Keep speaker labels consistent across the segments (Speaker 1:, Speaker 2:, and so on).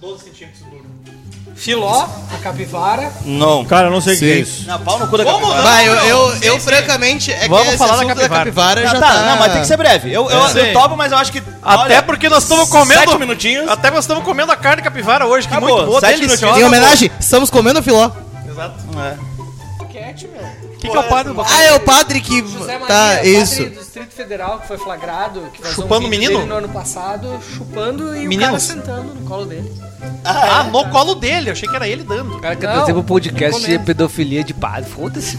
Speaker 1: 12 centímetros duro.
Speaker 2: Filó, a capivara.
Speaker 3: Não.
Speaker 4: Cara, eu não sei o que é
Speaker 3: Sim.
Speaker 4: isso.
Speaker 5: Na pau no cu da
Speaker 1: Vamos
Speaker 5: capivara.
Speaker 1: lá.
Speaker 6: Vai, eu, eu, eu,
Speaker 1: Sim, sim.
Speaker 6: francamente, é
Speaker 4: Vamos
Speaker 6: que esse
Speaker 4: falar da
Speaker 6: assunto
Speaker 4: capivara.
Speaker 6: capivara
Speaker 5: Ah,
Speaker 6: já
Speaker 5: tá,
Speaker 6: tá...
Speaker 5: não, mas tem que ser breve. Eu, eu,
Speaker 2: É.
Speaker 5: eu topo, mas eu acho que.
Speaker 2: Até
Speaker 5: olha,
Speaker 2: porque nós estamos comendo.
Speaker 5: Sete minutinhos.
Speaker 2: Até nós estamos comendo a carne capivara hoje, que é
Speaker 5: Acabou,
Speaker 2: muito boa,
Speaker 5: sete
Speaker 2: deliciosa.
Speaker 5: minutinhos.
Speaker 6: Em homenagem, estamos comendo filó.
Speaker 2: Exato.
Speaker 5: É.
Speaker 2: Boquete, meu. O que, que é o padre do boquete?
Speaker 6: Ah, é o padre que...
Speaker 2: José Maria,
Speaker 6: Tá,
Speaker 2: padre
Speaker 6: isso.
Speaker 2: do Distrito Federal que foi flagrado. Que vazou
Speaker 4: Chupando
Speaker 2: um vídeo
Speaker 4: o menino?
Speaker 2: dele No ano passado, chupando e
Speaker 4: Meninos?
Speaker 2: o cara sentando no colo dele.
Speaker 4: Ah, no colo dele. Eu achei que era ele dando.
Speaker 7: cara quer
Speaker 2: Não,
Speaker 7: trazer pro podcast
Speaker 2: comendo.
Speaker 7: pedofilia de padre. Foda-se.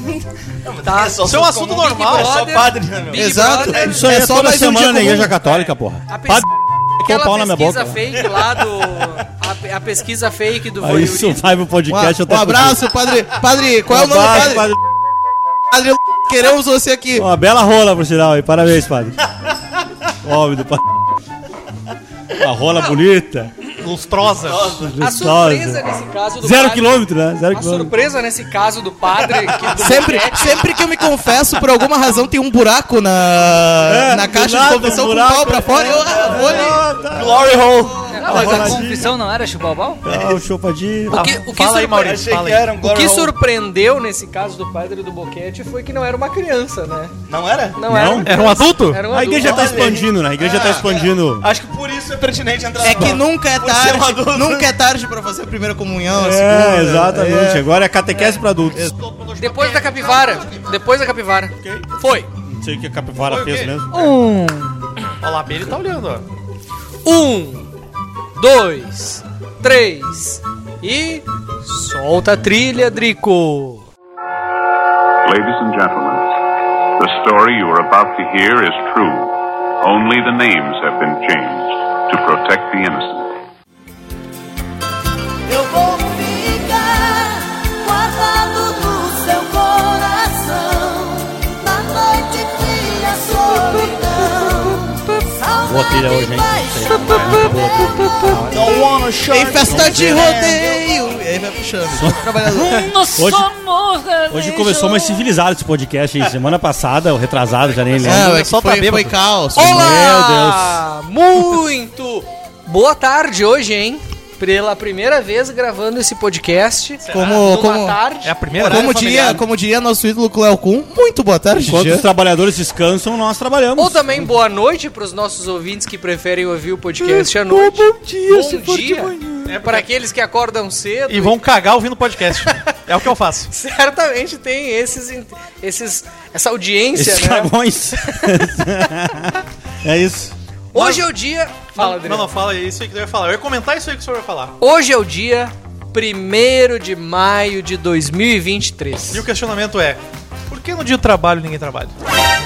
Speaker 5: Tá, só-
Speaker 2: Isso é um
Speaker 5: só-
Speaker 2: assunto
Speaker 5: como-
Speaker 2: normal.
Speaker 5: É só
Speaker 2: Brother.
Speaker 5: padre, né, meu?
Speaker 2: Big
Speaker 6: Exato.
Speaker 2: Brother,
Speaker 4: Isso aí
Speaker 6: É
Speaker 4: é
Speaker 6: só
Speaker 4: toda
Speaker 6: mais um
Speaker 4: semana
Speaker 6: dia
Speaker 4: na
Speaker 6: comum.
Speaker 4: igreja católica, porra.
Speaker 2: A pes-
Speaker 4: Padre com
Speaker 2: Aquela
Speaker 4: o pau na minha
Speaker 2: pesquisa
Speaker 4: boca.
Speaker 2: fake lá do... A, a pesquisa fake do
Speaker 4: Aí isso
Speaker 2: voyeurismo.
Speaker 4: vai pro
Speaker 6: Um,
Speaker 4: podcast. eu tô Um
Speaker 6: um abraço, padre. Padre, qual é o nome do
Speaker 4: Abraço,
Speaker 6: padre? Padre, queremos você aqui.
Speaker 4: Uma bela rola, por sinal, aí. Parabéns, padre. Homem do padre. Uma rola bonita.
Speaker 2: Lustrosa. A surpresa
Speaker 4: Lustrosa.
Speaker 2: nesse caso do
Speaker 4: Zero
Speaker 2: padre-
Speaker 4: quilômetro, né? Zero
Speaker 2: A
Speaker 4: quilômetro.
Speaker 2: surpresa nesse caso do padre que do
Speaker 6: Sempre,
Speaker 2: boquete- né?
Speaker 6: sempre que eu me confesso, por alguma razão, tem um buraco na,
Speaker 4: É,
Speaker 6: na
Speaker 4: do
Speaker 6: caixa
Speaker 4: nada,
Speaker 6: de confissão
Speaker 4: um
Speaker 6: com o
Speaker 4: buraco.
Speaker 6: pau pra fora. Eu ah, vou ali.
Speaker 4: tá.
Speaker 5: Glory hole.
Speaker 2: Ah,
Speaker 7: Não, mas a
Speaker 4: roladinha.
Speaker 7: confissão não era chupar o pau?
Speaker 4: Ah, o chopadinho.
Speaker 2: O que, o que
Speaker 5: Fala aí,
Speaker 2: surpre-
Speaker 5: Maurício. Achei
Speaker 2: Fala
Speaker 5: que
Speaker 2: aí.
Speaker 5: era um
Speaker 2: O
Speaker 5: glory
Speaker 2: que
Speaker 5: hole.
Speaker 2: surpreendeu nesse caso do padre do boquete foi que não era uma criança, né?
Speaker 5: Não era?
Speaker 2: Não, era.
Speaker 4: Não?
Speaker 2: uma
Speaker 4: Era
Speaker 2: criança,
Speaker 4: adulto?
Speaker 2: Era um
Speaker 4: A igreja
Speaker 2: adulto.
Speaker 4: tá expandindo, né? A igreja tá expandindo.
Speaker 5: Acho que por isso é pertinente entrar
Speaker 6: É
Speaker 5: no-
Speaker 6: que nunca é
Speaker 5: ser um
Speaker 6: tarde.
Speaker 5: adulto.
Speaker 6: Nunca é tarde pra fazer a primeira comunhão. assim. a segunda.
Speaker 4: É, exatamente. Agora é catequese pra adultos.
Speaker 2: Depois da capivara. Depois da capivara. Foi.
Speaker 4: Não sei o que a capivara
Speaker 2: Foi o quê?
Speaker 4: fez mesmo.
Speaker 7: Um.
Speaker 2: Olha lá, ele tá olhando, ó. Um, dois, três e. Solta a trilha, Drico!
Speaker 8: Ladies and gentlemen, the story you are about to hear is true. Only the names have been changed to protect the innocent.
Speaker 9: Eu vou ficar guardado no seu coração na noite que a solidão
Speaker 4: Boa pilha
Speaker 9: salva
Speaker 4: hoje,
Speaker 9: de
Speaker 4: hein?
Speaker 9: paixão.
Speaker 5: Don't wanna show
Speaker 6: Em festa
Speaker 4: É.
Speaker 6: de
Speaker 5: you.
Speaker 6: rodeio. E aí vai puxando. Trabalhador.
Speaker 9: é
Speaker 4: Hoje, hoje começou mais civilizado esse podcast. hein? Semana passada, ou retrasado, já nem lembro.
Speaker 6: Não, é que
Speaker 4: Só tá
Speaker 6: foi,
Speaker 4: bêbado.
Speaker 6: foi caos.
Speaker 2: Olá! Muito boa tarde hoje, hein? Pela primeira vez gravando esse podcast.
Speaker 6: Como-
Speaker 2: Numa
Speaker 6: como-
Speaker 3: É
Speaker 2: tarde.
Speaker 6: Meu Deus.
Speaker 2: né,
Speaker 6: Como diria, como diria nosso ídolo Cleo Kuhn, muito boa tarde,
Speaker 4: Enquanto
Speaker 6: Jean.
Speaker 4: os trabalhadores descansam, nós trabalhamos.
Speaker 2: Ou também boa noite para os nossos ouvintes que preferem ouvir o podcast à noite. Bom dia, bom dia. É para aqueles que acordam cedo.
Speaker 3: E vão cagar ouvindo podcast. é o que eu faço.
Speaker 2: Certamente tem esses, in- esses essa audiência,
Speaker 4: Esses
Speaker 2: né?
Speaker 4: cagões. é isso.
Speaker 2: Hoje é o dia. Fala,
Speaker 3: Não,
Speaker 2: Adriano.
Speaker 3: não, fala isso aí que tu ia falar. Eu ia comentar isso aí que o senhor vai falar.
Speaker 2: Hoje é o dia 1 de maio de 2023.
Speaker 3: E o questionamento é: por que no dia do trabalho ninguém trabalha?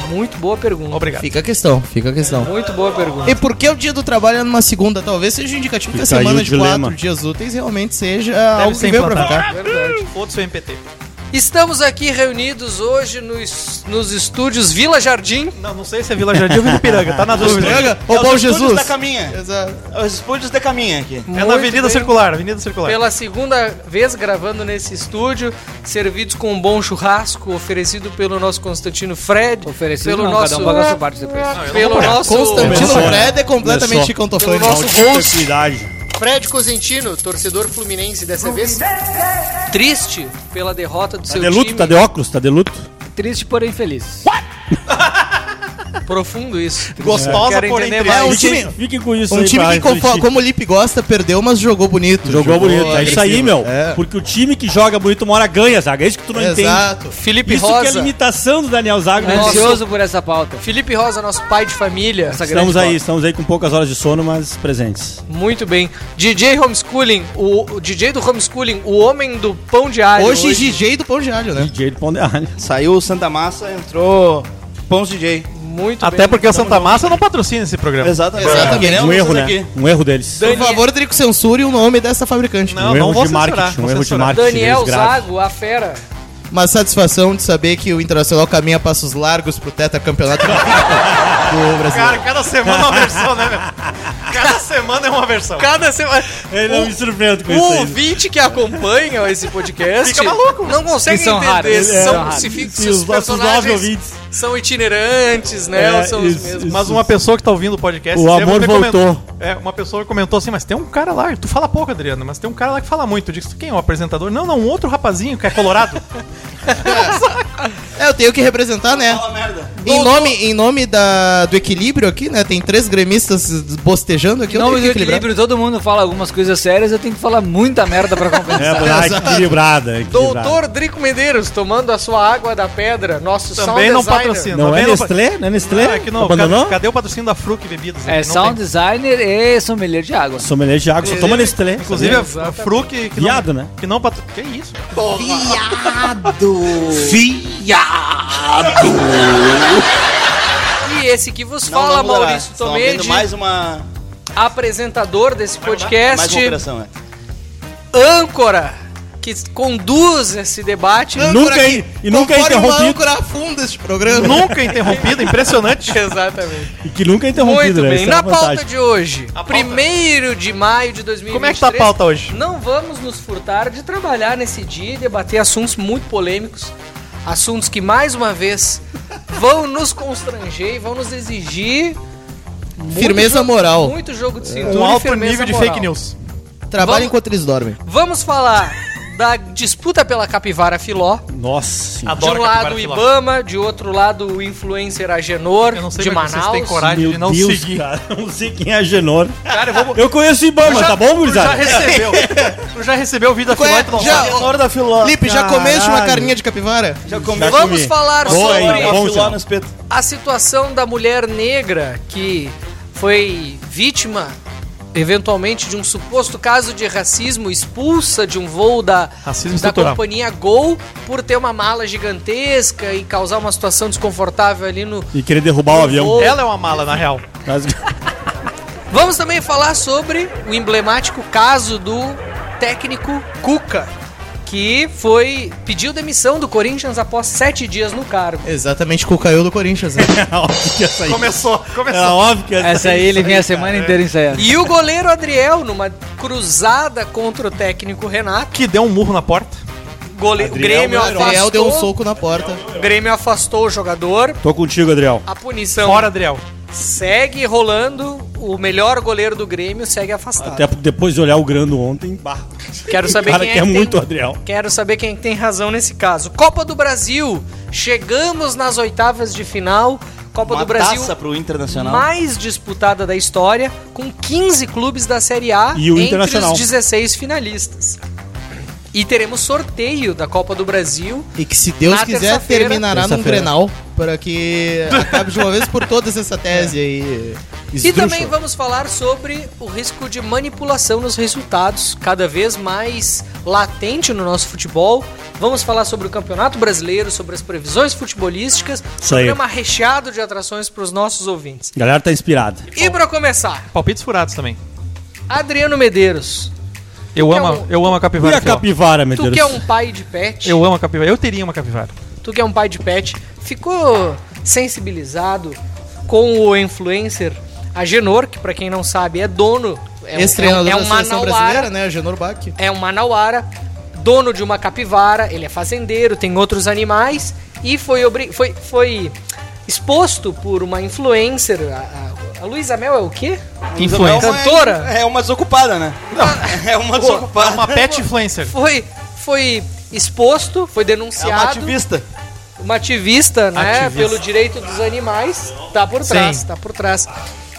Speaker 2: Muito boa pergunta.
Speaker 3: Obrigado.
Speaker 6: Fica a questão, fica a questão.
Speaker 2: Muito boa pergunta.
Speaker 6: E por que o dia do trabalho é numa segunda? Talvez seja indicativo que a
Speaker 4: Fica aí
Speaker 6: semana
Speaker 4: o
Speaker 6: de
Speaker 4: dilema.
Speaker 6: quatro dias úteis realmente seja algo
Speaker 3: ser
Speaker 6: que veio pra
Speaker 3: implantado.
Speaker 6: ficar.
Speaker 3: Foda seu MPT.
Speaker 2: Estamos aqui reunidos hoje nos, nos estúdios Vila Jardim.
Speaker 3: Não, não sei se é Vila Jardim ou Vila Piranga, tá na dúvida.
Speaker 6: Droga,
Speaker 3: É
Speaker 6: Ô,
Speaker 5: É
Speaker 6: bom
Speaker 5: os estúdios
Speaker 6: Jesus.
Speaker 5: da caminha.
Speaker 6: Exato.
Speaker 5: É os estúdios da caminha aqui.
Speaker 3: É na
Speaker 2: Muito
Speaker 3: Avenida
Speaker 2: bem.
Speaker 3: Circular, Avenida Circular.
Speaker 2: Pela segunda vez gravando nesse estúdio, servidos com um bom churrasco oferecido pelo nosso Constantino Fred.
Speaker 7: Oferecido
Speaker 2: pelo
Speaker 7: não,
Speaker 2: nosso, Ah,
Speaker 7: cada um paga a sua parte depois.
Speaker 2: pelo nosso
Speaker 6: Constantino
Speaker 4: Começou.
Speaker 6: Fred é completamente
Speaker 4: Começou.
Speaker 6: chicantofone.
Speaker 2: Pelo nosso host.
Speaker 4: Tranquilidade.
Speaker 2: Fred Cosentino, torcedor fluminense dessa vez. Triste pela derrota do seu
Speaker 3: é
Speaker 4: De luto,
Speaker 2: time.
Speaker 4: tá de óculos, tá de luto.
Speaker 7: Triste, porém feliz.
Speaker 2: Profundo isso.
Speaker 3: Gostosa,
Speaker 2: Quero
Speaker 3: porém
Speaker 2: entender
Speaker 3: triste.
Speaker 6: É um
Speaker 2: mais.
Speaker 6: time,
Speaker 4: Fiquem com isso
Speaker 6: um
Speaker 4: aí
Speaker 6: time
Speaker 4: pra
Speaker 6: que, conforme,
Speaker 4: refletir.
Speaker 6: como o Lipe gosta, perdeu, mas jogou bonito.
Speaker 4: Jogou, bonito. É isso
Speaker 6: agressivo.
Speaker 4: aí, meu.
Speaker 6: É.
Speaker 4: Porque o time que joga bonito mora ganha, Zaga. É isso que tu não entende.
Speaker 6: Exato.
Speaker 2: Felipe
Speaker 4: Isso que é a
Speaker 2: Rosa.
Speaker 4: limitação do Daniel né? Zago.
Speaker 2: Nossa.
Speaker 7: Ansioso por essa pauta.
Speaker 2: Felipe Rosa, nosso pai de família.
Speaker 7: Essa grande
Speaker 4: Estamos aí,
Speaker 7: pauta.
Speaker 4: estamos aí com poucas horas de sono, mas presentes.
Speaker 2: Muito bem. DJ Homeschooling, o, o DJ do Homeschooling, o homem do pão de alho.
Speaker 6: Hoje, DJ do Pão de Alho, né?
Speaker 4: DJ do Pão de Alho.
Speaker 5: Saiu o Santa Massa, entrou Pons DJ.
Speaker 2: Muito
Speaker 3: Até
Speaker 2: bem.
Speaker 3: porque a Santa Massa não patrocina esse programa.
Speaker 5: Exatamente.
Speaker 6: Exatamente.
Speaker 4: Um erro, né? Um erro deles.
Speaker 6: Por favor, Drico, censure o nome dessa fabricante.
Speaker 3: Não,
Speaker 4: um
Speaker 3: não
Speaker 4: erro
Speaker 3: vou
Speaker 4: de
Speaker 3: censurar,
Speaker 4: marketing,
Speaker 3: vou
Speaker 4: um erro de
Speaker 3: censurar.
Speaker 4: marketing.
Speaker 2: Daniel
Speaker 4: deles grave.
Speaker 2: Zago, a fera.
Speaker 6: Uma satisfação de saber que o Internacional caminha passos largos pro tetracampeonato do Brasil.
Speaker 3: Cara, cada semana uma versão, é né, meu? Cada semana é uma versão.
Speaker 2: Cada semana.
Speaker 4: Ele não me surpreendo com
Speaker 2: O
Speaker 4: isso aí.
Speaker 2: ouvinte que acompanha esse podcast
Speaker 3: Fica maluco.
Speaker 2: não consegue
Speaker 7: Que são
Speaker 2: entender
Speaker 7: raros,
Speaker 2: se,
Speaker 7: é,
Speaker 2: são,
Speaker 7: são raros.
Speaker 2: se, fi-
Speaker 4: Sim,
Speaker 2: se um os,
Speaker 4: os nossos nove
Speaker 2: personagens
Speaker 4: ouvintes.
Speaker 2: são itinerantes, né?
Speaker 4: É,
Speaker 2: ou são os
Speaker 4: isso,
Speaker 2: mesmos.
Speaker 4: isso.
Speaker 3: Mas uma pessoa que tá ouvindo o podcast...
Speaker 4: O
Speaker 3: sempre
Speaker 4: amor
Speaker 3: me
Speaker 4: voltou.
Speaker 3: É, uma pessoa comentou assim, mas tem um cara lá, tu fala pouco, Adriano, mas tem um cara lá que fala muito. Eu disse, quem é o apresentador? Não, não, um outro rapazinho que é colorado.
Speaker 6: É, eu tenho que representar, né?
Speaker 5: Fala merda.
Speaker 6: Em nome, em nome da, do equilíbrio aqui, né? Tem três gremistas bostejando aqui. Eu
Speaker 7: Não,
Speaker 6: tenho
Speaker 7: mas
Speaker 6: que
Speaker 7: o
Speaker 6: equilibrar.
Speaker 7: equilíbrio, todo mundo fala algumas coisas sérias, eu tenho que falar muita merda pra
Speaker 4: É,
Speaker 7: compensar.
Speaker 4: ah, equilibrada, equilibrada.
Speaker 2: Doutor Drico Medeiros tomando a sua água da pedra, nosso
Speaker 3: Também
Speaker 2: sound
Speaker 3: não
Speaker 2: designer.
Speaker 3: patrocina.
Speaker 4: Não
Speaker 3: também
Speaker 4: é Nestlé? Não é Nestlé?
Speaker 3: Ah, é que não,
Speaker 4: Abandonou?
Speaker 3: cadê, cadê o patrocínio da Fruc Bebidas?
Speaker 7: É,
Speaker 3: Não
Speaker 2: um
Speaker 7: sound
Speaker 3: tem.
Speaker 7: designer e sommelier de água.
Speaker 4: Sommelier de água, só toma Nestlé.
Speaker 3: Inclusive
Speaker 4: sabia?
Speaker 3: a, a Fruc... Que não-
Speaker 4: Viado, né?
Speaker 3: Que não patro... Que isso?
Speaker 2: E esse que vos
Speaker 5: Não,
Speaker 2: fala,
Speaker 5: não mudará.
Speaker 2: Maurício
Speaker 5: Estão
Speaker 2: Tomedi,
Speaker 5: abrindo mais uma,
Speaker 2: apresentador desse
Speaker 5: mais uma
Speaker 2: podcast,
Speaker 5: operação, é.
Speaker 2: âncora, que conduz esse debate.
Speaker 6: Âncora
Speaker 4: Nunca
Speaker 6: aqui,
Speaker 4: e- e nunca é
Speaker 6: conforme uma
Speaker 4: interrompido.
Speaker 6: âncora afunda este programa.
Speaker 3: Nunca interrompido, impressionante.
Speaker 2: Exatamente.
Speaker 4: E que nunca é
Speaker 2: Muito
Speaker 4: interrompido, né?
Speaker 2: bem,
Speaker 4: Isso é
Speaker 2: na
Speaker 4: uma
Speaker 2: pauta
Speaker 4: vantagem.
Speaker 2: de hoje,
Speaker 3: pauta?
Speaker 2: 1 de maio de 2023.
Speaker 3: Como é que tá a pauta hoje?
Speaker 2: Não vamos nos furtar de trabalhar nesse dia e debater assuntos muito polêmicos. Assuntos que, mais uma vez, vão nos constranger e vão nos exigir. muito
Speaker 6: Firmeza
Speaker 2: jogo-
Speaker 6: moral.
Speaker 2: Muito jogo de
Speaker 3: Um
Speaker 2: cintura. e
Speaker 3: alto
Speaker 2: firmeza
Speaker 3: nível de
Speaker 2: moral.
Speaker 3: fake news.
Speaker 6: Trabalha
Speaker 2: Vamos-
Speaker 6: enquanto eles dormem.
Speaker 2: Vamos falar da disputa pela capivara Filó.
Speaker 4: Nossa senhora.
Speaker 2: De um
Speaker 3: Adoro
Speaker 2: lado o
Speaker 3: capivara filó.
Speaker 2: Ibama, de outro lado o influencer Agenor,
Speaker 3: Eu não sei
Speaker 2: de
Speaker 3: como é que vocês
Speaker 2: Manaus.
Speaker 3: têm coragem de não
Speaker 4: Deus,
Speaker 3: seguir.
Speaker 4: cara. Não sei quem é Genor.
Speaker 3: Cara, eu vou...
Speaker 4: Eu conheço o Ibama, tá bom,
Speaker 3: Tu já
Speaker 4: gurizada?
Speaker 3: recebeu. tu já recebeu o vídeo da
Speaker 6: Qual é?
Speaker 3: Filó e tu não
Speaker 6: Já-
Speaker 3: sabe.
Speaker 5: Hora da filó.
Speaker 6: Lipe, já comeste uma
Speaker 4: Caralho.
Speaker 6: carninha de capivara?
Speaker 5: Já comeu
Speaker 4: Já
Speaker 2: Vamos
Speaker 4: comi.
Speaker 2: falar
Speaker 4: Boa
Speaker 2: sobre
Speaker 4: ainda, bom
Speaker 5: filó
Speaker 4: sinal.
Speaker 5: no espeto.
Speaker 2: a situação da mulher negra que foi vítima eventualmente de um suposto caso de racismo expulsa de um voo da,
Speaker 3: Racismo
Speaker 2: da
Speaker 3: estrutural.
Speaker 2: companhia Gol por ter uma mala gigantesca e causar uma situação desconfortável ali no
Speaker 4: E querer derrubar o avião.
Speaker 2: voo.
Speaker 3: Ela é uma mala, na real.
Speaker 4: Mas-
Speaker 2: Vamos também falar sobre o emblemático caso do técnico Cuca que foi pediu demissão do Corinthians após sete dias no cargo.
Speaker 6: Exatamente, com o caiu do Corinthians. Né?
Speaker 4: Era óbvio que ia sair.
Speaker 3: Começou,
Speaker 4: Era
Speaker 3: começou.
Speaker 4: É óbvio que ia
Speaker 7: Essa aí
Speaker 4: sair
Speaker 7: ele
Speaker 4: isso
Speaker 7: vinha a
Speaker 4: aí,
Speaker 7: semana
Speaker 4: cara.
Speaker 7: inteira ensaiando.
Speaker 2: E o goleiro Adriel, numa cruzada contra o técnico Renato,
Speaker 3: Que deu um murro na porta.
Speaker 2: gole... o Grêmio
Speaker 6: O Ariel
Speaker 2: afastou,
Speaker 6: deu um soco na porta.
Speaker 2: o Grêmio afastou o jogador.
Speaker 4: Tô contigo, Adriel.
Speaker 2: A punição
Speaker 3: Fora, Adriel.
Speaker 2: segue rolando. O melhor goleiro do Grêmio segue afastado.
Speaker 4: Até porque depois de olhar o grando ontem, bah,
Speaker 2: Quero
Speaker 4: o
Speaker 2: saber
Speaker 4: cara
Speaker 2: quem é
Speaker 4: quer
Speaker 2: que
Speaker 4: muito o
Speaker 2: tem...
Speaker 4: Adriel.
Speaker 2: Quero saber quem é tem razão nesse caso. Copa do Brasil. Chegamos nas oitavas de final. Copa
Speaker 5: Uma
Speaker 2: do Brasil
Speaker 5: taça pro Internacional.
Speaker 2: mais disputada da história, com 15 clubes da Série A
Speaker 4: E o
Speaker 2: entre
Speaker 4: Internacional.
Speaker 2: os 16 finalistas. E teremos sorteio da Copa do Brasil.
Speaker 6: E que se Deus
Speaker 2: Na
Speaker 6: quiser,
Speaker 2: terça-feira-
Speaker 6: terminará num
Speaker 4: Terça-feira.
Speaker 6: Grenal. Para que acabe de uma vez por todas essa
Speaker 5: É.
Speaker 6: tese aí.
Speaker 2: E
Speaker 6: esdrúxula.
Speaker 2: também vamos falar sobre o risco de manipulação nos resultados, cada vez mais latente no nosso futebol. Vamos falar sobre o Campeonato Brasileiro, sobre as previsões futebolísticas,
Speaker 4: Isso aí.
Speaker 2: programa recheado de atrações para os nossos ouvintes.
Speaker 4: A galera tá inspirada.
Speaker 2: E para começar,
Speaker 3: Palpites furados também.
Speaker 2: Adriano Medeiros,
Speaker 3: Eu
Speaker 2: Tu
Speaker 3: amo,
Speaker 2: quer um-
Speaker 3: eu amo a
Speaker 4: E
Speaker 3: capivara.
Speaker 4: a
Speaker 3: Filó.
Speaker 4: capivara, meu
Speaker 2: tu
Speaker 4: Deus?
Speaker 2: que é um pai de pet,
Speaker 3: Eu amo a capivara. Eu teria uma capivara.
Speaker 2: tu que é um pai de pet, ficou sensibilizado com o influencer Agenor, que para quem não sabe é dono, é um-
Speaker 6: Ex-treinador
Speaker 2: é um, é um
Speaker 6: da seleção
Speaker 2: manauara.
Speaker 6: brasileira, né? Genor Bach.
Speaker 2: é um manauara, dono de uma capivara, ele é fazendeiro, tem outros animais e foi, obri- foi, foi exposto por uma influencer. A, a, a Luísa Mel é o quê?
Speaker 3: Influencer.
Speaker 2: Cantora?
Speaker 5: É uma desocupada, né? É uma desocupada.
Speaker 3: Uma pet influencer.
Speaker 2: Foi, foi exposto, foi
Speaker 5: É uma
Speaker 2: denunciado.
Speaker 5: ativista.
Speaker 2: uma ativista, né,
Speaker 3: Ativista.
Speaker 2: pelo direito dos animais, tá por trás,
Speaker 3: Sim.
Speaker 2: tá por trás.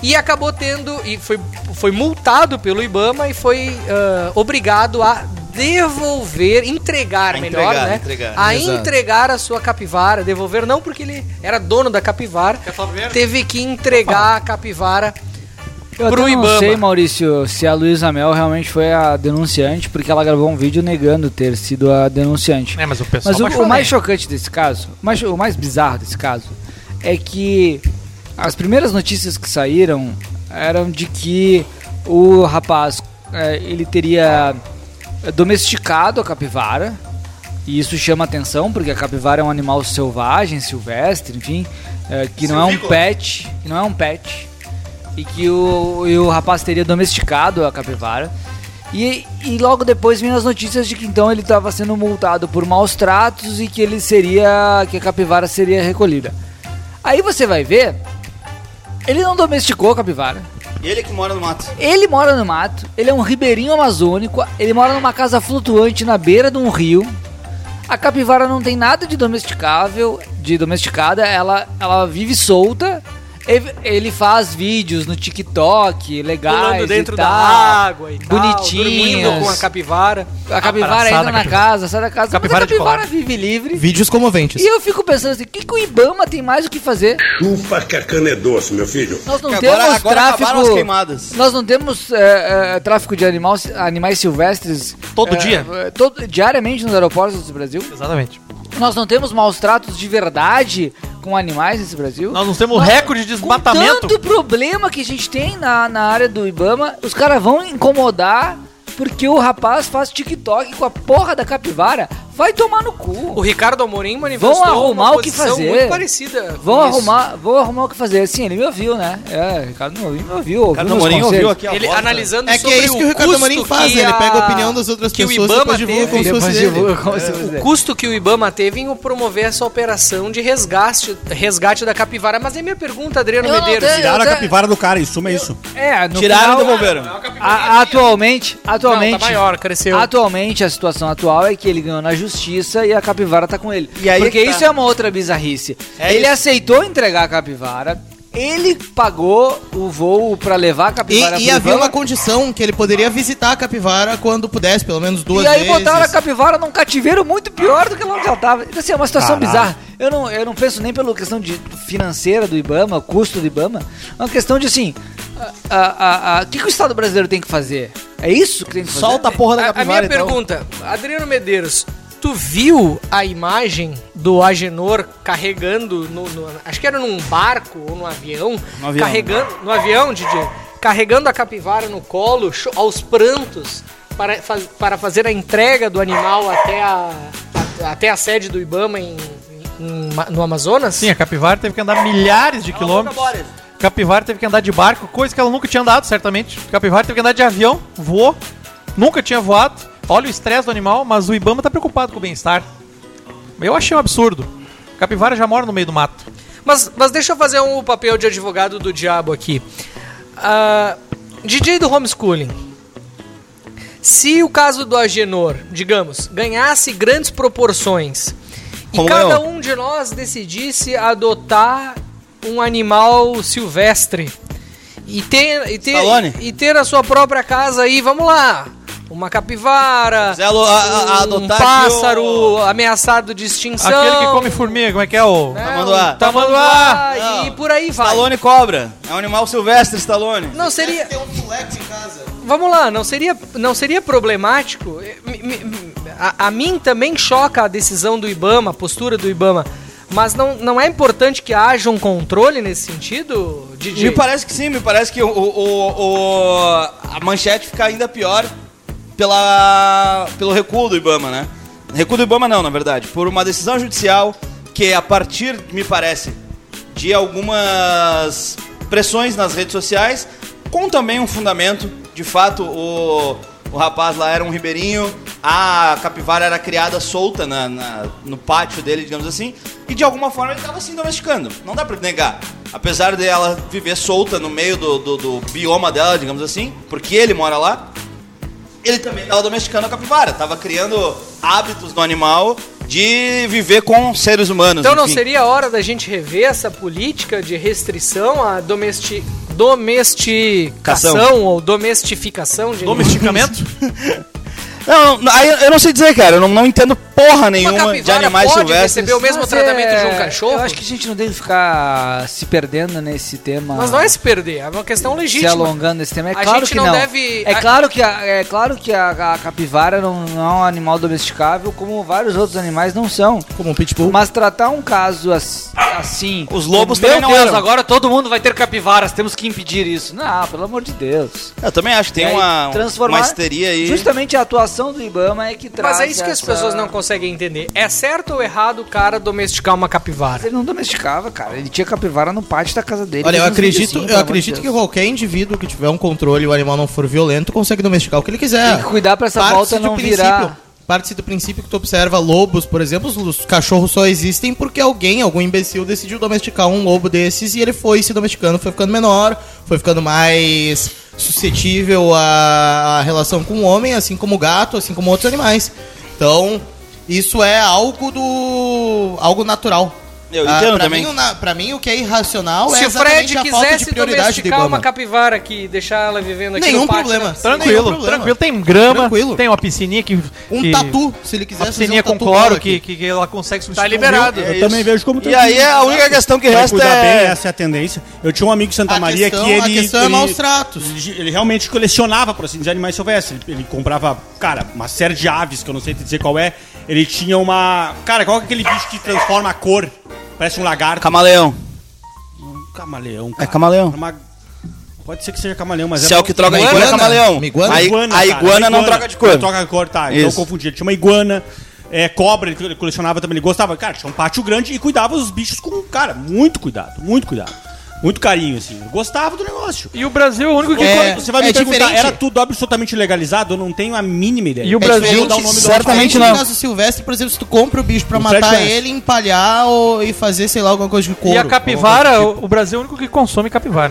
Speaker 2: E acabou tendo e foi, foi multado pelo IBAMA e foi ah, obrigado a devolver, entregar,
Speaker 5: A
Speaker 2: melhor,
Speaker 5: entregar,
Speaker 2: né?
Speaker 5: entregar.
Speaker 2: a
Speaker 6: Exato.
Speaker 2: entregar a sua capivara, devolver não porque ele era dono da capivara, teve que entregar a capivara
Speaker 7: Eu
Speaker 2: pro
Speaker 7: até não
Speaker 2: Ibama.
Speaker 7: sei, Maurício, se a Luísa Mel realmente foi a denunciante, porque ela gravou um vídeo negando ter sido a denunciante.
Speaker 3: É, mas o pessoal
Speaker 7: Mas o,
Speaker 3: baixou
Speaker 7: o
Speaker 3: a
Speaker 7: mais
Speaker 3: lenha.
Speaker 7: chocante desse caso, o mais, o mais bizarro desse caso, é que as primeiras notícias que saíram eram de que o rapaz eh, ele teria domesticado a capivara. E isso chama atenção, porque a capivara é um animal selvagem, silvestre, enfim, eh, que não é um é pet, que não é um pet. e que o, e o rapaz teria domesticado a capivara. E, e logo depois vinham as notícias de que então ele estava sendo multado por maus tratos e que ele seria. que a capivara seria recolhida. Aí você vai ver, ele não domesticou a capivara.
Speaker 5: E ele que mora no mato.
Speaker 7: Ele mora no mato, ele é um ribeirinho amazônico, ele mora numa casa flutuante na beira de um rio. A capivara não tem nada de domesticável, de domesticada, ela, ela vive solta. Ele- Ele faz vídeos no TikTok, legais
Speaker 2: Pulando dentro
Speaker 7: e tal,
Speaker 2: da água e tal,
Speaker 7: bonitinhas.
Speaker 2: dormindo com a capivara.
Speaker 7: A capivara
Speaker 3: Abraçada
Speaker 7: entra na
Speaker 3: a capivara.
Speaker 7: casa, sai da casa,
Speaker 3: Capivara
Speaker 7: mas
Speaker 3: de
Speaker 7: a capivara
Speaker 3: colar.
Speaker 7: vive livre.
Speaker 6: Vídeos comoventes.
Speaker 7: E eu fico pensando assim, o que, que o Ibama tem mais o que fazer?
Speaker 1: Chupa que a cana é doce, meu filho.
Speaker 7: Nós não
Speaker 5: Que
Speaker 7: temos
Speaker 5: agora- agora acabaram as
Speaker 7: tráfico.
Speaker 5: queimadas.
Speaker 7: Nós não temos é, é, tráfico de animais, animais silvestres.
Speaker 3: Todo
Speaker 7: é,
Speaker 3: dia?
Speaker 7: é, todo- diariamente nos aeroportos do Brasil.
Speaker 3: Exatamente.
Speaker 7: Nós não temos maus tratos de verdade com animais nesse Brasil.
Speaker 3: Nós não temos recorde de
Speaker 7: com
Speaker 3: desmatamento.
Speaker 7: tanto problema que a gente tem na, na área do Ibama, os caras vão incomodar porque o rapaz faz TikTok com a porra da capivara. Vai tomar no cu.
Speaker 2: O Ricardo Amorim manifestou
Speaker 7: arrumar
Speaker 2: uma
Speaker 7: o que
Speaker 2: posição
Speaker 7: fazer.
Speaker 2: muito parecida. com
Speaker 7: Vão
Speaker 2: isso.
Speaker 7: arrumar, vão arrumar o que fazer. Sim, ele me ouviu, né? É, o Ricardo Amorim me ouviu. ouviu
Speaker 5: Ricardo
Speaker 7: meus
Speaker 5: Amorim
Speaker 7: conselhos.
Speaker 5: ouviu aqui a
Speaker 2: Ele
Speaker 5: voz, né?
Speaker 2: analisando
Speaker 6: É que
Speaker 2: sobre
Speaker 6: é isso que
Speaker 2: o
Speaker 6: o Ricardo
Speaker 2: custo
Speaker 6: Amorim faz, né?
Speaker 2: que
Speaker 6: ele
Speaker 2: a-
Speaker 6: pega a opinião das outras
Speaker 2: que o
Speaker 6: pessoas e
Speaker 2: Ibama
Speaker 6: depois divulga
Speaker 2: teve.
Speaker 6: como se fosse
Speaker 7: Depois
Speaker 6: dele.
Speaker 7: divulga como se fosse
Speaker 2: O
Speaker 7: dele.
Speaker 2: custo que o Ibama teve em promover essa operação de resgate, resgate da capivara. Mas é minha pergunta, Adriano
Speaker 7: Eu não
Speaker 2: Medeiros.
Speaker 7: tenho-
Speaker 4: Tiraram a
Speaker 7: Eu-
Speaker 4: capivara do cara, em suma é isso.
Speaker 7: É, no
Speaker 5: Tiraram e
Speaker 7: final-
Speaker 5: devolveram.
Speaker 7: A- atualmente, atualmente,
Speaker 2: Não, tá maior, cresceu.
Speaker 7: Atualmente a situação atual é que ele ganhou na justiça e a capivara tá com ele.
Speaker 5: E aí
Speaker 7: Porque
Speaker 5: é que tá.
Speaker 7: isso é uma outra bizarrice.
Speaker 5: É
Speaker 7: ele
Speaker 5: isso.
Speaker 7: aceitou entregar a capivara, ele pagou o voo pra levar a
Speaker 6: E,
Speaker 7: capivara
Speaker 6: e
Speaker 7: pro
Speaker 6: havia
Speaker 7: Ibama,
Speaker 6: uma condição que ele poderia visitar a capivara quando pudesse, pelo menos duas
Speaker 7: E aí
Speaker 6: vezes.
Speaker 7: botaram a capivara num cativeiro muito pior do que ela já tava. Então, assim, é uma situação
Speaker 4: Caralho.
Speaker 7: bizarra. Eu não, eu não penso nem pela questão de financeira do Ibama, custo do Ibama. É uma questão de, assim, a- a- a- o que, que o Estado brasileiro tem que fazer? É isso que tem que fazer?
Speaker 5: Solta a porra da
Speaker 2: A- a, minha
Speaker 5: capivara, então.
Speaker 2: pergunta, Adriano Medeiros, tu viu a imagem do Agenor carregando, no, no- acho que era num barco ou num avião,
Speaker 5: No avião.
Speaker 2: carregando, no avião, Didi, carregando a capivara no colo, cho- aos prantos, para, faz- para fazer a entrega do animal até a, a- até a sede do Ibama em- em- em- no Amazonas?
Speaker 3: Sim, a capivara teve que andar milhares de quilômetros. Capivara teve que andar de barco, coisa que ela nunca tinha andado, certamente. Capivara teve que andar de avião, voou, nunca tinha voado. Olha o estresse do animal, mas o Ibama tá preocupado com o bem-estar. Eu achei um absurdo. Capivara já mora no meio do mato.
Speaker 2: Mas, mas deixa eu fazer um papel de advogado do diabo aqui. Ah, DJ do homeschooling. Se o caso do Agenor, digamos, ganhasse grandes proporções
Speaker 5: Como
Speaker 2: e cada
Speaker 5: eu.
Speaker 2: um de nós decidisse adotar um animal silvestre e ter, e ter,
Speaker 5: Stallone.
Speaker 2: e ter a sua própria casa aí, vamos lá. Uma capivara,
Speaker 5: Zé Lu- a- a- a
Speaker 2: um
Speaker 5: adotar aqui
Speaker 2: pássaro
Speaker 5: o-
Speaker 2: ameaçado de extinção.
Speaker 3: Aquele que come formiga, como é que é o.
Speaker 2: né,
Speaker 5: Tamanduá.
Speaker 2: um Tamanduá,
Speaker 5: Não.
Speaker 2: e por aí vai.
Speaker 5: Stallone cobra. É um animal silvestre, Stallone.
Speaker 2: Não seria.
Speaker 6: Tá Tem um flex em casa.
Speaker 2: Vamos lá, não seria, não seria problemático? Eh, mi- mi- mi- A, a mim também choca a decisão do Ibama, a postura do Ibama. Mas não, não é importante que haja um controle nesse sentido,
Speaker 5: Me
Speaker 2: Didi?
Speaker 5: parece que sim, me parece que o, o- o- a manchete fica ainda pior pela, pelo recuo do Ibama, né? Recuo do Ibama não, na verdade. Por uma decisão judicial que a partir, me parece, de algumas pressões nas redes sociais, com também um fundamento, de fato, o, o rapaz lá era um ribeirinho, a capivara era criada solta na- na- no pátio dele, digamos assim, e de alguma forma ele estava se domesticando. Não dá pra negar. Apesar de ela viver solta no meio do, do- do bioma dela, digamos assim, porque ele mora lá, ele também estava domesticando a capivara, estava criando hábitos no animal de viver com seres humanos.
Speaker 2: Então não
Speaker 5: enfim.
Speaker 2: seria a hora da gente rever essa política de restrição à domesti... domesticação
Speaker 5: Cação.
Speaker 2: ou domestificação de
Speaker 3: Domesticamento?
Speaker 5: Não, não, aí eu não sei dizer, cara. Eu não, não entendo porra nenhuma de
Speaker 2: capivara
Speaker 5: animais
Speaker 2: pode
Speaker 5: silvestres.
Speaker 2: receber o mesmo
Speaker 7: Mas
Speaker 2: tratamento
Speaker 7: é-
Speaker 2: de um cachorro?
Speaker 7: Eu acho que a gente não deve ficar se perdendo nesse tema.
Speaker 2: Mas não é se perder, é uma questão
Speaker 7: se
Speaker 2: legítima.
Speaker 7: alongando nesse tema. É
Speaker 2: A
Speaker 7: claro
Speaker 2: gente
Speaker 7: que
Speaker 2: não
Speaker 7: não.
Speaker 2: deve-
Speaker 7: É
Speaker 2: a-
Speaker 7: claro que, a, é claro que a, a capivara não, não é um animal domesticável, como vários outros animais não são.
Speaker 6: Como um pitbull.
Speaker 7: Mas tratar um caso as- assim.
Speaker 5: Os lobos
Speaker 7: Meu
Speaker 5: também não
Speaker 7: Deus,
Speaker 5: eram.
Speaker 7: agora todo mundo vai ter capivaras, temos que impedir isso. Não, pelo amor de Deus.
Speaker 5: Eu também acho que tem
Speaker 7: E aí,
Speaker 5: uma,
Speaker 7: transformar-
Speaker 5: uma histeria aí.
Speaker 7: Justamente a atuação do Ibama é que traz.
Speaker 2: Mas é isso que as
Speaker 7: essa-
Speaker 2: pessoas não conseguem entender. É certo ou errado o cara domesticar uma capivara?
Speaker 7: Ele não domesticava, cara. Ele tinha capivara no pátio da casa dele.
Speaker 6: Olha, eu
Speaker 7: Ele fez um
Speaker 6: acredito,
Speaker 7: videozinho,
Speaker 5: tá
Speaker 6: eu
Speaker 7: pelo amor de
Speaker 6: acredito
Speaker 7: Deus.
Speaker 6: que qualquer indivíduo que tiver um controle e o animal não for violento consegue domesticar o que ele quiser.
Speaker 7: Tem que cuidar pra essa
Speaker 6: Parte-se
Speaker 7: volta
Speaker 6: do
Speaker 7: não
Speaker 6: princípio-
Speaker 7: virar.
Speaker 6: Parte-se do princípio que tu observa lobos, por exemplo, os- os cachorros só existem porque alguém, algum imbecil, decidiu domesticar um lobo desses e ele foi se domesticando, foi ficando menor, foi ficando mais suscetível à à relação com o homem, assim como o gato, assim como outros animais. Então, isso é algo do. algo natural. Ah,
Speaker 5: Eu
Speaker 4: Ah,
Speaker 5: entendo
Speaker 6: pra
Speaker 5: também.
Speaker 6: Mim, o na- pra mim, o que é irracional
Speaker 2: Se
Speaker 6: é
Speaker 2: o Fred
Speaker 6: exatamente a falta de
Speaker 2: quisesse
Speaker 6: prioridade do
Speaker 2: domesticar uma
Speaker 6: Ibama.
Speaker 2: capivara aqui e deixar ela vivendo aqui
Speaker 6: Nenhum
Speaker 2: no pátio...
Speaker 6: problema.
Speaker 2: né?
Speaker 6: Nenhum
Speaker 3: Tranquilo,
Speaker 6: problema.
Speaker 3: tranquilo. Tem grama,
Speaker 6: Tranquilo.
Speaker 3: tem uma piscininha que.
Speaker 6: Um
Speaker 3: que-
Speaker 6: tatu, se ele
Speaker 3: Uma
Speaker 6: quiser fazer
Speaker 3: piscininha
Speaker 6: um
Speaker 3: com
Speaker 6: tatu
Speaker 3: cloro
Speaker 6: agora
Speaker 3: que,
Speaker 6: aqui.
Speaker 3: que ela consegue substituir. um
Speaker 5: Tá liberado.
Speaker 4: Eu também vejo como
Speaker 5: E aí é a única questão que
Speaker 4: Vai
Speaker 5: resta
Speaker 4: cuidar
Speaker 5: é...
Speaker 4: bem, essa é a tendência. Eu tinha um amigo de Santa
Speaker 6: A
Speaker 4: Maria
Speaker 6: questão-
Speaker 4: que
Speaker 6: a
Speaker 4: ele.
Speaker 6: questão é
Speaker 4: ele-
Speaker 6: maus tratos.
Speaker 4: Ele, ele realmente colecionava, por assim dizer, animais silvestres. Ele, ele comprava, cara, uma série de aves, que eu não sei te dizer qual é. Ele tinha uma. Cara, qual é aquele bicho que transforma a cor? Parece um lagarto.
Speaker 5: Camaleão.
Speaker 4: Um camaleão,
Speaker 5: É
Speaker 4: cara.
Speaker 5: camaleão.
Speaker 4: Uma- Pode ser que seja camaleão, mas
Speaker 5: Se é o que troca de cor
Speaker 6: Iguana?
Speaker 5: é camaleão.
Speaker 6: Iguana?
Speaker 5: A, i- a
Speaker 4: cara,
Speaker 5: iguana não troca de cor.
Speaker 4: Não troca de cor, tá. Então eu
Speaker 5: Isso.
Speaker 4: confundi. Ele tinha uma iguana, é, cobra, ele co- ele colecionava também. Ele gostava. Cara, tinha um pátio grande e cuidava dos bichos com, cara, muito cuidado, muito cuidado. Muito carinho, assim. Eu Gostava do negócio.
Speaker 3: E o Brasil é o único que.
Speaker 4: E
Speaker 6: É,
Speaker 4: quando você vai me
Speaker 6: é
Speaker 4: perguntar,
Speaker 6: diferente.
Speaker 4: era tudo absolutamente legalizado? Eu não tenho a mínima ideia.
Speaker 3: E o
Speaker 6: É
Speaker 3: Brasil.
Speaker 6: diferente,
Speaker 4: Vou dar o nome do
Speaker 5: certamente
Speaker 6: diferente
Speaker 5: não.
Speaker 6: do caso silvestre, por exemplo, se tu compra o bicho pra
Speaker 4: O Fred
Speaker 6: matar
Speaker 4: conhece.
Speaker 6: ele, empalhar ou, e fazer, sei lá, alguma coisa de couro.
Speaker 3: E a capivara, o o Brasil é o único que consome capivara.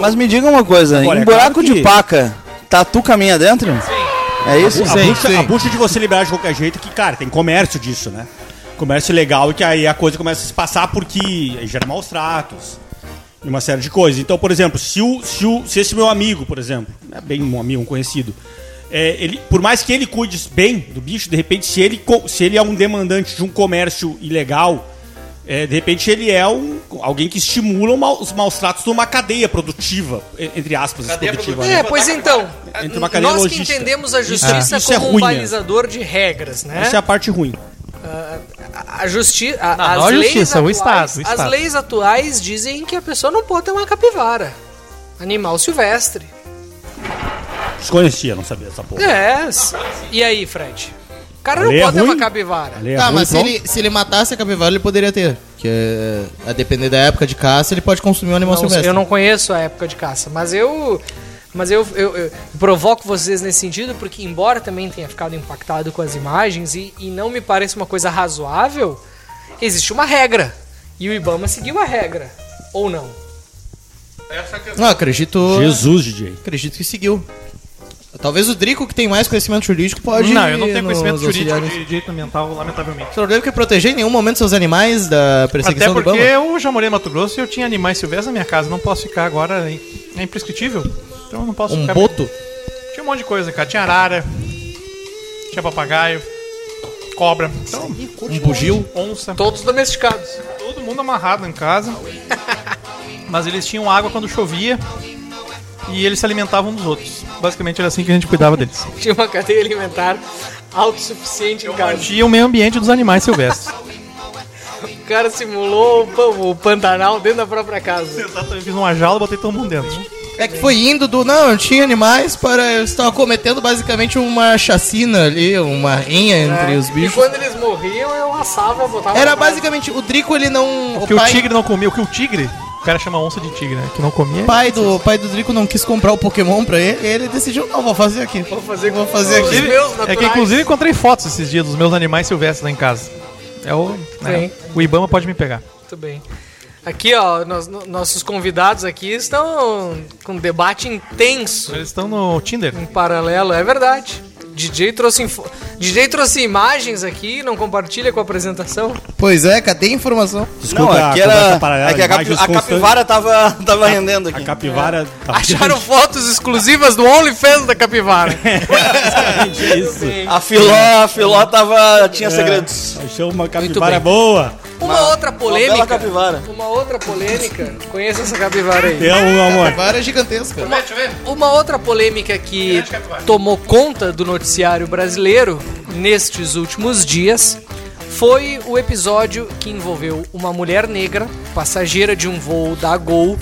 Speaker 5: Mas me diga uma coisa,
Speaker 4: Agora,
Speaker 5: em
Speaker 4: é
Speaker 5: buraco
Speaker 4: claro que-
Speaker 5: de paca, tatu caminha dentro? Sim. É isso?
Speaker 4: A bucha,
Speaker 6: assim.
Speaker 4: a bucha de você liberar de qualquer jeito é que, cara, tem comércio disso, né? Comércio legal e que aí a coisa começa a se passar porque aí gera maus tratos e uma série de coisas. Então, por exemplo, se, o, se, o, se esse meu amigo, por exemplo, não é bem um amigo, um conhecido, é, ele, por mais que ele cuide bem do bicho, de repente, se ele, co- se ele é um demandante de um comércio ilegal, é, de repente ele é um, alguém que estimula o mau- os maus tratos numa cadeia produtiva, e- entre aspas, produtiva. né?
Speaker 2: É, pois então,
Speaker 4: Entre uma cadeia
Speaker 2: nós que
Speaker 4: logística.
Speaker 2: entendemos a justiça
Speaker 4: Isso é
Speaker 2: como um
Speaker 4: ruim, né?
Speaker 2: balizador de regras, né?
Speaker 4: Essa é a parte ruim.
Speaker 2: a justiça,
Speaker 3: Não, não
Speaker 2: as
Speaker 4: é
Speaker 3: a
Speaker 2: leis
Speaker 3: justiça, o
Speaker 2: atuais,
Speaker 3: Estado, o
Speaker 2: as
Speaker 3: Estado.
Speaker 2: leis atuais dizem que a pessoa não pode ter uma capivara, animal silvestre.
Speaker 4: Desconhecia, não sabia essa porra.
Speaker 2: É. s- E aí, Fred? O cara não
Speaker 4: Lei é
Speaker 2: pode ter uma
Speaker 4: ruim?
Speaker 2: capivara.
Speaker 4: Ali é
Speaker 6: Tá,
Speaker 4: ruim,
Speaker 6: mas se
Speaker 4: pronto.
Speaker 6: ele, se ele matasse a capivara, ele poderia ter. Porque, a depender da época de caça, ele pode consumir um animal
Speaker 2: Não,
Speaker 6: silvestre.
Speaker 2: eu não conheço a época de caça, mas eu. Mas eu, eu- eu provoco vocês nesse sentido, porque embora também tenha ficado impactado com as imagens e, e não me pareça uma coisa razoável, existe uma regra. E o Ibama seguiu a regra. Ou não?
Speaker 6: Não, acredito.
Speaker 4: Jesus, DJ.
Speaker 6: Acredito que seguiu. Talvez o Drico, que tem mais conhecimento jurídico, pode.
Speaker 3: Não, eu não tenho conhecimento
Speaker 6: nos
Speaker 3: jurídico
Speaker 6: auxiliar nisso.
Speaker 3: de direito ambiental, lamentavelmente.
Speaker 6: O problema é que proteger em nenhum momento seus animais da
Speaker 3: Até
Speaker 6: perseguição do
Speaker 3: porque
Speaker 6: Obama.
Speaker 3: eu já morei em Mato Grosso e eu tinha animais silvestres na minha casa. Não posso ficar agora. em- É imprescritível. Então eu não posso
Speaker 6: Um
Speaker 3: ficar.
Speaker 6: boto?
Speaker 3: Tinha um monte de coisa, cara. Tinha arara, tinha papagaio, cobra. Então,
Speaker 6: Um bugio?
Speaker 3: onça.
Speaker 2: Todos domesticados.
Speaker 3: Todo mundo amarrado em casa. Mas eles tinham água quando chovia. E eles se alimentavam uns dos outros. Basicamente era assim que a gente cuidava deles.
Speaker 2: Tinha uma cadeia alimentar autossuficiente em casa.
Speaker 3: Tinha o meio ambiente dos animais silvestres.
Speaker 2: O cara simulou o, pan- o Pantanal dentro da própria casa.
Speaker 3: Exatamente. Fiz uma jaula e botei todo mundo dentro.
Speaker 6: É que foi indo do. Não, eu tinha animais para. Eu estava cometendo basicamente uma chacina ali, uma rinha entre os
Speaker 2: E
Speaker 6: bichos.
Speaker 2: quando eles morriam, eu assava, botava.
Speaker 6: Era
Speaker 2: na brasa.
Speaker 6: basicamente. O Drico, ele não. O
Speaker 3: É Que o
Speaker 6: pai,
Speaker 3: tigre não comia. O que o tigre. O cara chama onça de tigre, né? Que não comia.
Speaker 6: o pai do o pai do Drico não quis comprar o Pokémon pra ele. E ele decidiu, não, vou fazer aqui.
Speaker 2: Vou fazer
Speaker 6: vou
Speaker 2: com
Speaker 6: fazer
Speaker 2: os
Speaker 6: aqui.
Speaker 2: meus
Speaker 3: É
Speaker 2: naturais.
Speaker 3: que inclusive encontrei fotos esses dias dos meus animais silvestres lá em casa. É o. né,
Speaker 2: Sim.
Speaker 3: o Ibama pode me pegar.
Speaker 2: Muito bem. Aqui, ó, nós- no- nossos convidados aqui estão com um debate intenso
Speaker 3: Eles estão no Tinder.
Speaker 2: em paralelo, é verdade. DJ trouxe, info- DJ trouxe imagens aqui, não compartilha com a apresentação.
Speaker 6: Pois é, cadê a informação?
Speaker 5: Não, aqui era... É que a, capi-
Speaker 4: imagens
Speaker 5: a
Speaker 4: constantes.
Speaker 5: capivara tava, tava rendendo aqui.
Speaker 4: A capivara... tá-
Speaker 2: Acharam fotos exclusivas do OnlyFans da Capivara.
Speaker 4: Isso.
Speaker 5: A filó, a filó tava...
Speaker 4: É.
Speaker 5: tinha segredos.
Speaker 4: Achou uma
Speaker 2: bem.
Speaker 4: capivara boa.
Speaker 2: Uma outra
Speaker 5: bela
Speaker 2: polêmica.
Speaker 5: capivara.
Speaker 2: Uma outra polêmica. Conheça essa capivara aí.
Speaker 4: Tem um, amor.
Speaker 6: Vara é gigantesca.
Speaker 2: Uma outra polêmica que tomou conta do noticiário brasileiro nestes últimos dias foi o episódio que envolveu uma mulher negra, passageira de um voo da Gol,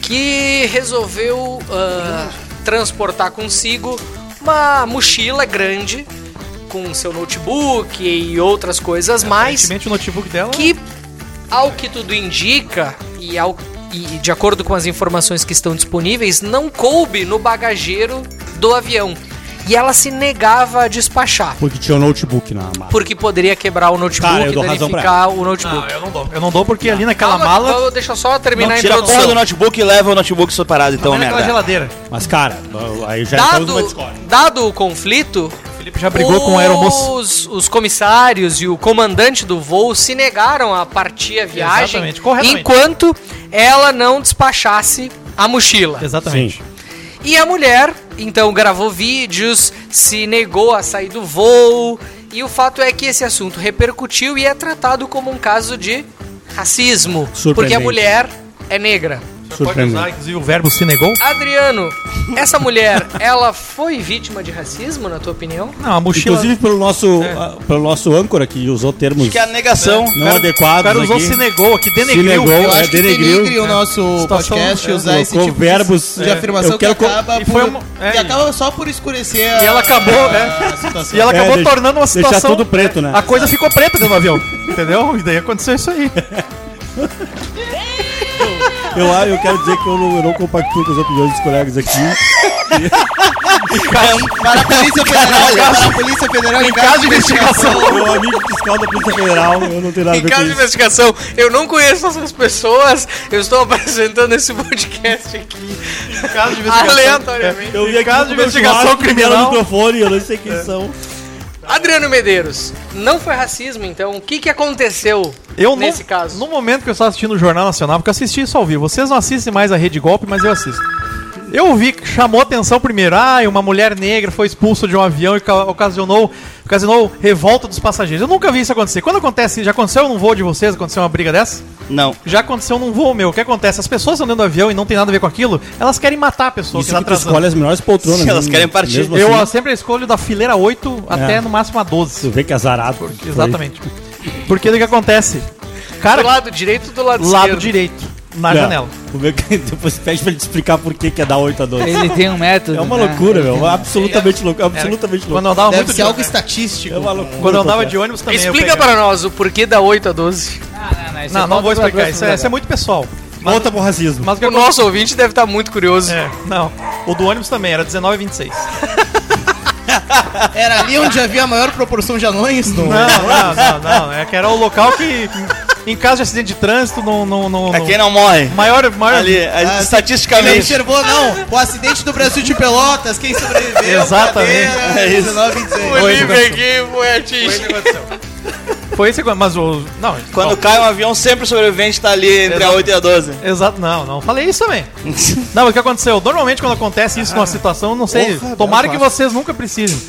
Speaker 2: que resolveu ah, transportar consigo uma mochila grande com seu notebook e outras coisas mais
Speaker 3: Aparentemente o notebook dela.
Speaker 2: que, ao que tudo indica, e, ao- e de acordo com as informações que estão disponíveis, não coube no bagageiro do avião. E ela se negava a despachar,
Speaker 4: Porque tinha um notebook na mala.
Speaker 2: porque poderia quebrar o notebook
Speaker 3: Tá,
Speaker 4: Cara, eu
Speaker 2: e
Speaker 4: dou razão pra
Speaker 2: danificar o notebook.
Speaker 3: eu não dou. Eu não dou porque ali naquela
Speaker 2: Calma,
Speaker 3: mala.
Speaker 2: vou- Deixa eu só terminar a
Speaker 5: Tira a porra do
Speaker 2: introdução.
Speaker 5: notebook e leva o notebook separado, então,
Speaker 4: é
Speaker 3: ali naquela
Speaker 5: merda.
Speaker 3: geladeira.
Speaker 4: Mas, cara, aí
Speaker 3: então
Speaker 4: já entramos numa
Speaker 2: Dado,
Speaker 4: discórdia.
Speaker 2: dado o conflito,
Speaker 3: O Felipe já brigou com o aeromoço.
Speaker 2: Os, os comissários e o comandante do voo se negaram a partir a viagem
Speaker 3: Exatamente, corretamente.
Speaker 2: enquanto ela não despachasse a mochila.
Speaker 4: Oh!
Speaker 3: Exatamente.
Speaker 2: E a mulher, então, gravou vídeos, se negou a sair do voo. E o fato é que esse assunto repercutiu e é tratado como um caso de racismo. Porque a
Speaker 4: Surpreendente.
Speaker 2: mulher é negra.
Speaker 3: Pode usar,
Speaker 4: Surpreendente.
Speaker 3: inclusive, o verbo se negou?
Speaker 2: Adriano, essa mulher, ela foi vítima de racismo, na tua opinião?
Speaker 3: Não, a mochila.
Speaker 4: Inclusive pelo nosso, ah, pelo nosso âncora que usou termos
Speaker 5: É. Acho que é a negação.
Speaker 4: não
Speaker 3: cara-
Speaker 4: adequados.
Speaker 3: o cara usou
Speaker 4: aqui.
Speaker 3: se negou aqui, denegriu.
Speaker 4: negou.
Speaker 6: Eu
Speaker 4: É,
Speaker 6: acho que
Speaker 4: denegriu,
Speaker 6: denigre o nosso
Speaker 3: Situação-
Speaker 6: podcast
Speaker 3: é,
Speaker 6: usar esse
Speaker 4: colocou
Speaker 6: tipo
Speaker 4: verbos,
Speaker 6: de, de
Speaker 4: é,
Speaker 6: afirmação
Speaker 4: eu quero
Speaker 6: que
Speaker 4: co-
Speaker 6: acaba
Speaker 3: e foi
Speaker 6: por-
Speaker 3: uma- é,
Speaker 6: que
Speaker 3: e-
Speaker 6: acaba só por escurecer a,
Speaker 3: E ela acabou, né?
Speaker 6: a situação.
Speaker 3: E ela
Speaker 4: É,
Speaker 3: acabou
Speaker 4: deixa-
Speaker 3: tornando uma
Speaker 4: deixar
Speaker 3: situação.
Speaker 4: tudo preto, né?
Speaker 3: A coisa ficou preta dentro do avião. Entendeu? E daí aconteceu isso aí.
Speaker 4: Eu, ah, eu quero dizer que eu não, eu não compactuo com as opiniões dos colegas aqui.
Speaker 6: Para a Polícia Federal, para a Polícia Federal em caso de investigação.
Speaker 4: Meu amigo fiscal da Polícia Federal, eu não tenho nada a
Speaker 2: Em
Speaker 4: ver com
Speaker 3: é
Speaker 2: caso de
Speaker 4: isso.
Speaker 2: investigação, eu não conheço essas pessoas, eu estou apresentando esse podcast aqui.
Speaker 3: Caso de
Speaker 2: Aleatoriamente.
Speaker 4: Eu vi aqui
Speaker 3: caso
Speaker 4: no
Speaker 3: de
Speaker 4: meu
Speaker 3: investigação
Speaker 4: churrasco,
Speaker 3: criminal. É.
Speaker 4: deram no microfone, eu não sei quem são.
Speaker 2: Adriano Medeiros, não foi racismo, então? O que, que aconteceu
Speaker 3: Eu não,
Speaker 2: nesse caso?
Speaker 3: No momento que eu estava assistindo o Jornal Nacional, porque eu assisti isso ao vivo. Vocês não assistem mais a Rede Golpe, mas eu assisto. Eu vi que chamou atenção primeiro. Ah, uma mulher negra foi expulsa de um avião e ca- ocasionou, ocasionou revolta dos passageiros. Eu nunca vi isso acontecer. Quando acontece, já aconteceu num voo de vocês, aconteceu uma briga dessa?
Speaker 5: Não.
Speaker 3: Já aconteceu num voo meu. O que acontece? As pessoas andando no avião e não tem nada a ver com aquilo, elas querem matar a pessoa
Speaker 4: Isso
Speaker 3: que tá
Speaker 4: que tu
Speaker 3: atrasando.
Speaker 4: escolhe as melhores poltronas.
Speaker 5: Se elas
Speaker 4: mesmo-
Speaker 5: querem partir.
Speaker 4: mesmo
Speaker 3: Eu
Speaker 4: assim,
Speaker 3: sempre escolho da fileira 8 até no máximo a 12.
Speaker 4: Tu vê que é azarado. Foi.
Speaker 3: Exatamente. Porque do que acontece? Cara,
Speaker 2: do lado direito ou do lado,
Speaker 3: lado
Speaker 2: esquerdo?
Speaker 3: direito, na
Speaker 4: Não,
Speaker 3: janela.
Speaker 4: Tu vê que depois pede pra ele te explicar por que que é dar 8 a 12.
Speaker 7: Ele tem um método.
Speaker 4: É uma
Speaker 7: né?
Speaker 4: loucura,
Speaker 7: Ele
Speaker 4: meu.
Speaker 7: tem-
Speaker 4: Absolutamente louco. é Absolutamente
Speaker 3: é. Quando
Speaker 4: louco.
Speaker 3: eu andava
Speaker 6: Deve
Speaker 3: muito
Speaker 6: ser
Speaker 3: de
Speaker 6: algo
Speaker 3: ônibus.
Speaker 6: estatístico.
Speaker 4: É uma loucura.
Speaker 3: Quando eu andava
Speaker 4: qualquer.
Speaker 3: de ônibus também. eu
Speaker 2: Explica
Speaker 3: pegava.
Speaker 2: para nós o porquê da 8 a 12.
Speaker 7: Ah, não, isso é
Speaker 3: Não, não vou
Speaker 7: contra-
Speaker 3: explicar. Isso é, isso é muito pessoal.
Speaker 4: Volta pro racismo.
Speaker 3: Mas o que
Speaker 2: O
Speaker 3: acontece?
Speaker 2: nosso ouvinte deve estar muito curioso.
Speaker 3: É, não. O do ônibus também, era 19 26.
Speaker 6: Era ali onde havia a maior proporção de anões? Não. é?
Speaker 3: Não, Né? não, não, não. É que era o local que, em caso de acidente de trânsito, não. não, não,
Speaker 5: É quem
Speaker 3: não
Speaker 5: não morre.
Speaker 3: maior, maior
Speaker 5: Ali,
Speaker 6: Ah, Ele
Speaker 5: estatisticamente.
Speaker 6: observou, não, o acidente do Brasil de Pelotas, quem sobreviveu,
Speaker 3: Exatamente.
Speaker 6: cadeira,
Speaker 5: É isso.
Speaker 6: 19, 26.
Speaker 2: O livre aqui foi atingido.
Speaker 3: Foi esse. Mas o. Não,
Speaker 5: Quando cai um avião, sempre o sobrevivente tá ali entre a
Speaker 3: Exato.
Speaker 5: 8 e a 12.
Speaker 3: Exato, não, não falei isso também. não, o que aconteceu? Normalmente quando acontece isso numa situação, eu não sei. tomara que vocês nunca precisem.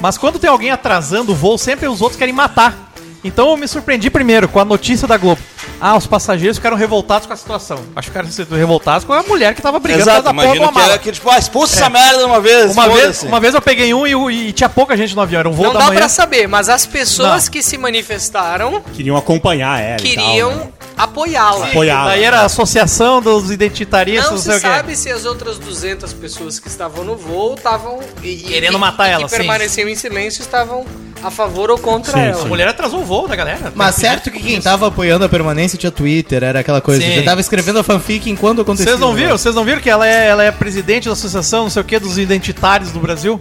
Speaker 3: Mas quando tem alguém atrasando o voo, sempre os outros querem matar. Então eu me surpreendi primeiro com a notícia da Globo. Ah, os passageiros ficaram revoltados com a situação. Acho que ficaram revoltados com a mulher que tava brigando
Speaker 5: Exato,
Speaker 3: atrás da porra de uma
Speaker 5: imagino que era
Speaker 3: mala.
Speaker 5: que, tipo, ah, expulsa essa merda de uma vez.
Speaker 3: Uma vez,
Speaker 5: foda-se.
Speaker 3: uma vez eu peguei um e, o- e tinha pouca gente no avião, era um voo
Speaker 2: Não
Speaker 3: da
Speaker 2: dá
Speaker 3: manhã.
Speaker 2: pra saber, mas as pessoas
Speaker 3: Não. É
Speaker 2: que se manifestaram
Speaker 4: Queriam acompanhar ela. e tal, né?
Speaker 2: queriam apoiá-la.
Speaker 4: apoiá-la.
Speaker 3: Daí era a associação dos identitaristas,
Speaker 2: Não
Speaker 3: não,
Speaker 2: se
Speaker 3: sei o quê.
Speaker 2: sabe se as outras 200 pessoas que estavam no voo estavam. e- e-
Speaker 3: Querendo
Speaker 2: e-
Speaker 3: matar
Speaker 2: e
Speaker 3: ela,
Speaker 2: que
Speaker 3: sim.
Speaker 2: permaneciam em silêncio estavam a favor ou contra
Speaker 4: Sim,
Speaker 2: ela.
Speaker 3: A mulher atrasou o voo da galera.
Speaker 6: Mas certo que quem tava apoiando a permanência tinha Twitter, era aquela coisa.
Speaker 3: Sim.
Speaker 6: Já tava escrevendo a fanfic enquanto acontecia.
Speaker 3: Vocês não
Speaker 6: né?
Speaker 3: viram? Vocês não viram que ela é, ela é presidente da associação, não sei o que, dos identitários do Brasil?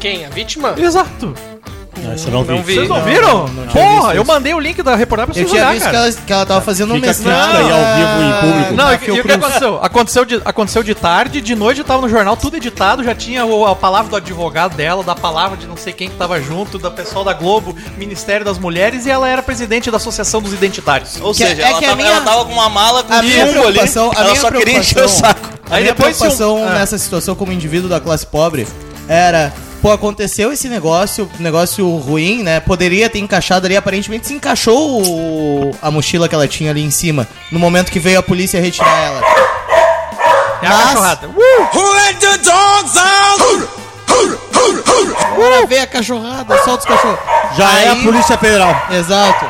Speaker 2: Quem? A vítima?
Speaker 3: Exato.
Speaker 4: Não, isso eu não,
Speaker 2: não vi.
Speaker 4: vi.
Speaker 3: Vocês não
Speaker 2: Não,
Speaker 3: viram?
Speaker 6: tinha visto
Speaker 3: Porra, eu
Speaker 6: isso.
Speaker 3: mandei o link da reportagem pra
Speaker 6: Eu
Speaker 3: vocês
Speaker 6: tinha
Speaker 3: olharem,
Speaker 6: visto que
Speaker 3: cara.
Speaker 6: ela, que ela tava fazendo um
Speaker 4: Fica a
Speaker 6: mestrado. Ah,
Speaker 4: crítica aí ao vivo e em público.
Speaker 3: Não, e,
Speaker 6: Desafio
Speaker 3: e o que
Speaker 6: Cruz.
Speaker 3: aconteceu? Aconteceu de, aconteceu de tarde, de noite tava no jornal tudo editado, já tinha o- a palavra do advogado dela, da palavra de não sei quem que tava junto, da pessoal da Globo, Ministério das Mulheres, e ela era presidente da Associação dos Identitários.
Speaker 5: Ou
Speaker 6: Que-
Speaker 5: seja,
Speaker 6: é
Speaker 5: ela,
Speaker 6: que a
Speaker 5: tava,
Speaker 6: minha-
Speaker 5: ela tava com uma mala com
Speaker 6: a
Speaker 3: um
Speaker 6: minha
Speaker 5: chumbo ali.
Speaker 6: preocupação- a
Speaker 5: ela
Speaker 6: minha
Speaker 5: só queria encher o
Speaker 6: preocupação-
Speaker 5: saco.
Speaker 6: A
Speaker 3: Aí
Speaker 6: minha
Speaker 3: depois se um-
Speaker 6: preocupação né?
Speaker 3: Ah.
Speaker 6: nessa situação como indivíduo da classe pobre era, pô, aconteceu esse negócio, negócio ruim, né? Poderia ter encaixado ali, aparentemente se encaixou o- a mochila que ela tinha ali em cima, no momento que veio a polícia retirar ela.
Speaker 3: É a
Speaker 6: Mas-
Speaker 3: cachorrada.
Speaker 6: Agora veio a cachorrada, solta os cachorros.
Speaker 4: Já é
Speaker 6: Aí-
Speaker 4: a Polícia Federal.
Speaker 6: Exato.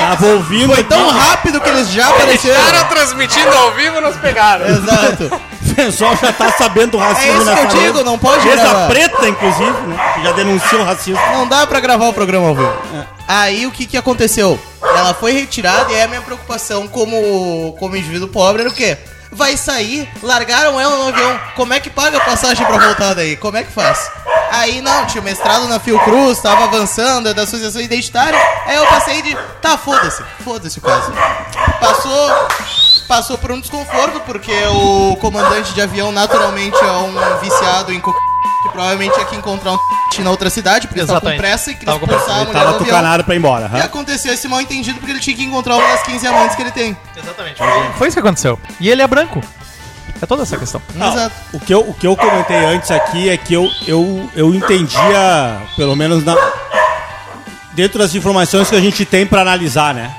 Speaker 4: Tava ouvindo.
Speaker 6: Foi tão rápido que eles já apareceram.
Speaker 2: Cara transmitindo ao vivo, nos pegaram.
Speaker 6: Exato.
Speaker 4: O pessoal já tá sabendo do racismo
Speaker 6: É isso que eu
Speaker 4: nessa mesa.
Speaker 6: digo, não pode
Speaker 4: Mesa
Speaker 6: gravar.
Speaker 4: preta, inclusive, né? Que já denunciou o racismo.
Speaker 6: Não dá pra gravar o programa ao vivo. É. Aí o que que aconteceu? Ela foi retirada e aí a minha preocupação como, como indivíduo pobre era o quê? Vai sair, largaram ela no avião. Como é que paga a passagem pra voltar daí? Como é que faz? Aí não, tinha mestrado na Fiocruz, tava avançando, é da Associação Identitária. Aí eu passei de. Tá, foda-se, foda-se o caso. Passou passou por um desconforto, porque o comandante de avião naturalmente é um viciado em co... que provavelmente ia que encontrar um na outra cidade, porque estava com
Speaker 3: Exatamente.
Speaker 6: pressa e queria
Speaker 3: Tava com pressa.
Speaker 6: expulsar a
Speaker 4: Ele
Speaker 6: mulher do
Speaker 4: tava
Speaker 6: avião.
Speaker 4: tucanado pra ir embora.
Speaker 6: E
Speaker 4: hã?
Speaker 6: aconteceu esse mal entendido porque ele tinha que encontrar uma das 15 amantes que ele tem.
Speaker 3: Exatamente. Foi isso que aconteceu. E ele é branco. É toda essa questão.
Speaker 4: Não,
Speaker 6: Exato.
Speaker 4: O que, eu, o que eu comentei antes aqui é que eu, eu, eu entendia, pelo menos na- dentro das informações que a gente tem pra analisar, né?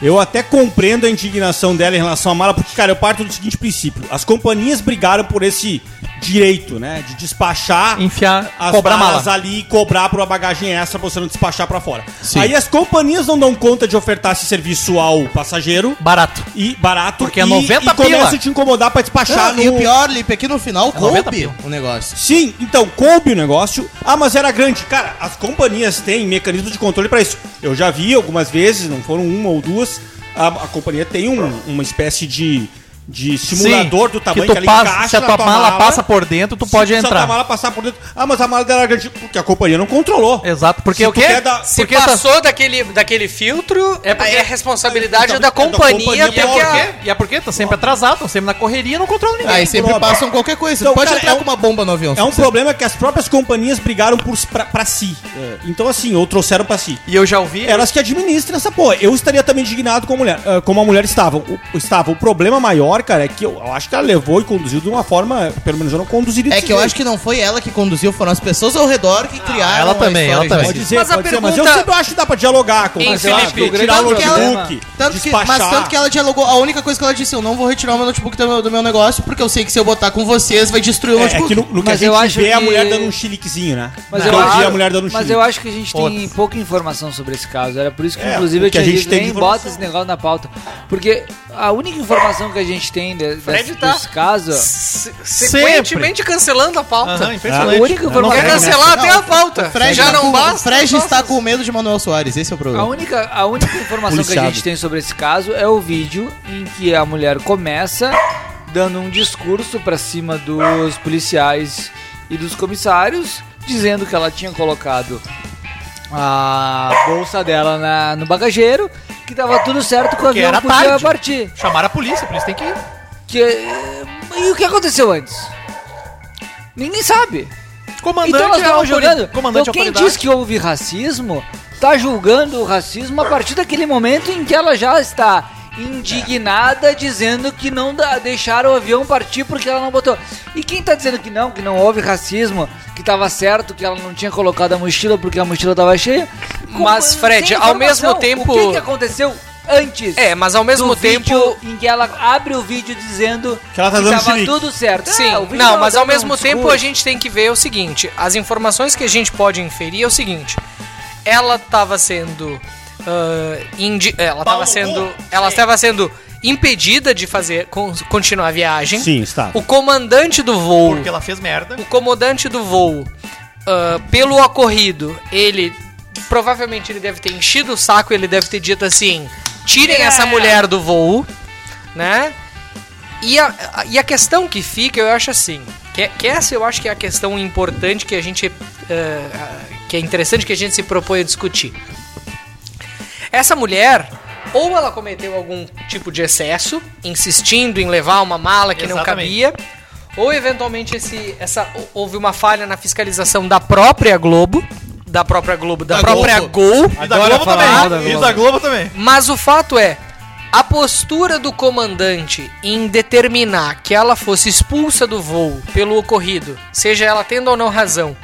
Speaker 4: Eu até compreendo a indignação dela em relação à mala, porque, cara, eu parto do seguinte princípio: as companhias brigaram por esse direito, né? De despachar.
Speaker 3: Enfiar,
Speaker 4: as
Speaker 3: cobrar
Speaker 4: malas
Speaker 3: mala.
Speaker 4: ali e cobrar por uma bagagem extra pra você não despachar pra fora. Aí as companhias não dão conta de ofertar esse serviço ao passageiro
Speaker 3: Barato.
Speaker 4: e barato
Speaker 3: Porque é
Speaker 4: e,
Speaker 3: 90
Speaker 4: e começa
Speaker 3: pila.
Speaker 4: a te incomodar pra despachar
Speaker 6: Não, E o pior, Lipe, é que no final
Speaker 3: 90
Speaker 6: coube
Speaker 3: pila.
Speaker 6: o negócio.
Speaker 4: Sim, então coube o negócio. Ah, mas era grande. Cara, as companhias têm mecanismo de controle pra isso. Eu já vi algumas vezes, não foram uma ou duas. A, a companhia tem um- uma espécie de, de simulador do tamanho
Speaker 3: que
Speaker 4: que,
Speaker 3: tu
Speaker 4: ela
Speaker 3: passa,
Speaker 4: encaixa
Speaker 3: se a
Speaker 4: na
Speaker 3: tua mala, passa por dentro, tu pode
Speaker 4: se a tua
Speaker 3: entrar.
Speaker 4: mala passar por dentro. Ah, mas a mala dela era grande. Porque a companhia não controlou.
Speaker 3: Exato, porque
Speaker 4: um Se
Speaker 3: o
Speaker 4: tu
Speaker 3: quê?
Speaker 4: quer dar- um
Speaker 2: Se
Speaker 3: Porque essa-
Speaker 2: passou daquele, daquele filtro, é porque a responsabilidade é da
Speaker 4: companhia,
Speaker 2: companhia, porque
Speaker 4: porque
Speaker 3: E é
Speaker 2: a-
Speaker 3: porque, e é porque tá sempre atrasado, tá sempre na correria e não controla
Speaker 7: Ah,
Speaker 3: ninguém.
Speaker 6: Aí sempre
Speaker 4: Europa.
Speaker 6: passam qualquer coisa.
Speaker 4: Então,
Speaker 6: Pode
Speaker 4: cara,
Speaker 6: entrar
Speaker 4: é um-
Speaker 6: com uma bomba no avião. se
Speaker 4: É um
Speaker 6: quiser.
Speaker 4: problema que as próprias companhias brigaram por, pra, pra si.
Speaker 3: É.
Speaker 4: Então, assim, ou trouxeram pra si.
Speaker 3: E eu já ouvi.
Speaker 4: Elas que administram essa porra. Eu estaria também indignado com a mulher, ah, como a mulher estava. O, estava. o problema maior, cara, é que eu, eu acho que ela levou e conduziu de uma forma, pelo menos eu não conduziria
Speaker 6: É
Speaker 4: desse
Speaker 6: que eu
Speaker 4: jeito.
Speaker 6: acho que não foi ela que conduziu, foram as pessoas ao redor que criaram
Speaker 3: ela
Speaker 6: a
Speaker 3: também, ela
Speaker 6: história,
Speaker 3: também.
Speaker 4: Pode
Speaker 6: gente.
Speaker 4: dizer,
Speaker 2: Mas
Speaker 4: mas,
Speaker 2: a
Speaker 4: pode dizer, mas eu
Speaker 2: pergunta-
Speaker 4: sempre acho que dá pra dialogar com
Speaker 2: Em
Speaker 4: sei lá,
Speaker 2: Felipe,
Speaker 4: tirar o
Speaker 6: tanto que ela-
Speaker 4: notebook,
Speaker 6: Tanto que, mas tanto que ela dialogou, a única coisa que ela disse, eu não vou retirar o meu notebook do meu, do meu negócio, porque eu sei que se eu botar com vocês, vai destruir o
Speaker 4: É, é
Speaker 6: notebook.
Speaker 4: que no, no que a
Speaker 7: Mas eu
Speaker 4: gente
Speaker 7: acho
Speaker 4: vê é a
Speaker 7: que-
Speaker 4: mulher dando um chiliquezinho, né?
Speaker 7: Mas,
Speaker 4: Todo
Speaker 7: eu acho,
Speaker 4: dia a mulher dando um
Speaker 7: mas
Speaker 4: chilique.
Speaker 7: eu acho que a gente tem
Speaker 3: Outros.
Speaker 7: pouca informação sobre esse caso. Era por isso que,
Speaker 4: É,
Speaker 7: inclusive,
Speaker 4: o
Speaker 7: eu
Speaker 4: que a
Speaker 7: tinha
Speaker 4: gente
Speaker 7: dito,
Speaker 4: tem de
Speaker 7: nem
Speaker 4: informação.
Speaker 7: bota esse negócio na pauta. Porque a única informação que a gente tem de-
Speaker 2: Fred
Speaker 7: desse,
Speaker 2: tá-
Speaker 7: desse caso...
Speaker 2: se- sequentemente cancelando a pauta.
Speaker 3: Aham, então é
Speaker 7: A
Speaker 3: impressionante.
Speaker 7: única informação...
Speaker 2: Quer cancelar até a pauta.
Speaker 6: Fred
Speaker 2: Já
Speaker 6: tá
Speaker 2: não
Speaker 6: com,
Speaker 2: basta.
Speaker 6: Fred
Speaker 2: nossa.
Speaker 6: está com medo de Manuel Soares, esse é o
Speaker 7: A
Speaker 6: problema.
Speaker 7: única, a única informação que a
Speaker 4: Policiado.
Speaker 7: gente tem sobre esse caso é o vídeo em que a mulher começa dando um discurso pra cima dos policiais e dos comissários, dizendo que ela tinha colocado a bolsa dela na- no bagageiro, que tava tudo certo que o avião
Speaker 3: era
Speaker 7: podia
Speaker 3: tarde.
Speaker 7: partir.
Speaker 3: Chamaram a polícia, a polícia tem que
Speaker 7: Então
Speaker 3: ir.
Speaker 7: Que, e o que aconteceu antes? Ninguém sabe.
Speaker 3: Comandante
Speaker 7: Então nós
Speaker 3: é
Speaker 7: estamos
Speaker 3: autori-
Speaker 7: julgando.
Speaker 3: Comandante
Speaker 7: então quem
Speaker 3: autoridade.
Speaker 7: diz que houve racismo tá julgando o racismo a partir daquele momento em que ela já está indignada dizendo que não da- deixaram o avião partir porque ela não botou. E quem tá dizendo que não, que não houve racismo, que tava certo que ela não tinha colocado a mochila porque a mochila tava cheia?
Speaker 2: Mas,
Speaker 7: Como-
Speaker 2: Fred,
Speaker 7: sem
Speaker 2: ao mesmo
Speaker 7: informação,
Speaker 2: tempo-
Speaker 7: o que, que aconteceu antes?
Speaker 2: É, mas ao mesmo
Speaker 7: do
Speaker 2: tempo.
Speaker 7: vídeo em que ela abre o vídeo dizendo
Speaker 4: Que ela tá dando
Speaker 7: tava
Speaker 4: chilique.
Speaker 7: tudo certo.
Speaker 2: Sim,
Speaker 7: É, o vídeo
Speaker 2: não,
Speaker 7: tava
Speaker 2: mas ao
Speaker 7: dando
Speaker 2: mesmo
Speaker 7: um
Speaker 2: tempo
Speaker 7: discurso.
Speaker 2: a gente tem que ver o seguinte: as informações que a gente pode inferir é o seguinte: ela estava sendo. ah, indi- ela estava sendo.
Speaker 7: É.
Speaker 2: Ela estava sendo impedida de fazer con- continuar a viagem.
Speaker 4: Sim, está.
Speaker 2: O comandante do voo.
Speaker 3: Porque ela fez merda.
Speaker 2: O comandante do voo, ah, pelo ocorrido, ele provavelmente ele deve ter enchido o saco, ele deve ter dito assim:
Speaker 7: É.
Speaker 2: tirem essa mulher do voo, né? E a, a- e a questão que fica, eu acho assim, que, é- que essa eu acho que é a questão importante que a gente. ah, que é interessante que a gente se propõe a discutir. Essa mulher, ou ela cometeu algum tipo de excesso, insistindo em levar uma mala que não
Speaker 3: Exatamente.
Speaker 2: cabia, ou eventualmente esse, essa, houve uma falha na fiscalização da própria Globo, da própria Globo, da,
Speaker 6: Da
Speaker 2: própria Gol.
Speaker 3: E da Globo
Speaker 7: mal da
Speaker 3: também. E
Speaker 7: Globo.
Speaker 3: da Globo também.
Speaker 2: Mas o fato é, a postura do comandante em determinar que ela fosse expulsa do voo pelo ocorrido, seja ela tendo ou não razão,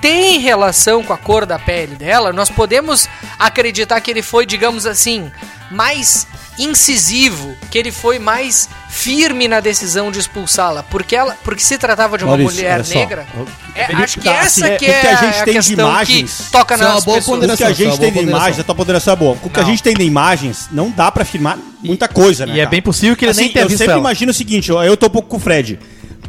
Speaker 2: tem relação com a cor da pele dela? Nós podemos acreditar que ele foi, digamos assim, mais incisivo, que ele foi mais firme na decisão de expulsá-la, porque ela, porque se tratava de uma
Speaker 4: Maurício,
Speaker 2: mulher
Speaker 4: olha só.
Speaker 2: negra.
Speaker 4: Eu-
Speaker 2: é,
Speaker 4: Felipe
Speaker 2: acho que
Speaker 4: tá,
Speaker 2: essa
Speaker 4: assim,
Speaker 2: que
Speaker 4: o
Speaker 2: é,
Speaker 4: que a gente tem de
Speaker 2: questão
Speaker 4: imagens,
Speaker 2: que toca
Speaker 6: isso é uma
Speaker 2: nas
Speaker 6: boa
Speaker 2: pessoas.
Speaker 4: O que a
Speaker 6: Ponderação,
Speaker 4: gente
Speaker 6: tá,
Speaker 4: tem de
Speaker 6: boa
Speaker 4: imagens, a tua ponderação é boa. O que a
Speaker 2: Não.
Speaker 4: gente tem de imagens não dá pra afirmar muita coisa, né?
Speaker 3: E é
Speaker 4: cara?
Speaker 3: bem possível que ele
Speaker 6: Assim
Speaker 3: nem tenha
Speaker 4: Eu
Speaker 3: visto
Speaker 4: sempre
Speaker 3: ela.
Speaker 4: imagino o seguinte, ó, eu tô um pouco com o Fred.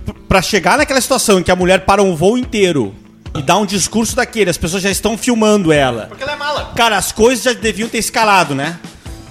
Speaker 4: P- Pra chegar naquela situação em que a mulher para um voo inteiro e dá um discurso daquele, as pessoas já estão filmando ela.
Speaker 3: Porque ela é mala.
Speaker 4: Cara, as coisas já deviam ter escalado, né?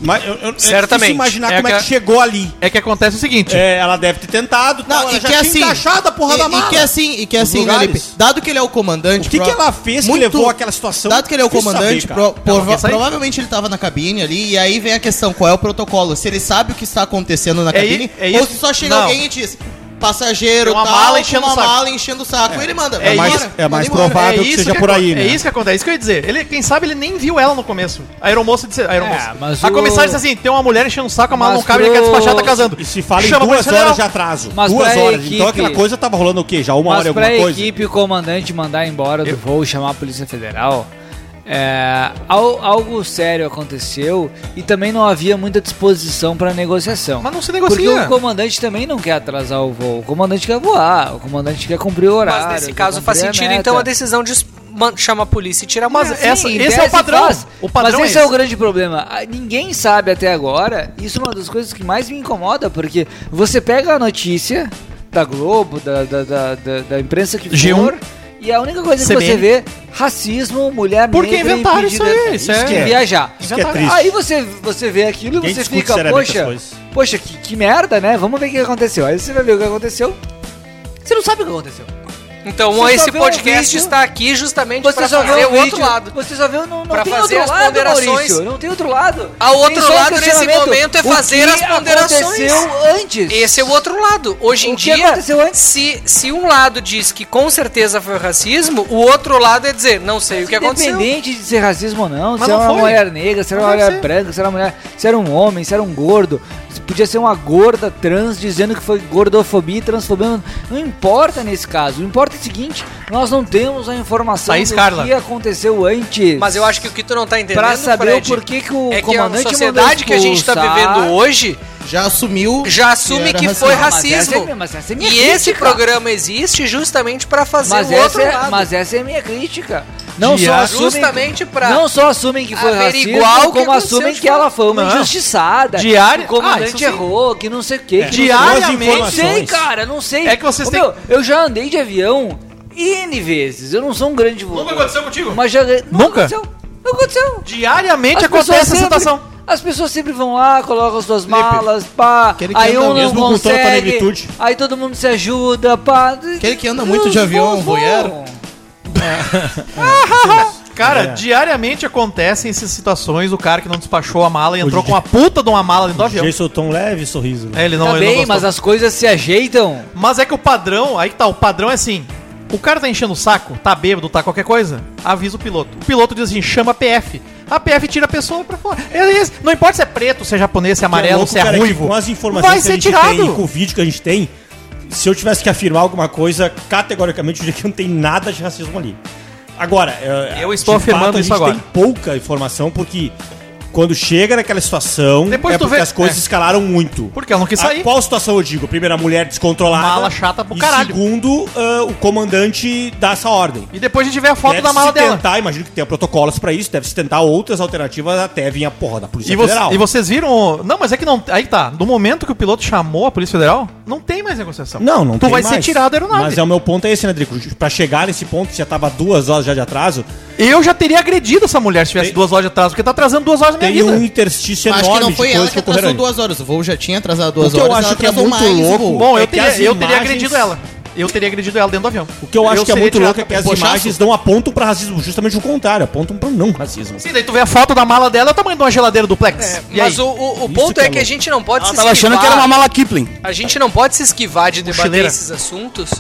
Speaker 4: Mas eu, eu- é
Speaker 2: Certamente.
Speaker 4: difícil imaginar
Speaker 3: É
Speaker 4: como é que
Speaker 3: aquela-
Speaker 4: chegou ali.
Speaker 3: É que acontece o seguinte.
Speaker 4: É, ela deve ter tentado, tal,
Speaker 6: Não,
Speaker 4: ela
Speaker 6: e que é assim.
Speaker 4: encaixado a porra
Speaker 6: e,
Speaker 4: da
Speaker 6: e
Speaker 4: mala.
Speaker 6: que é assim, e que é
Speaker 4: Os
Speaker 6: assim, né,
Speaker 4: lugares.
Speaker 6: Lipe? Dado que ele é o comandante.
Speaker 4: O que que ela fez que levou àquela situação?
Speaker 6: Dado que ele é o
Speaker 4: Difícil
Speaker 6: comandante,
Speaker 4: saber, cara.
Speaker 6: pro- prova-
Speaker 3: quer sair?
Speaker 6: provavelmente ele tava na cabine ali, e aí vem a questão: qual é o protocolo? Se ele sabe o que está acontecendo na
Speaker 3: É i-
Speaker 6: cabine,
Speaker 3: é
Speaker 6: ou
Speaker 3: isso?
Speaker 6: se só chega
Speaker 3: Não.
Speaker 6: alguém e diz. Passageiro,
Speaker 3: Tem uma
Speaker 6: tal,
Speaker 3: mala
Speaker 6: com
Speaker 3: enchendo
Speaker 6: uma
Speaker 3: o saco."
Speaker 6: mala enchendo o saco. Ele manda.
Speaker 3: É
Speaker 6: "Bora,
Speaker 3: isso-
Speaker 4: é mais
Speaker 6: manda embora."
Speaker 4: provável. que seja por
Speaker 3: acon-
Speaker 4: aí, né?
Speaker 3: É isso que acontece, é isso que eu ia dizer. Ele, quem sabe ele nem viu ela no começo. A aeromoça disse. A, aeromoça.
Speaker 7: É, mas
Speaker 3: a
Speaker 7: o-
Speaker 3: comissária disse assim: tem uma mulher enchendo o saco, a mala
Speaker 7: Mas
Speaker 3: não cabe, ele quer
Speaker 7: pro-
Speaker 3: despachar, tá casando.
Speaker 4: E se fala
Speaker 3: Chama a
Speaker 4: em duas
Speaker 3: polícia
Speaker 4: horas de
Speaker 3: federal.
Speaker 4: atraso.
Speaker 7: Mas
Speaker 4: duas
Speaker 7: pra
Speaker 4: horas. Então
Speaker 7: equipe-
Speaker 4: aquela coisa tava rolando o quê? Já uma hora
Speaker 7: Mas
Speaker 4: e
Speaker 7: pra
Speaker 4: alguma coisa?
Speaker 7: equipe, o comandante mandar embora do voo, chamar a Polícia Federal, é, al- algo sério aconteceu e também não havia muita disposição para negociação.
Speaker 3: Mas não se
Speaker 7: Porque
Speaker 3: negocia.
Speaker 7: o comandante também não quer atrasar o voo. O comandante quer voar, o comandante quer cumprir o horário.
Speaker 2: Mas nesse
Speaker 7: quer
Speaker 2: caso faz
Speaker 7: cumprir a
Speaker 2: sentido,
Speaker 7: meta.
Speaker 2: então, a decisão de es- man- chama a polícia e tira a
Speaker 3: Mas
Speaker 2: mulher.
Speaker 3: essa-
Speaker 7: Sim, em
Speaker 3: esse é
Speaker 7: tese
Speaker 3: o padrão.
Speaker 7: faz.
Speaker 3: O padrão é
Speaker 7: Mas esse é, o
Speaker 3: esse.
Speaker 7: grande problema. Ah, Ninguém sabe até agora. Isso é uma das coisas que mais me incomoda, porque você pega a notícia da Globo, da, da, da, da- da imprensa que
Speaker 3: G1,
Speaker 7: for, e a única coisa que
Speaker 3: CBN.
Speaker 7: você vê racismo, mulher
Speaker 3: Porque
Speaker 7: negra
Speaker 3: inventaram isso
Speaker 7: impedida-
Speaker 3: aí, isso é-
Speaker 7: de viajar.
Speaker 4: Isso que é triste.
Speaker 7: Aí você, você vê aquilo
Speaker 4: Ninguém
Speaker 7: e você
Speaker 4: discute
Speaker 7: fica,
Speaker 4: seriamente as
Speaker 7: poxa,
Speaker 4: coisas.
Speaker 7: poxa, que, que merda, né? Vamos ver o que aconteceu. Aí você vai ver o que aconteceu. Você não sabe o que aconteceu.
Speaker 2: Então,
Speaker 7: Você só
Speaker 2: esse
Speaker 7: vê
Speaker 2: podcast
Speaker 7: um vídeo-
Speaker 2: está aqui justamente
Speaker 7: Você
Speaker 2: para
Speaker 7: só vê
Speaker 2: fazer
Speaker 7: o
Speaker 2: o outro
Speaker 7: vídeo,
Speaker 2: lado.
Speaker 7: Você só vê o não, não
Speaker 2: Pra
Speaker 7: tem
Speaker 2: fazer
Speaker 7: outro
Speaker 2: as
Speaker 7: lado,
Speaker 2: ponderações.
Speaker 7: Maurício, Não tem outro lado.
Speaker 2: Ah, o outro
Speaker 7: Tem só um
Speaker 2: lado nesse
Speaker 7: questionamento.
Speaker 2: momento é
Speaker 7: O
Speaker 2: fazer
Speaker 7: que
Speaker 2: as ponderações.
Speaker 7: aconteceu antes.
Speaker 2: Esse é o outro lado. Hoje em
Speaker 7: O que
Speaker 2: dia,
Speaker 7: aconteceu antes?
Speaker 2: se, se um lado diz que com certeza foi racismo, o outro lado é dizer, não sei o que aconteceu.
Speaker 7: Independente de ser racismo ou não,
Speaker 3: Mas
Speaker 7: se
Speaker 3: não
Speaker 7: era uma
Speaker 3: foi.
Speaker 7: mulher negra, se era
Speaker 3: Mas
Speaker 7: uma
Speaker 3: deve
Speaker 7: mulher
Speaker 3: ser.
Speaker 7: branca, se era uma mulher, se era um homem, se era um gordo, se podia ser uma gorda trans dizendo que foi gordofobia e transfobia. Não, não importa nesse caso. O importa é o seguinte: nós não temos a informação
Speaker 3: Thaís
Speaker 7: do
Speaker 3: Carla.
Speaker 7: que aconteceu antes.
Speaker 2: Mas eu acho que o que tu não tá entendendo,
Speaker 7: Pra saber
Speaker 2: Fred,
Speaker 7: o porquê que o
Speaker 2: é que a
Speaker 7: comandante
Speaker 2: sociedade que a gente tá vivendo hoje
Speaker 6: Já assumiu.
Speaker 2: já assume
Speaker 6: era
Speaker 2: que
Speaker 6: racismo.
Speaker 2: foi
Speaker 7: Mas essa
Speaker 2: racismo.
Speaker 7: é- mas essa é minha
Speaker 2: E esse
Speaker 7: crítica.
Speaker 2: programa existe justamente para fazer
Speaker 7: Mas
Speaker 2: o outro
Speaker 7: essa, é,
Speaker 2: lado.
Speaker 7: mas essa é a minha crítica. Não
Speaker 3: De
Speaker 7: só,
Speaker 3: a-
Speaker 7: assumem,
Speaker 2: justamente pra
Speaker 7: não só assumem que foi racismo,
Speaker 2: averiguar o que
Speaker 7: como
Speaker 2: aconteceu
Speaker 7: assumem
Speaker 2: de
Speaker 7: que ela foi uma
Speaker 3: Não.
Speaker 7: injustiçada.
Speaker 3: Diário-
Speaker 7: Que o
Speaker 3: Ah, isso
Speaker 7: comandante
Speaker 3: sim. É.
Speaker 7: errou, que não sei o quê, que. não sei o quê.
Speaker 3: Diariamente-
Speaker 7: Não sei, cara, não sei.
Speaker 3: É que vocês
Speaker 7: Ô,
Speaker 3: têm-
Speaker 7: meu, eu já andei de avião N vezes. Eu não sou um grande voador.
Speaker 3: Nunca aconteceu contigo?
Speaker 7: Mas já. Nunca?
Speaker 3: Nunca?
Speaker 7: aconteceu. Não aconteceu.
Speaker 3: Diariamente
Speaker 7: As
Speaker 3: acontece
Speaker 7: pessoas
Speaker 3: essa
Speaker 7: sempre-
Speaker 3: situação.
Speaker 7: As pessoas sempre vão lá, colocam suas malas, pá.
Speaker 6: aquele que
Speaker 7: Aí
Speaker 6: anda
Speaker 7: um não
Speaker 6: mesmo
Speaker 4: com tanta
Speaker 7: consegue.
Speaker 4: negritude.
Speaker 7: Aí todo mundo se ajuda, pá.
Speaker 6: Aquele que anda muito de
Speaker 7: Os
Speaker 6: avião,
Speaker 7: voos vão.
Speaker 6: voyeur.
Speaker 3: Cara,
Speaker 4: É.
Speaker 3: diariamente acontecem essas situações. O cara que não despachou a mala e entrou com a puta de uma mala dentro do avião.
Speaker 4: Jason Tom leve sorriso. né?
Speaker 3: É, ele não,
Speaker 7: tá
Speaker 3: ele não
Speaker 7: bem,
Speaker 3: gostou.
Speaker 7: mas as coisas se ajeitam.
Speaker 3: Mas é que o padrão, aí que tá, o padrão é assim. O cara tá enchendo o saco, tá bêbado, tá qualquer coisa, avisa o piloto. O piloto diz assim, chama a PF. A PF tira a pessoa pra fora. É isso. Não importa se é preto, se é japonês, se é amarelo, se é ruivo.
Speaker 4: Com as informações
Speaker 3: vai
Speaker 4: que
Speaker 3: ser
Speaker 4: a gente
Speaker 3: tirado.
Speaker 4: tem e com o vídeo que a gente tem, se eu tivesse que afirmar alguma coisa, categoricamente, eu diria que não tem nada de racismo ali. Agora, é,
Speaker 3: Eu estou
Speaker 4: de fato,
Speaker 3: afirmando
Speaker 4: a
Speaker 3: isso
Speaker 4: gente
Speaker 3: agora.
Speaker 4: tem pouca informação, porque quando chega naquela situação,
Speaker 3: Depois
Speaker 4: é
Speaker 3: tu
Speaker 4: porque
Speaker 3: vê-
Speaker 4: as coisas
Speaker 3: é.
Speaker 4: escalaram muito.
Speaker 3: Porque ela não quis
Speaker 4: A-
Speaker 3: sair.
Speaker 4: qual situação eu digo? Primeiro, a mulher descontrolada.
Speaker 3: Mala chata pro
Speaker 4: e
Speaker 3: caralho.
Speaker 4: segundo, ah, o comandante dá essa ordem.
Speaker 3: E depois a gente vê a foto
Speaker 4: Deve
Speaker 3: da mala
Speaker 4: se
Speaker 3: dela.
Speaker 4: tentar, imagino que tenha protocolos pra isso, deve se tentar outras alternativas até vir a porra da Polícia
Speaker 3: E, vo-
Speaker 4: é Federal.
Speaker 3: e vocês viram. o- Não, mas é que não. Aí que tá. No momento que o piloto chamou a Polícia Federal, não tem mais negociação.
Speaker 4: Não, não
Speaker 3: Tá Tu vai ser
Speaker 4: mais.
Speaker 3: tirado da aeronave.
Speaker 4: Mas é o meu ponto é esse, né, Drico? Pra chegar nesse ponto, que já tava duas horas já de atraso,
Speaker 3: Eu já teria agredido essa mulher se tivesse
Speaker 4: Tem-
Speaker 3: duas horas de atraso, porque tá atrasando duas horas da minha
Speaker 4: tem
Speaker 3: vida.
Speaker 4: um interstício
Speaker 6: Acho
Speaker 4: enorme
Speaker 6: que não foi
Speaker 4: de
Speaker 6: ela
Speaker 4: coisas
Speaker 6: que
Speaker 4: que
Speaker 6: atrasou
Speaker 4: ocorreram.
Speaker 6: duas horas. O voo já tinha atrasado
Speaker 4: O
Speaker 6: duas
Speaker 4: que eu
Speaker 6: horas.
Speaker 4: acho
Speaker 6: ela
Speaker 4: que é
Speaker 6: atrasou
Speaker 4: muito
Speaker 6: mais o
Speaker 4: louco-
Speaker 6: voo.
Speaker 3: Bom,
Speaker 4: É
Speaker 3: eu
Speaker 4: que
Speaker 3: teria,
Speaker 4: as
Speaker 3: eu teria
Speaker 4: imagens-
Speaker 3: agredido ela. Eu teria agredido ela dentro do avião.
Speaker 4: O que eu acho que é
Speaker 3: seria
Speaker 4: muito
Speaker 3: tirado
Speaker 4: louco é que as
Speaker 3: pelo pochaço.
Speaker 4: imagens não apontam pra racismo, justamente o contrário, apontam pra não racismo.
Speaker 3: Sim, daí tu vê a foto da mala dela, é o tamanho de uma geladeira duplex. E
Speaker 2: Mas
Speaker 3: aí?
Speaker 2: o, o- o ponto
Speaker 4: que
Speaker 2: é
Speaker 4: é
Speaker 2: que a
Speaker 4: louco.
Speaker 2: gente não pode
Speaker 5: Ela
Speaker 2: se
Speaker 5: tava achando que era uma mala Kipling.
Speaker 2: A gente não pode se esquivar de debater
Speaker 3: Mochileira.
Speaker 2: esses assuntos,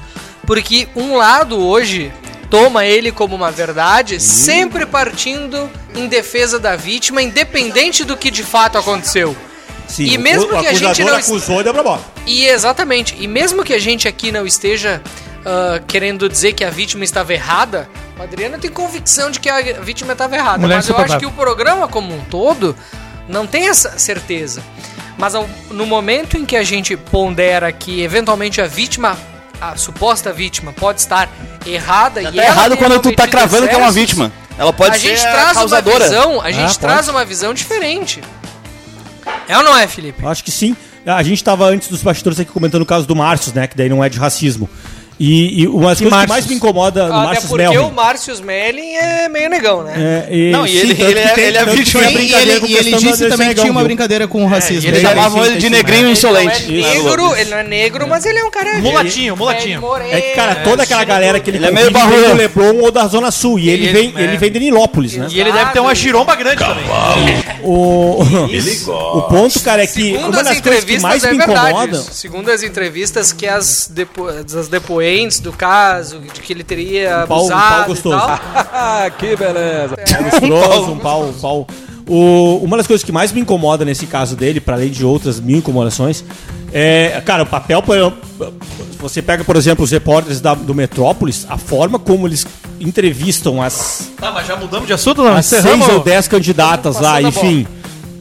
Speaker 2: porque um lado hoje toma ele como uma verdade, sempre partindo em defesa da vítima, independente do que de fato aconteceu.
Speaker 4: Sim,
Speaker 2: E
Speaker 4: o-
Speaker 2: mesmo
Speaker 4: o
Speaker 2: que a gente
Speaker 4: acusador
Speaker 2: não est-
Speaker 4: acusou e deu pra bola.
Speaker 2: E exatamente, e mesmo que a gente aqui não esteja ah, querendo dizer que a vítima estava errada, o Adriano tem convicção de que a vítima estava errada,
Speaker 3: Mulher
Speaker 2: mas eu acho que
Speaker 3: insuportável.
Speaker 2: o programa como um todo Não tem essa certeza. Mas ao- no momento em que a gente pondera que eventualmente a vítima, a suposta vítima, pode estar errada e
Speaker 5: Tá
Speaker 2: ela
Speaker 5: errado
Speaker 2: ter
Speaker 5: quando tu tá
Speaker 2: cometido
Speaker 5: cravando que é uma
Speaker 2: excessos,
Speaker 5: vítima. Ela pode
Speaker 2: a
Speaker 5: ser
Speaker 2: gente
Speaker 5: a
Speaker 2: traz
Speaker 5: causadora.
Speaker 2: uma visão, a gente
Speaker 4: Ah,
Speaker 2: traz uma visão diferente. É ou não é, Felipe?
Speaker 4: Eu Acho que sim. Ah, A gente estava antes dos bastidores aqui comentando o caso do Márcio, né? Que daí não é de racismo. E, e uma das
Speaker 3: Que
Speaker 4: coisas que
Speaker 3: Márcios?
Speaker 4: mais me incomoda no
Speaker 2: Até
Speaker 4: Márcio
Speaker 2: porque
Speaker 4: Melvin.
Speaker 2: o Márcio Smelling é meio negão, né?
Speaker 4: É, e,
Speaker 5: Não, e
Speaker 4: sim,
Speaker 5: ele-
Speaker 4: tanto
Speaker 5: ele
Speaker 4: que
Speaker 5: é-
Speaker 4: tem-
Speaker 5: ele é
Speaker 4: tanto que
Speaker 5: vítima
Speaker 4: tem
Speaker 5: de
Speaker 4: brincadeira com
Speaker 6: E ele
Speaker 4: questão da
Speaker 6: disse também que
Speaker 4: Negão,
Speaker 6: tinha uma
Speaker 4: viu?
Speaker 6: brincadeira com o racismo.
Speaker 5: Eles
Speaker 4: Ele
Speaker 6: né?
Speaker 4: já-
Speaker 5: chamavam
Speaker 4: sim,
Speaker 5: ele de
Speaker 4: tem sim,
Speaker 5: negrinho
Speaker 2: Ele não é
Speaker 5: insolente.
Speaker 2: negro, ele não é negro, mas ele é um cara...
Speaker 3: Mulatinho,
Speaker 2: É,
Speaker 3: mulatinho.
Speaker 2: moreno,
Speaker 4: É que, cara, toda aquela galera que ele,
Speaker 5: Ele é meio
Speaker 4: convive
Speaker 5: barulho.
Speaker 4: vem do Leblon ou da Zona Sul. E ele,
Speaker 3: Ele-
Speaker 4: vem,
Speaker 3: é.
Speaker 4: ele vem de Nilópolis, né?
Speaker 3: E ele deve ter uma giromba grande também.
Speaker 4: O, o ponto, cara, é que
Speaker 2: Segundo
Speaker 4: uma
Speaker 2: as
Speaker 4: das coisas que
Speaker 2: Um entrevistas,
Speaker 4: mais
Speaker 2: é
Speaker 4: me
Speaker 2: verdade.
Speaker 4: incomoda
Speaker 2: isso. Segundo as entrevistas que as, depo... as depoentes do caso, de que ele teria
Speaker 4: pau- um pau
Speaker 2: abusado
Speaker 4: gostoso. Ah,
Speaker 2: e tal...
Speaker 7: que beleza.
Speaker 4: monstruoso, um pau, um pau. O- uma das coisas que mais me incomoda nesse caso dele, para além de outras mil incomodações, é, cara, o papel. por exemplo, Você pega, por exemplo, os repórteres da- do Metrópolis, a forma como eles entrevistam as,
Speaker 3: Tá, mas já mudamos de assunto, não?
Speaker 4: as seis
Speaker 3: Encerramos?
Speaker 4: ou dez candidatas lá,
Speaker 3: Passando a
Speaker 4: enfim.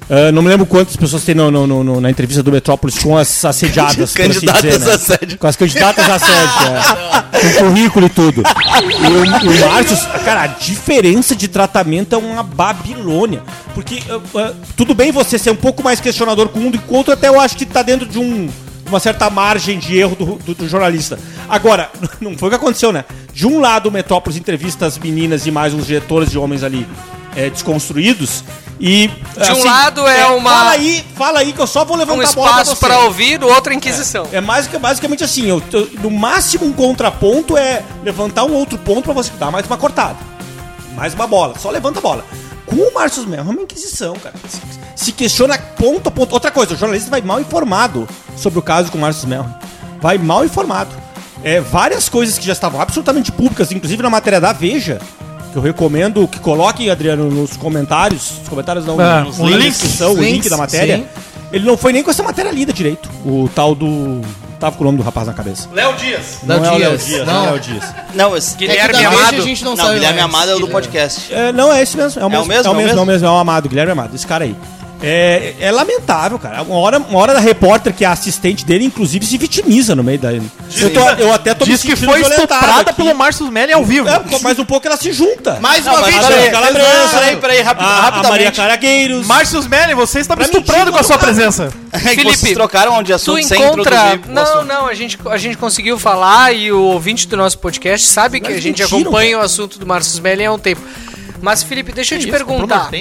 Speaker 4: Ah, não me lembro quantas pessoas tem no- no- no- no- na entrevista do Metrópolis com as assediadas. por assim
Speaker 5: Candidatas
Speaker 4: dizer, né?
Speaker 5: a assédio.
Speaker 4: Com as candidatas a assédio, é. Com currículo e tudo. E o, e o Márcio, cara, a diferença de tratamento é uma Babilônia. Porque ah, ah, tudo bem você ser um pouco mais questionador com um do que o outro, até eu acho que tá dentro de um- uma certa margem de erro do, do- do jornalista. Agora, não foi o que aconteceu, né? De um lado, o Metrópolis entrevista as meninas e mais uns diretores de homens ali eh, desconstruídos. E, assim,
Speaker 2: De um lado é uma-
Speaker 4: Fala aí, fala aí que eu só vou levantar
Speaker 2: um
Speaker 4: a bola pra
Speaker 2: espaço
Speaker 4: você.
Speaker 2: para ouvir, o outro é Inquisição.
Speaker 4: tá É mais que- basicamente assim, eu- eu- no máximo um contraponto é levantar um outro ponto pra você dar mais uma cortada. Mais uma bola, só levanta a bola. Com o Márcio Melo, é uma inquisição, cara. Se, se questiona ponto a ponto. Outra coisa, o jornalista vai mal informado sobre o caso com o Márcio Melo. Vai mal informado. É, várias coisas que já estavam absolutamente públicas, inclusive na matéria da Veja, que eu recomendo que coloquem, Adriano, nos comentários. Os comentários não,
Speaker 3: Ah,
Speaker 4: nos
Speaker 3: os
Speaker 4: links,
Speaker 3: links,
Speaker 4: descrição, o link
Speaker 6: links,
Speaker 4: da matéria.
Speaker 6: sim.
Speaker 4: Ele não foi nem com essa matéria lida direito. O tal do. Tava com o nome do rapaz na cabeça.
Speaker 3: Léo Dias.
Speaker 6: Não,
Speaker 4: não é o Léo
Speaker 6: Dias,
Speaker 4: Dias, não é o
Speaker 6: Não,
Speaker 4: Léo Dias.
Speaker 5: Não, esse
Speaker 6: É que
Speaker 2: Guilherme
Speaker 6: da vez
Speaker 2: Amado.
Speaker 6: a gente não
Speaker 5: Não,
Speaker 6: sabe
Speaker 5: Guilherme
Speaker 6: mais.
Speaker 5: Amado é o do podcast.
Speaker 4: É, não, é esse mesmo. É o mesmo.
Speaker 5: mesmo,
Speaker 4: É o mesmo, é o mesmo. É o Amado, Guilherme Amado, esse cara aí. É, é lamentável, cara. Uma hora, uma hora da repórter, que é a assistente dele, inclusive, se vitimiza no meio da. Eu, tô- eu até tô me
Speaker 3: Diz que
Speaker 4: sentindo
Speaker 3: foi
Speaker 4: violentado
Speaker 3: estuprada
Speaker 4: aqui.
Speaker 3: pelo Márcio Melli ao vivo.
Speaker 4: É, mais um pouco ela se junta.
Speaker 6: Mais
Speaker 5: Não,
Speaker 6: uma
Speaker 5: mas
Speaker 6: vez,
Speaker 5: peraí,
Speaker 6: né?
Speaker 4: Galabranca,
Speaker 5: peraí, peraí, peraí, rapi-
Speaker 4: Ah, a, a Maria
Speaker 5: rapidamente.
Speaker 4: Caragueiros.
Speaker 3: Márcio Melli, você está me
Speaker 4: Pra mim,
Speaker 3: estuprando com a sua
Speaker 4: tira-
Speaker 3: presença.
Speaker 5: Felipe,
Speaker 2: Felipe,
Speaker 5: Vocês trocaram de
Speaker 2: Tu
Speaker 5: assunto sem
Speaker 2: encontra.
Speaker 5: introduzir o
Speaker 2: Não,
Speaker 5: assunto.
Speaker 2: não, a gente, a gente conseguiu falar e o ouvinte do nosso podcast sabe que
Speaker 4: Mas
Speaker 2: a gente
Speaker 4: mentiram,
Speaker 2: acompanha o assunto do Márcio Smelling há um tempo. Mas, Felipe, deixa eu te perguntar.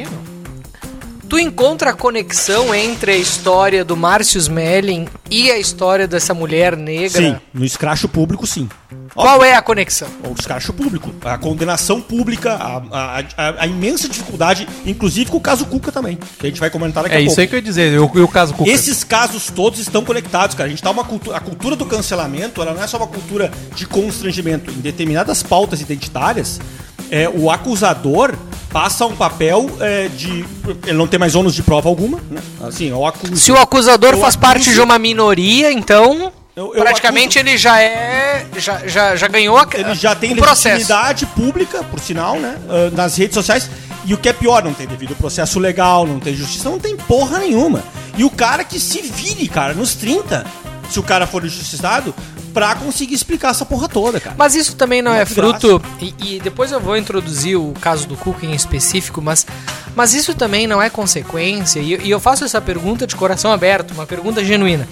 Speaker 2: Tu encontra a conexão entre a história do Márcio Smelling e a história dessa mulher negra?
Speaker 4: Sim, no escracho público, sim.
Speaker 2: Qual é a conexão?
Speaker 4: o escracho público, a condenação pública, a, a- a- a imensa dificuldade, inclusive com o caso Cuca também, que a gente vai comentar daqui
Speaker 3: É
Speaker 4: a
Speaker 3: isso
Speaker 4: pouco.
Speaker 3: aí que eu ia dizer, eu, eu caso com o Cuca.
Speaker 4: Esses casos todos estão conectados, cara. A gente tá uma cultura, a cultura do cancelamento, ela não é só uma cultura de constrangimento. Em determinadas pautas identitárias, é, o acusador passa um papel é, de, ele não tem mais ônus de prova alguma, né? Assim, é o acusador.
Speaker 2: Se o acusador
Speaker 4: Eu
Speaker 2: faz
Speaker 4: acuso-
Speaker 2: parte de uma minoria, então
Speaker 4: Eu- eu
Speaker 2: praticamente ele já é. Já, já, já ganhou a,
Speaker 4: ele já tem
Speaker 2: o processo.
Speaker 4: legitimidade pública, por sinal, né? ah, nas redes sociais. E o que é pior, não tem devido processo legal, não tem justiça, não tem porra nenhuma. E o cara que se vire, cara, nos 30, se o cara for injustiçado, pra conseguir explicar essa porra toda, cara.
Speaker 2: Mas isso também não
Speaker 4: Uma
Speaker 2: é
Speaker 4: desgraça.
Speaker 2: fruto. E, e depois eu vou introduzir o caso do Cook em específico, mas, mas isso também não é consequência. E, e eu faço essa pergunta de coração aberto, uma pergunta genuína.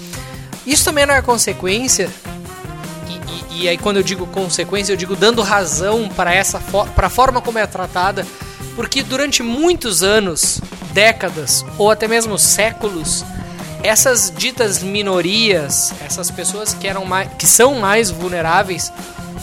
Speaker 2: Isso também não é consequência. e- E, e aí quando eu digo consequência, eu digo dando razão para essa fo pra forma como é tratada, porque durante muitos anos, décadas ou até mesmo séculos, essas ditas minorias, essas pessoas que eram mais, que são mais vulneráveis,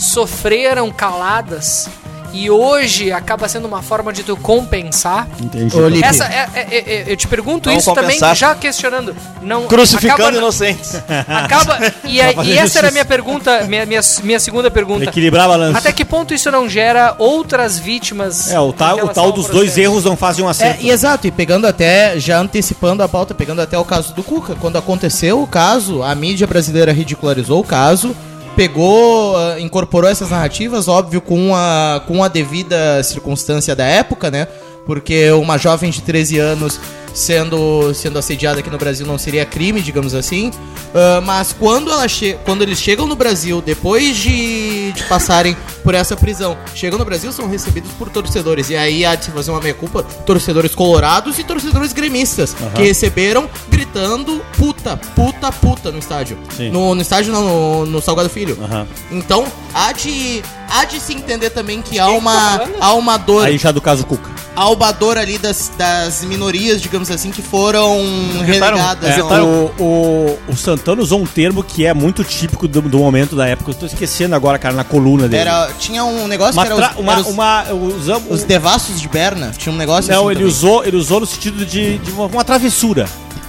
Speaker 2: sofreram caladas e hoje acaba sendo uma forma de tu compensar.
Speaker 4: Entendi.
Speaker 6: Ô, Lipe,
Speaker 2: Essa, é- é- é- eu te pergunto
Speaker 5: Não
Speaker 2: isso também
Speaker 5: compensar.
Speaker 2: já questionando, não
Speaker 5: Crucificando
Speaker 2: acaba-
Speaker 5: inocentes.
Speaker 2: Ah. Acaba. E, a-
Speaker 4: Pra fazer
Speaker 2: e essa era
Speaker 4: justiça. É
Speaker 2: a minha pergunta, minha, minha, minha segunda pergunta.
Speaker 4: Equilibrar a balança.
Speaker 2: Até que ponto isso não gera outras vítimas?
Speaker 4: É, o
Speaker 2: em
Speaker 4: tal, o
Speaker 2: relação
Speaker 4: tal
Speaker 2: ao
Speaker 4: dos dois
Speaker 2: processo?
Speaker 4: erros não fazem um acerto.
Speaker 6: É, e exato, e pegando até, já antecipando a pauta, pegando até o caso do Cuca. Quando aconteceu o caso, a mídia brasileira ridicularizou o caso, pegou, ah, incorporou essas narrativas, óbvio, com a, com a devida circunstância da época, né? Porque uma jovem de 13 anos sendo, sendo assediada aqui no Brasil não seria crime, digamos assim. Ah, mas quando, ela che quando eles chegam no Brasil, depois de, de passarem por essa prisão, chegam no Brasil, são recebidos por torcedores. E aí há de se fazer uma meia-culpa: torcedores colorados e torcedores gremistas, que receberam gritando puta, puta, puta no estádio.
Speaker 4: Sim.
Speaker 6: No, no estádio não, no, no Salgado Filho.
Speaker 4: Aham.
Speaker 6: Então há de, há de se entender também que há uma, há uma dor
Speaker 4: Aí já do caso Cuca.
Speaker 6: albador ali das, das minorias, digamos assim, que foram
Speaker 3: Vetaram-
Speaker 6: relegadas.
Speaker 3: é,
Speaker 6: não.
Speaker 3: vetaram-
Speaker 4: O, o, o Santana usou um termo que é muito típico do, do momento da época. Eu tô esquecendo agora, cara, na coluna dele.
Speaker 6: Era, tinha um negócio
Speaker 4: uma,
Speaker 6: que era
Speaker 4: tra-
Speaker 6: os,
Speaker 4: uma,
Speaker 6: era os,
Speaker 4: uma, usamos,
Speaker 6: os devassos de Berna. Tinha um negócio
Speaker 4: Não,
Speaker 6: assim
Speaker 4: ele
Speaker 6: também.
Speaker 4: usou, ele usou no sentido de, de uma, uma travessura.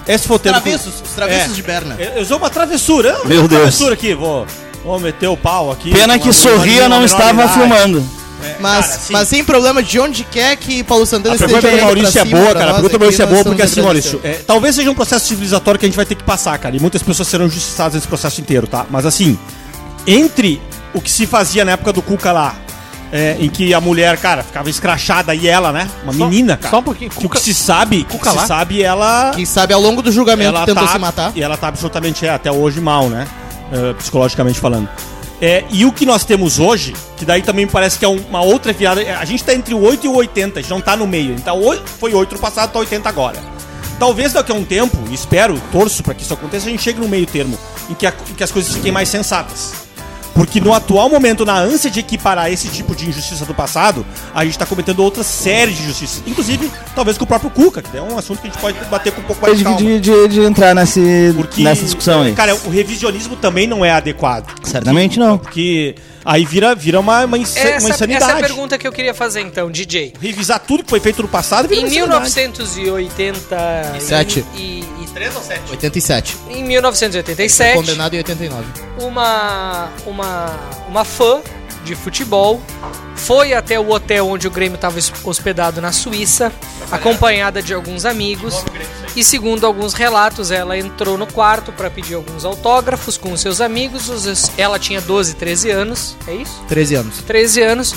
Speaker 4: Esse foi o termo. que-
Speaker 6: Travessos, os travessos
Speaker 4: É.
Speaker 6: de Berna.
Speaker 4: Ele usou uma travessura. Eu-
Speaker 5: Meu
Speaker 4: uma
Speaker 5: Deus.
Speaker 4: Travessura aqui, vou, vou meter o pau aqui.
Speaker 5: Pena que
Speaker 4: Uma-
Speaker 5: sorria
Speaker 4: uma
Speaker 5: não
Speaker 4: menor
Speaker 5: estavam
Speaker 4: idade.
Speaker 5: filmando.
Speaker 6: mas,
Speaker 4: cara, sim.
Speaker 6: mas sem problema de onde quer que Paulo
Speaker 4: A
Speaker 6: Santana
Speaker 4: pergunta do
Speaker 6: olhando
Speaker 4: Maurício
Speaker 6: pra
Speaker 4: é
Speaker 6: cima
Speaker 4: boa,
Speaker 6: pra
Speaker 4: cara. A
Speaker 6: nós
Speaker 4: pergunta do
Speaker 6: aqui,
Speaker 4: Maurício é
Speaker 6: nós
Speaker 4: boa porque
Speaker 6: estamos
Speaker 4: assim, Maurício,
Speaker 6: agradecendo.
Speaker 4: é, talvez seja um processo civilizatório que a gente vai ter que passar, cara. E muitas pessoas serão justiçadas nesse processo inteiro, tá? Mas assim, entre o que se fazia na época do Cuca lá, é, em que a mulher, cara, ficava escrachada e ela, né? Uma
Speaker 3: Só-
Speaker 4: menina, cara.
Speaker 3: Só um pouquinho.
Speaker 4: Que o que se sabe, o que
Speaker 3: Cuca lá?
Speaker 4: se sabe, ela
Speaker 6: Quem sabe ao longo do julgamento
Speaker 4: ela
Speaker 6: tentou
Speaker 4: tá,
Speaker 6: se matar.
Speaker 4: E ela tá absolutamente, é, até hoje, mal, né? É, psicologicamente falando. É, e o que nós temos hoje, que daí também me parece que é um- uma outra virada. é, A gente tá entre o 8 e o 80, a gente não tá no meio. Então oi- foi 8 no passado, tá 80 agora. Talvez daqui a um tempo, espero, torço pra que isso aconteça, a gente chegue no meio termo, em que, a- em que as coisas fiquem mais sensatas. Porque no atual momento, na ânsia de equiparar esse tipo de injustiça do passado, a gente tá cometendo outra série de injustiças. Inclusive, talvez com o próprio Cuca, que é um assunto que a gente pode bater com um pouco mais de
Speaker 5: de,
Speaker 4: calma.
Speaker 5: de, de, de entrar nesse,
Speaker 4: Porque,
Speaker 5: nessa discussão aí.
Speaker 4: Cara, o revisionismo também não é adequado.
Speaker 5: Certamente não.
Speaker 4: Porque aí vira, vira uma, uma, insa- uma
Speaker 2: Essa, essa
Speaker 4: insanidade.
Speaker 2: é a pergunta que eu queria fazer então, DJ.
Speaker 4: Revisar tudo que foi feito no passado vira
Speaker 2: Em
Speaker 4: uma insanidade.
Speaker 2: 1987.
Speaker 6: Sete.
Speaker 2: E, e,
Speaker 6: 87.
Speaker 2: em 1987,
Speaker 6: Condenado em 89.
Speaker 2: uma, uma, uma fã de futebol foi até o hotel onde o Grêmio estava hospedado na Suíça, acompanhada de alguns amigos. E segundo alguns relatos, ela entrou no quarto para pedir alguns autógrafos com os seus amigos. Os- Ela tinha 12, 13 anos, é isso?
Speaker 6: 13 anos.
Speaker 2: 13 anos.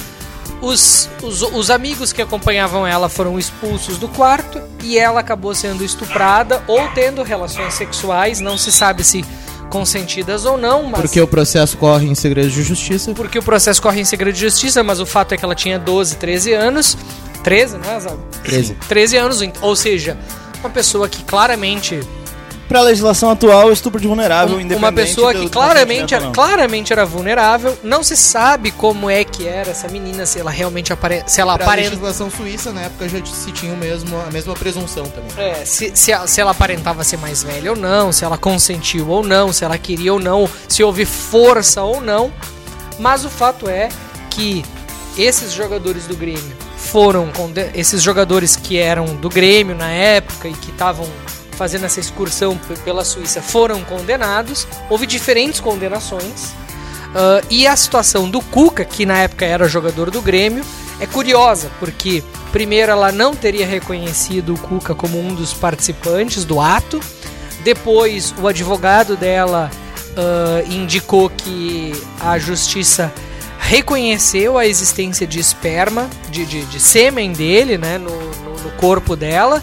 Speaker 2: Os, os, os amigos que acompanhavam ela foram expulsos do quarto e ela acabou sendo estuprada ou tendo relações sexuais, não se sabe se consentidas ou não, mas
Speaker 6: Porque o processo corre em segredo de justiça.
Speaker 2: porque o processo corre em segredo de justiça, mas o fato é que ela tinha 12, 13 anos. 13, né, Zago?
Speaker 6: 13.
Speaker 2: 13 anos, ent- ou seja, uma pessoa que claramente
Speaker 5: Pra legislação atual, estupro de vulnerável,
Speaker 2: um-
Speaker 5: independente
Speaker 2: uma pessoa
Speaker 5: do- né,
Speaker 2: que
Speaker 5: do
Speaker 2: claramente
Speaker 5: consentimento
Speaker 2: era,
Speaker 5: ou não.
Speaker 2: claramente era vulnerável, não se sabe como é que era essa menina, se ela realmente apare... se ela
Speaker 6: Pra
Speaker 2: aparenta
Speaker 6: legislação suíça, na época, já se tinha o mesmo, a mesma presunção também.
Speaker 2: É, se, se, a- se ela aparentava ser mais velha ou não, se ela consentiu ou não, se ela queria ou não, se houve força ou não. Mas o fato é que esses jogadores do Grêmio foram. conde- Esses jogadores que eram do Grêmio na época e que estavam fazendo essa excursão p- pela Suíça foram condenados. Houve diferentes condenações. Ah, e a situação do Cuca, que na época era jogador do Grêmio, é curiosa, porque, primeiro, ela não teria reconhecido o Cuca como um dos participantes do ato, depois, o advogado dela ah, indicou que a justiça reconheceu a existência de esperma, de, de, de sêmen dele, né, no, no- no corpo dela,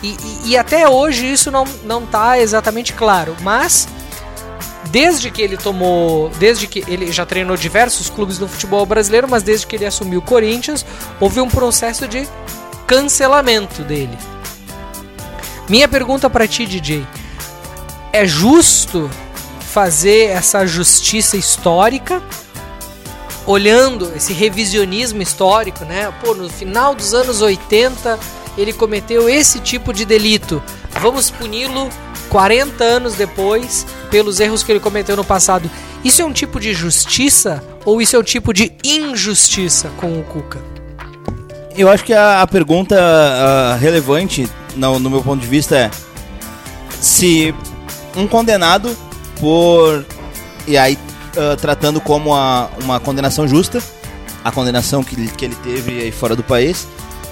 Speaker 2: e, e- e até hoje isso não, não tá exatamente claro, mas desde que ele tomou, desde que ele já treinou diversos clubes no futebol brasileiro, mas desde que ele assumiu o Corinthians, houve um processo de cancelamento dele. Minha pergunta pra ti, DJ, é justo fazer essa justiça histórica? Olhando esse revisionismo histórico, né? Pô, no final dos anos 80 ele cometeu esse tipo de delito. Vamos puni-lo 40 anos depois pelos erros que ele cometeu no passado. Isso é um tipo de justiça ou isso é um tipo de injustiça com o Cuca?
Speaker 5: Eu acho que a, a pergunta ah, relevante, no, no meu ponto de vista, é se um condenado por. E aí, ah, tratando como a- uma condenação justa, a condenação que, ele- que ele teve aí fora do país,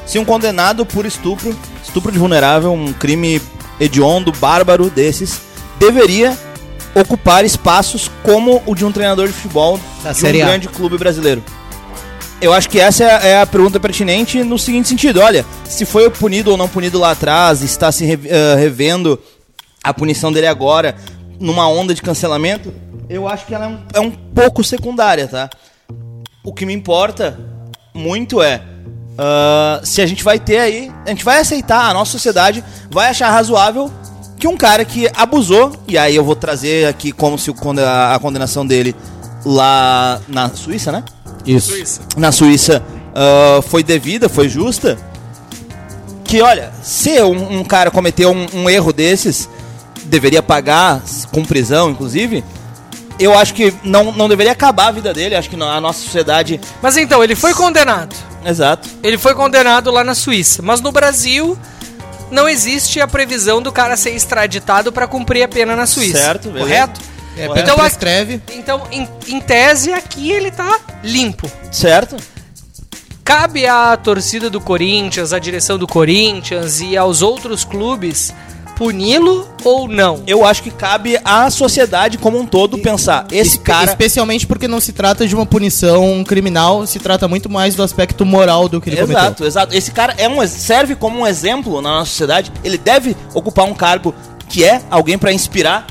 Speaker 5: se um condenado por estupro, estupro de vulnerável, um crime hediondo, bárbaro desses, deveria ocupar espaços como o de um treinador de futebol
Speaker 6: Da
Speaker 5: de um
Speaker 6: Série A.
Speaker 5: grande clube brasileiro. eu acho que essa é a, é a pergunta pertinente no seguinte sentido: olha, se foi punido ou não punido lá atrás, está se re- eh, revendo a punição dele agora numa onda de cancelamento, eu acho que ela é um, é um pouco secundária, tá? O que me importa muito é ah, se a gente vai ter aí, a gente vai aceitar, a nossa sociedade vai achar razoável que um cara que abusou, e aí eu vou trazer aqui como se o conde- a condenação dele lá na Suíça, né?
Speaker 6: Isso.
Speaker 5: na Suíça ah, foi devida, foi justa. Que olha, se um, um cara cometeu um, um erro desses, deveria pagar com prisão, inclusive. Eu acho que não, não deveria acabar a vida dele. Acho que não- a nossa sociedade.
Speaker 2: Mas então, ele foi condenado.
Speaker 5: Exato.
Speaker 2: Ele foi condenado lá na Suíça. Mas no Brasil, não existe a previsão do cara ser extraditado pra cumprir a pena na Suíça.
Speaker 5: Certo, beleza.
Speaker 2: Correto?
Speaker 6: É,
Speaker 2: Então,
Speaker 6: então, prescreve.
Speaker 2: Então, em, em tese, aqui ele tá limpo.
Speaker 5: Certo?
Speaker 2: Cabe à torcida do Corinthians, à direção do Corinthians e aos outros clubes puni-lo ou não?
Speaker 5: Eu acho que cabe à sociedade como um todo pensar. Esse
Speaker 6: Espe-
Speaker 5: cara.
Speaker 6: Especialmente porque não se trata de uma punição criminal, se trata muito mais do aspecto moral do que ele cometeu.
Speaker 5: Exato, exato. Esse cara é um, ex- serve como um exemplo na nossa sociedade. Ele deve ocupar um cargo que é alguém pra inspirar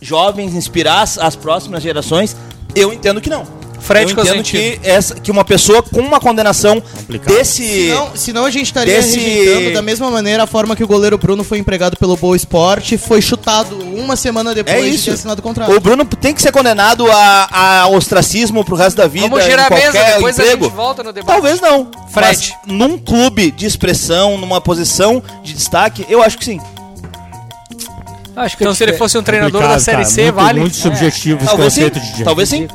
Speaker 5: jovens, inspirar as, as próximas gerações. Eu entendo que não.
Speaker 2: Fred
Speaker 5: Eu entendo
Speaker 2: Cosentino.
Speaker 5: que, essa, que uma pessoa com uma condenação desse.
Speaker 6: Senão, senão a gente estaria
Speaker 5: Desse-
Speaker 6: rejeitando da mesma maneira a forma que o goleiro Bruno foi empregado pelo Boa Esporte, foi chutado uma semana depois
Speaker 5: É
Speaker 6: de
Speaker 5: isso.
Speaker 6: ter assinado o contrato.
Speaker 5: O Bruno tem que ser condenado a, a ostracismo pro resto da vida.
Speaker 2: Vamos girar a
Speaker 5: em
Speaker 2: mesa,
Speaker 5: qualquer
Speaker 2: depois
Speaker 5: emprego.
Speaker 2: a gente volta no debate.
Speaker 5: Talvez não.
Speaker 2: Fred.
Speaker 5: Mas num clube de expressão, numa posição de destaque, eu acho que sim.
Speaker 7: Acho que
Speaker 2: Então, se ele fosse um treinador da
Speaker 4: Complicado,
Speaker 2: Série
Speaker 4: cara.
Speaker 2: C,
Speaker 4: Muito-
Speaker 2: vale.
Speaker 4: Muito subjetivo esse
Speaker 5: Talvez sim.
Speaker 4: conceito de
Speaker 5: Talvez sim.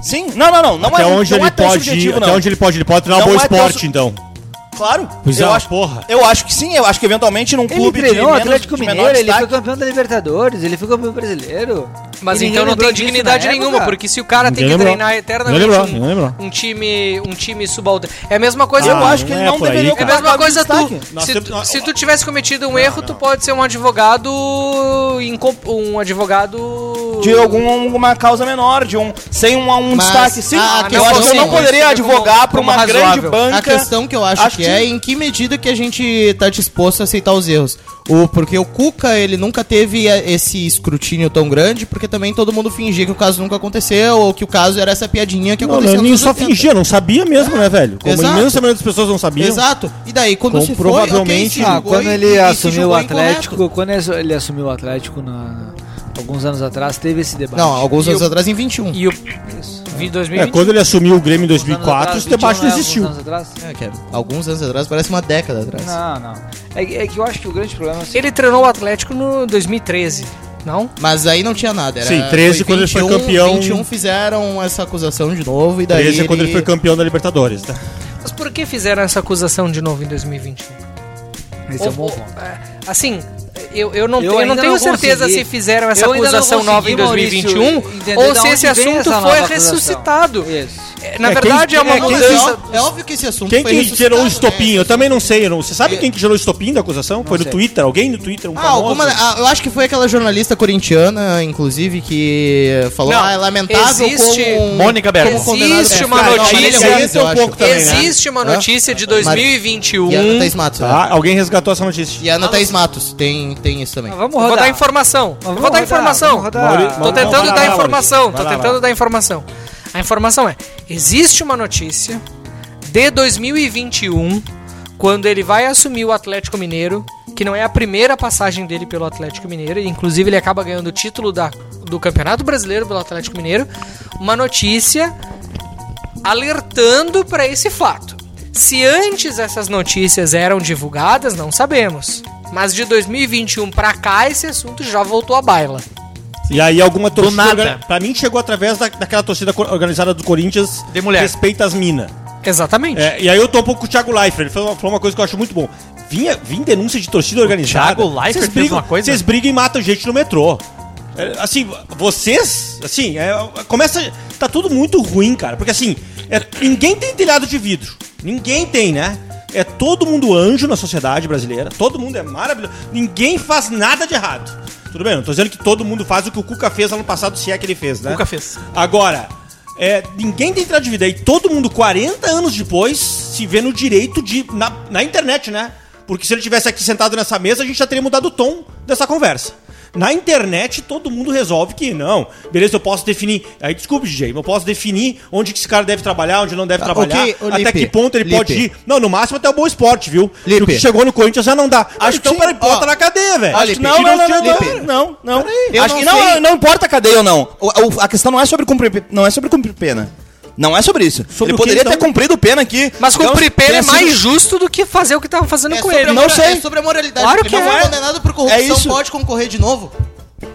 Speaker 5: Sim, não, não, não. não
Speaker 4: Até
Speaker 5: é,
Speaker 4: onde
Speaker 5: não
Speaker 4: ele
Speaker 5: é tão
Speaker 4: pode ir,
Speaker 5: subjetivo,
Speaker 4: até
Speaker 5: não.
Speaker 4: onde ele pode, ele pode treinar
Speaker 5: Não
Speaker 4: boa
Speaker 5: é tão
Speaker 4: esporte,
Speaker 5: su-
Speaker 4: então.
Speaker 5: Claro.
Speaker 4: Pois é,
Speaker 5: eu
Speaker 4: uma
Speaker 5: acho,
Speaker 4: porra.
Speaker 5: Eu acho que sim, eu acho que eventualmente num
Speaker 7: Ele
Speaker 5: clube
Speaker 7: treinou o
Speaker 5: menos-
Speaker 7: Atlético
Speaker 5: de menor
Speaker 7: Mineiro, ele foi
Speaker 5: destaque-
Speaker 7: campeão da Libertadores, ele foi campeão brasileiro.
Speaker 2: Mas
Speaker 7: E ninguém
Speaker 2: então não
Speaker 7: lembrou
Speaker 2: tem
Speaker 7: disso na
Speaker 2: dignidade
Speaker 7: época.
Speaker 2: nenhuma, porque se o cara tem
Speaker 4: Ninguém
Speaker 2: que
Speaker 4: lembrou.
Speaker 2: treinar eternamente
Speaker 4: Ninguém lembrou,
Speaker 2: um,
Speaker 4: ninguém lembrou.
Speaker 2: um time, um time subalterno. É a mesma coisa,
Speaker 5: Eu
Speaker 4: Ah,
Speaker 5: acho que
Speaker 4: não
Speaker 5: ele
Speaker 4: é
Speaker 5: não
Speaker 4: por aí,
Speaker 5: deveria um
Speaker 2: É a
Speaker 4: cara. tá,
Speaker 5: ocupar
Speaker 2: mesma
Speaker 5: cargo
Speaker 2: coisa
Speaker 5: de
Speaker 2: tu.
Speaker 5: destaque.
Speaker 4: Nós
Speaker 2: Se,
Speaker 4: temos-
Speaker 2: tu.
Speaker 4: nós-
Speaker 2: se tu tivesse cometido um erro, tu pode ser um advogado. incom- Um advogado.
Speaker 5: De algum- alguma causa menor, de um. Sem um, um
Speaker 6: Mas
Speaker 5: destaque. Sim,
Speaker 6: a
Speaker 5: eu
Speaker 6: questão-
Speaker 5: acho que eu não
Speaker 6: sim,
Speaker 5: poderia
Speaker 2: como-
Speaker 5: advogar pra
Speaker 2: como
Speaker 5: uma grande
Speaker 2: razoável.
Speaker 5: banca.
Speaker 6: A questão que eu acho, que, é em que medida que a gente tá disposto a aceitar os erros. O, porque o Cuca, ele nunca teve eh, esse escrutínio tão grande, porque também todo mundo fingia que o caso nunca aconteceu, ou que o caso era essa piadinha que
Speaker 4: Não,
Speaker 6: aconteceu
Speaker 4: não,
Speaker 6: nos
Speaker 4: nem só
Speaker 6: 80.
Speaker 4: fingia, não sabia mesmo, né, velho? Como
Speaker 6: Exato.
Speaker 4: imensa maioria das pessoas não sabiam.
Speaker 6: Exato. E daí, quando
Speaker 4: Com-
Speaker 6: se foi,
Speaker 4: provavelmente-
Speaker 6: ok, se
Speaker 7: Ah,
Speaker 6: julgou
Speaker 7: quando
Speaker 6: e-
Speaker 7: ele
Speaker 6: e se
Speaker 7: assumiu o
Speaker 6: julgou incorreto.
Speaker 7: Atlético, quando ele assu- ele assumiu o Atlético na- alguns anos atrás, teve esse debate.
Speaker 6: Não, alguns
Speaker 2: E
Speaker 6: anos
Speaker 2: o-
Speaker 6: atrás, em 21.
Speaker 2: E o.
Speaker 7: Isso.
Speaker 2: vi
Speaker 4: É,
Speaker 2: 2020.
Speaker 4: quando ele assumiu o Grêmio em
Speaker 7: Alguns anos
Speaker 4: 2004,
Speaker 7: atrás,
Speaker 4: esse debate
Speaker 7: 21
Speaker 4: não
Speaker 7: é, alguns
Speaker 4: existiu.
Speaker 7: anos atrás?
Speaker 6: É, que é alguns anos atrás, parece uma década atrás.
Speaker 7: Não, não. É, que- é que eu acho que o grande problema é assim,
Speaker 2: Ele treinou o Atlético no 2013, não?
Speaker 6: Mas aí não tinha nada. Era,
Speaker 4: Sim, 13 quando ele foi campeão.
Speaker 6: 21 fizeram essa acusação de novo e daí.
Speaker 4: 13 é quando ele foi campeão da Libertadores, tá?
Speaker 2: Mas por que fizeram essa acusação de novo em 2021?
Speaker 7: esse é um bom
Speaker 2: Ou-
Speaker 7: ponto.
Speaker 2: é, assim, eu, eu não,
Speaker 7: Eu
Speaker 2: te- eu
Speaker 7: ainda
Speaker 2: não tenho
Speaker 7: não
Speaker 2: certeza
Speaker 7: consegui.
Speaker 2: se fizeram essa
Speaker 7: Eu ainda não
Speaker 2: acusação nova em
Speaker 7: consegui,
Speaker 2: 2021
Speaker 7: Maurício, entender
Speaker 2: ou se
Speaker 7: da onde
Speaker 2: esse
Speaker 7: vem
Speaker 2: assunto foi
Speaker 7: essa nova acusação.
Speaker 2: ressuscitado.
Speaker 7: Isso.
Speaker 2: É, Na
Speaker 4: É, quem-
Speaker 2: verdade, é uma
Speaker 4: é, quem-
Speaker 6: Mas é,
Speaker 2: mudança.
Speaker 6: ó- é óbvio que esse assunto
Speaker 4: Quem
Speaker 6: foi
Speaker 4: que
Speaker 6: ressuscitado,
Speaker 4: gerou o
Speaker 6: né? É.
Speaker 4: estopim? Eu também não sei. eu não- Você sabe quem que gerou o estopim da acusação? Foi
Speaker 7: sei.
Speaker 4: no Twitter? Alguém no Twitter? Um
Speaker 6: Ah,
Speaker 4: famoso?
Speaker 6: alguma, ah, eu acho que foi aquela jornalista corintiana, inclusive, que falou:
Speaker 2: Não,
Speaker 6: Ah, é lamentável
Speaker 2: existe-
Speaker 6: como.
Speaker 3: Mônica Bergamo.
Speaker 6: como condenado-
Speaker 2: Existe
Speaker 6: É,
Speaker 2: uma
Speaker 6: cara, não,
Speaker 2: notícia-
Speaker 6: Marília Gabriela,
Speaker 4: Esse é o
Speaker 6: eu
Speaker 4: pouco
Speaker 6: acho.
Speaker 4: também, né?
Speaker 2: Existe uma
Speaker 6: Hã?
Speaker 2: notícia de
Speaker 7: né?
Speaker 6: E a Ana
Speaker 2: 2021.
Speaker 6: Thaís Matos. né?
Speaker 4: Tá, alguém resgatou essa notícia.
Speaker 6: E a Ana Thaís Matos. Tem, tem isso também.
Speaker 7: Mas vamos
Speaker 2: Eu
Speaker 7: rodar.
Speaker 2: vou dar informação. Eu
Speaker 7: Vamos
Speaker 2: vou dar
Speaker 7: rodar,
Speaker 2: informação.
Speaker 7: vamos rodar.
Speaker 4: Mauri-
Speaker 2: Tô
Speaker 4: Mauri-
Speaker 2: tentando
Speaker 4: vai lá,
Speaker 2: dar
Speaker 4: vai lá,
Speaker 2: informação. Tô
Speaker 4: Maurício. Vai lá,
Speaker 2: tentando
Speaker 4: vai
Speaker 2: dar informação. A informação é: existe uma notícia de 2021, quando ele vai assumir o Atlético Mineiro, que não é a primeira passagem dele pelo Atlético Mineiro, e inclusive ele acaba ganhando o título da, do Campeonato Brasileiro pelo Atlético Mineiro. Uma notícia alertando para esse fato. Se antes essas notícias eram divulgadas, não sabemos. Mas de 2021 pra cá, esse assunto já voltou à baila.
Speaker 4: E aí alguma torcida...
Speaker 3: nada.
Speaker 4: orga- Pra mim chegou através da- daquela torcida cor- organizada do Corinthians...
Speaker 3: De mulher.
Speaker 4: Respeita as minas.
Speaker 2: Exatamente.
Speaker 4: É, e aí eu tô um pouco com o Thiago Leifert. Ele falou, falou uma coisa que eu acho muito bom. Vinha, vinha denúncia de torcida organizada.
Speaker 3: Thiago Leifert
Speaker 4: Vocês
Speaker 3: fez uma coisa?
Speaker 4: Vocês brigam e matam gente no metrô. É, assim, vocês... Assim, é, começa... Tá tudo muito ruim, cara. Porque assim, é, ninguém tem telhado de vidro. Ninguém tem, né? É todo mundo anjo na sociedade brasileira. Todo mundo é maravilhoso. Ninguém faz nada de errado. Tudo bem, não tô dizendo que todo mundo faz o que o Cuca fez ano passado, se é que ele fez, né?
Speaker 3: Cuca fez.
Speaker 4: Agora, É, ninguém tem entrado de vida. E todo mundo, 40 anos depois, se vê no direito de. Na, na internet, né? Porque se ele tivesse aqui sentado nessa mesa, a gente já teria mudado o tom dessa conversa. Na internet, todo mundo resolve que não. Beleza, eu posso definir. Aí, desculpe, DJ, mas eu posso definir onde que esse cara deve trabalhar, onde não deve
Speaker 6: Ah,
Speaker 4: trabalhar,
Speaker 6: ok, ô,
Speaker 4: até
Speaker 6: Lipe,
Speaker 4: que ponto ele pode
Speaker 6: Lipe.
Speaker 4: ir. Não, no máximo até o bom esporte, viu?
Speaker 6: Lipe.
Speaker 4: O que chegou no Corinthians já não dá. Acho que então,
Speaker 6: sim,
Speaker 4: peraí,
Speaker 6: ó.
Speaker 4: bota na cadeia, velho.
Speaker 6: Ó,
Speaker 4: Acho
Speaker 6: Lipe,
Speaker 4: que
Speaker 5: Não, não, não, não,
Speaker 6: Lipe.
Speaker 5: não, não, não.
Speaker 6: eu
Speaker 5: Acho
Speaker 6: não
Speaker 5: que
Speaker 6: sei.
Speaker 5: não, não importa a cadeia ou não. O- o- a questão não é sobre cumprir, não é sobre cumprir pena. Não é sobre isso.
Speaker 4: Sobre o
Speaker 5: ele
Speaker 4: que,
Speaker 5: poderia ter
Speaker 4: então?
Speaker 5: cumprido pena aqui. Então,
Speaker 2: Mas
Speaker 5: Digamos,
Speaker 2: cumprir pena
Speaker 5: tenha
Speaker 2: é
Speaker 5: sido-
Speaker 2: mais justo do que fazer o que tava fazendo com
Speaker 6: sobre
Speaker 2: ele.
Speaker 6: a
Speaker 5: não
Speaker 6: mora-
Speaker 5: sei.
Speaker 6: é sobre a moralidade.
Speaker 2: Claro
Speaker 6: porque
Speaker 2: que
Speaker 6: não
Speaker 2: é.
Speaker 6: Um condenado por corrupção
Speaker 5: isso.
Speaker 6: pode concorrer de novo?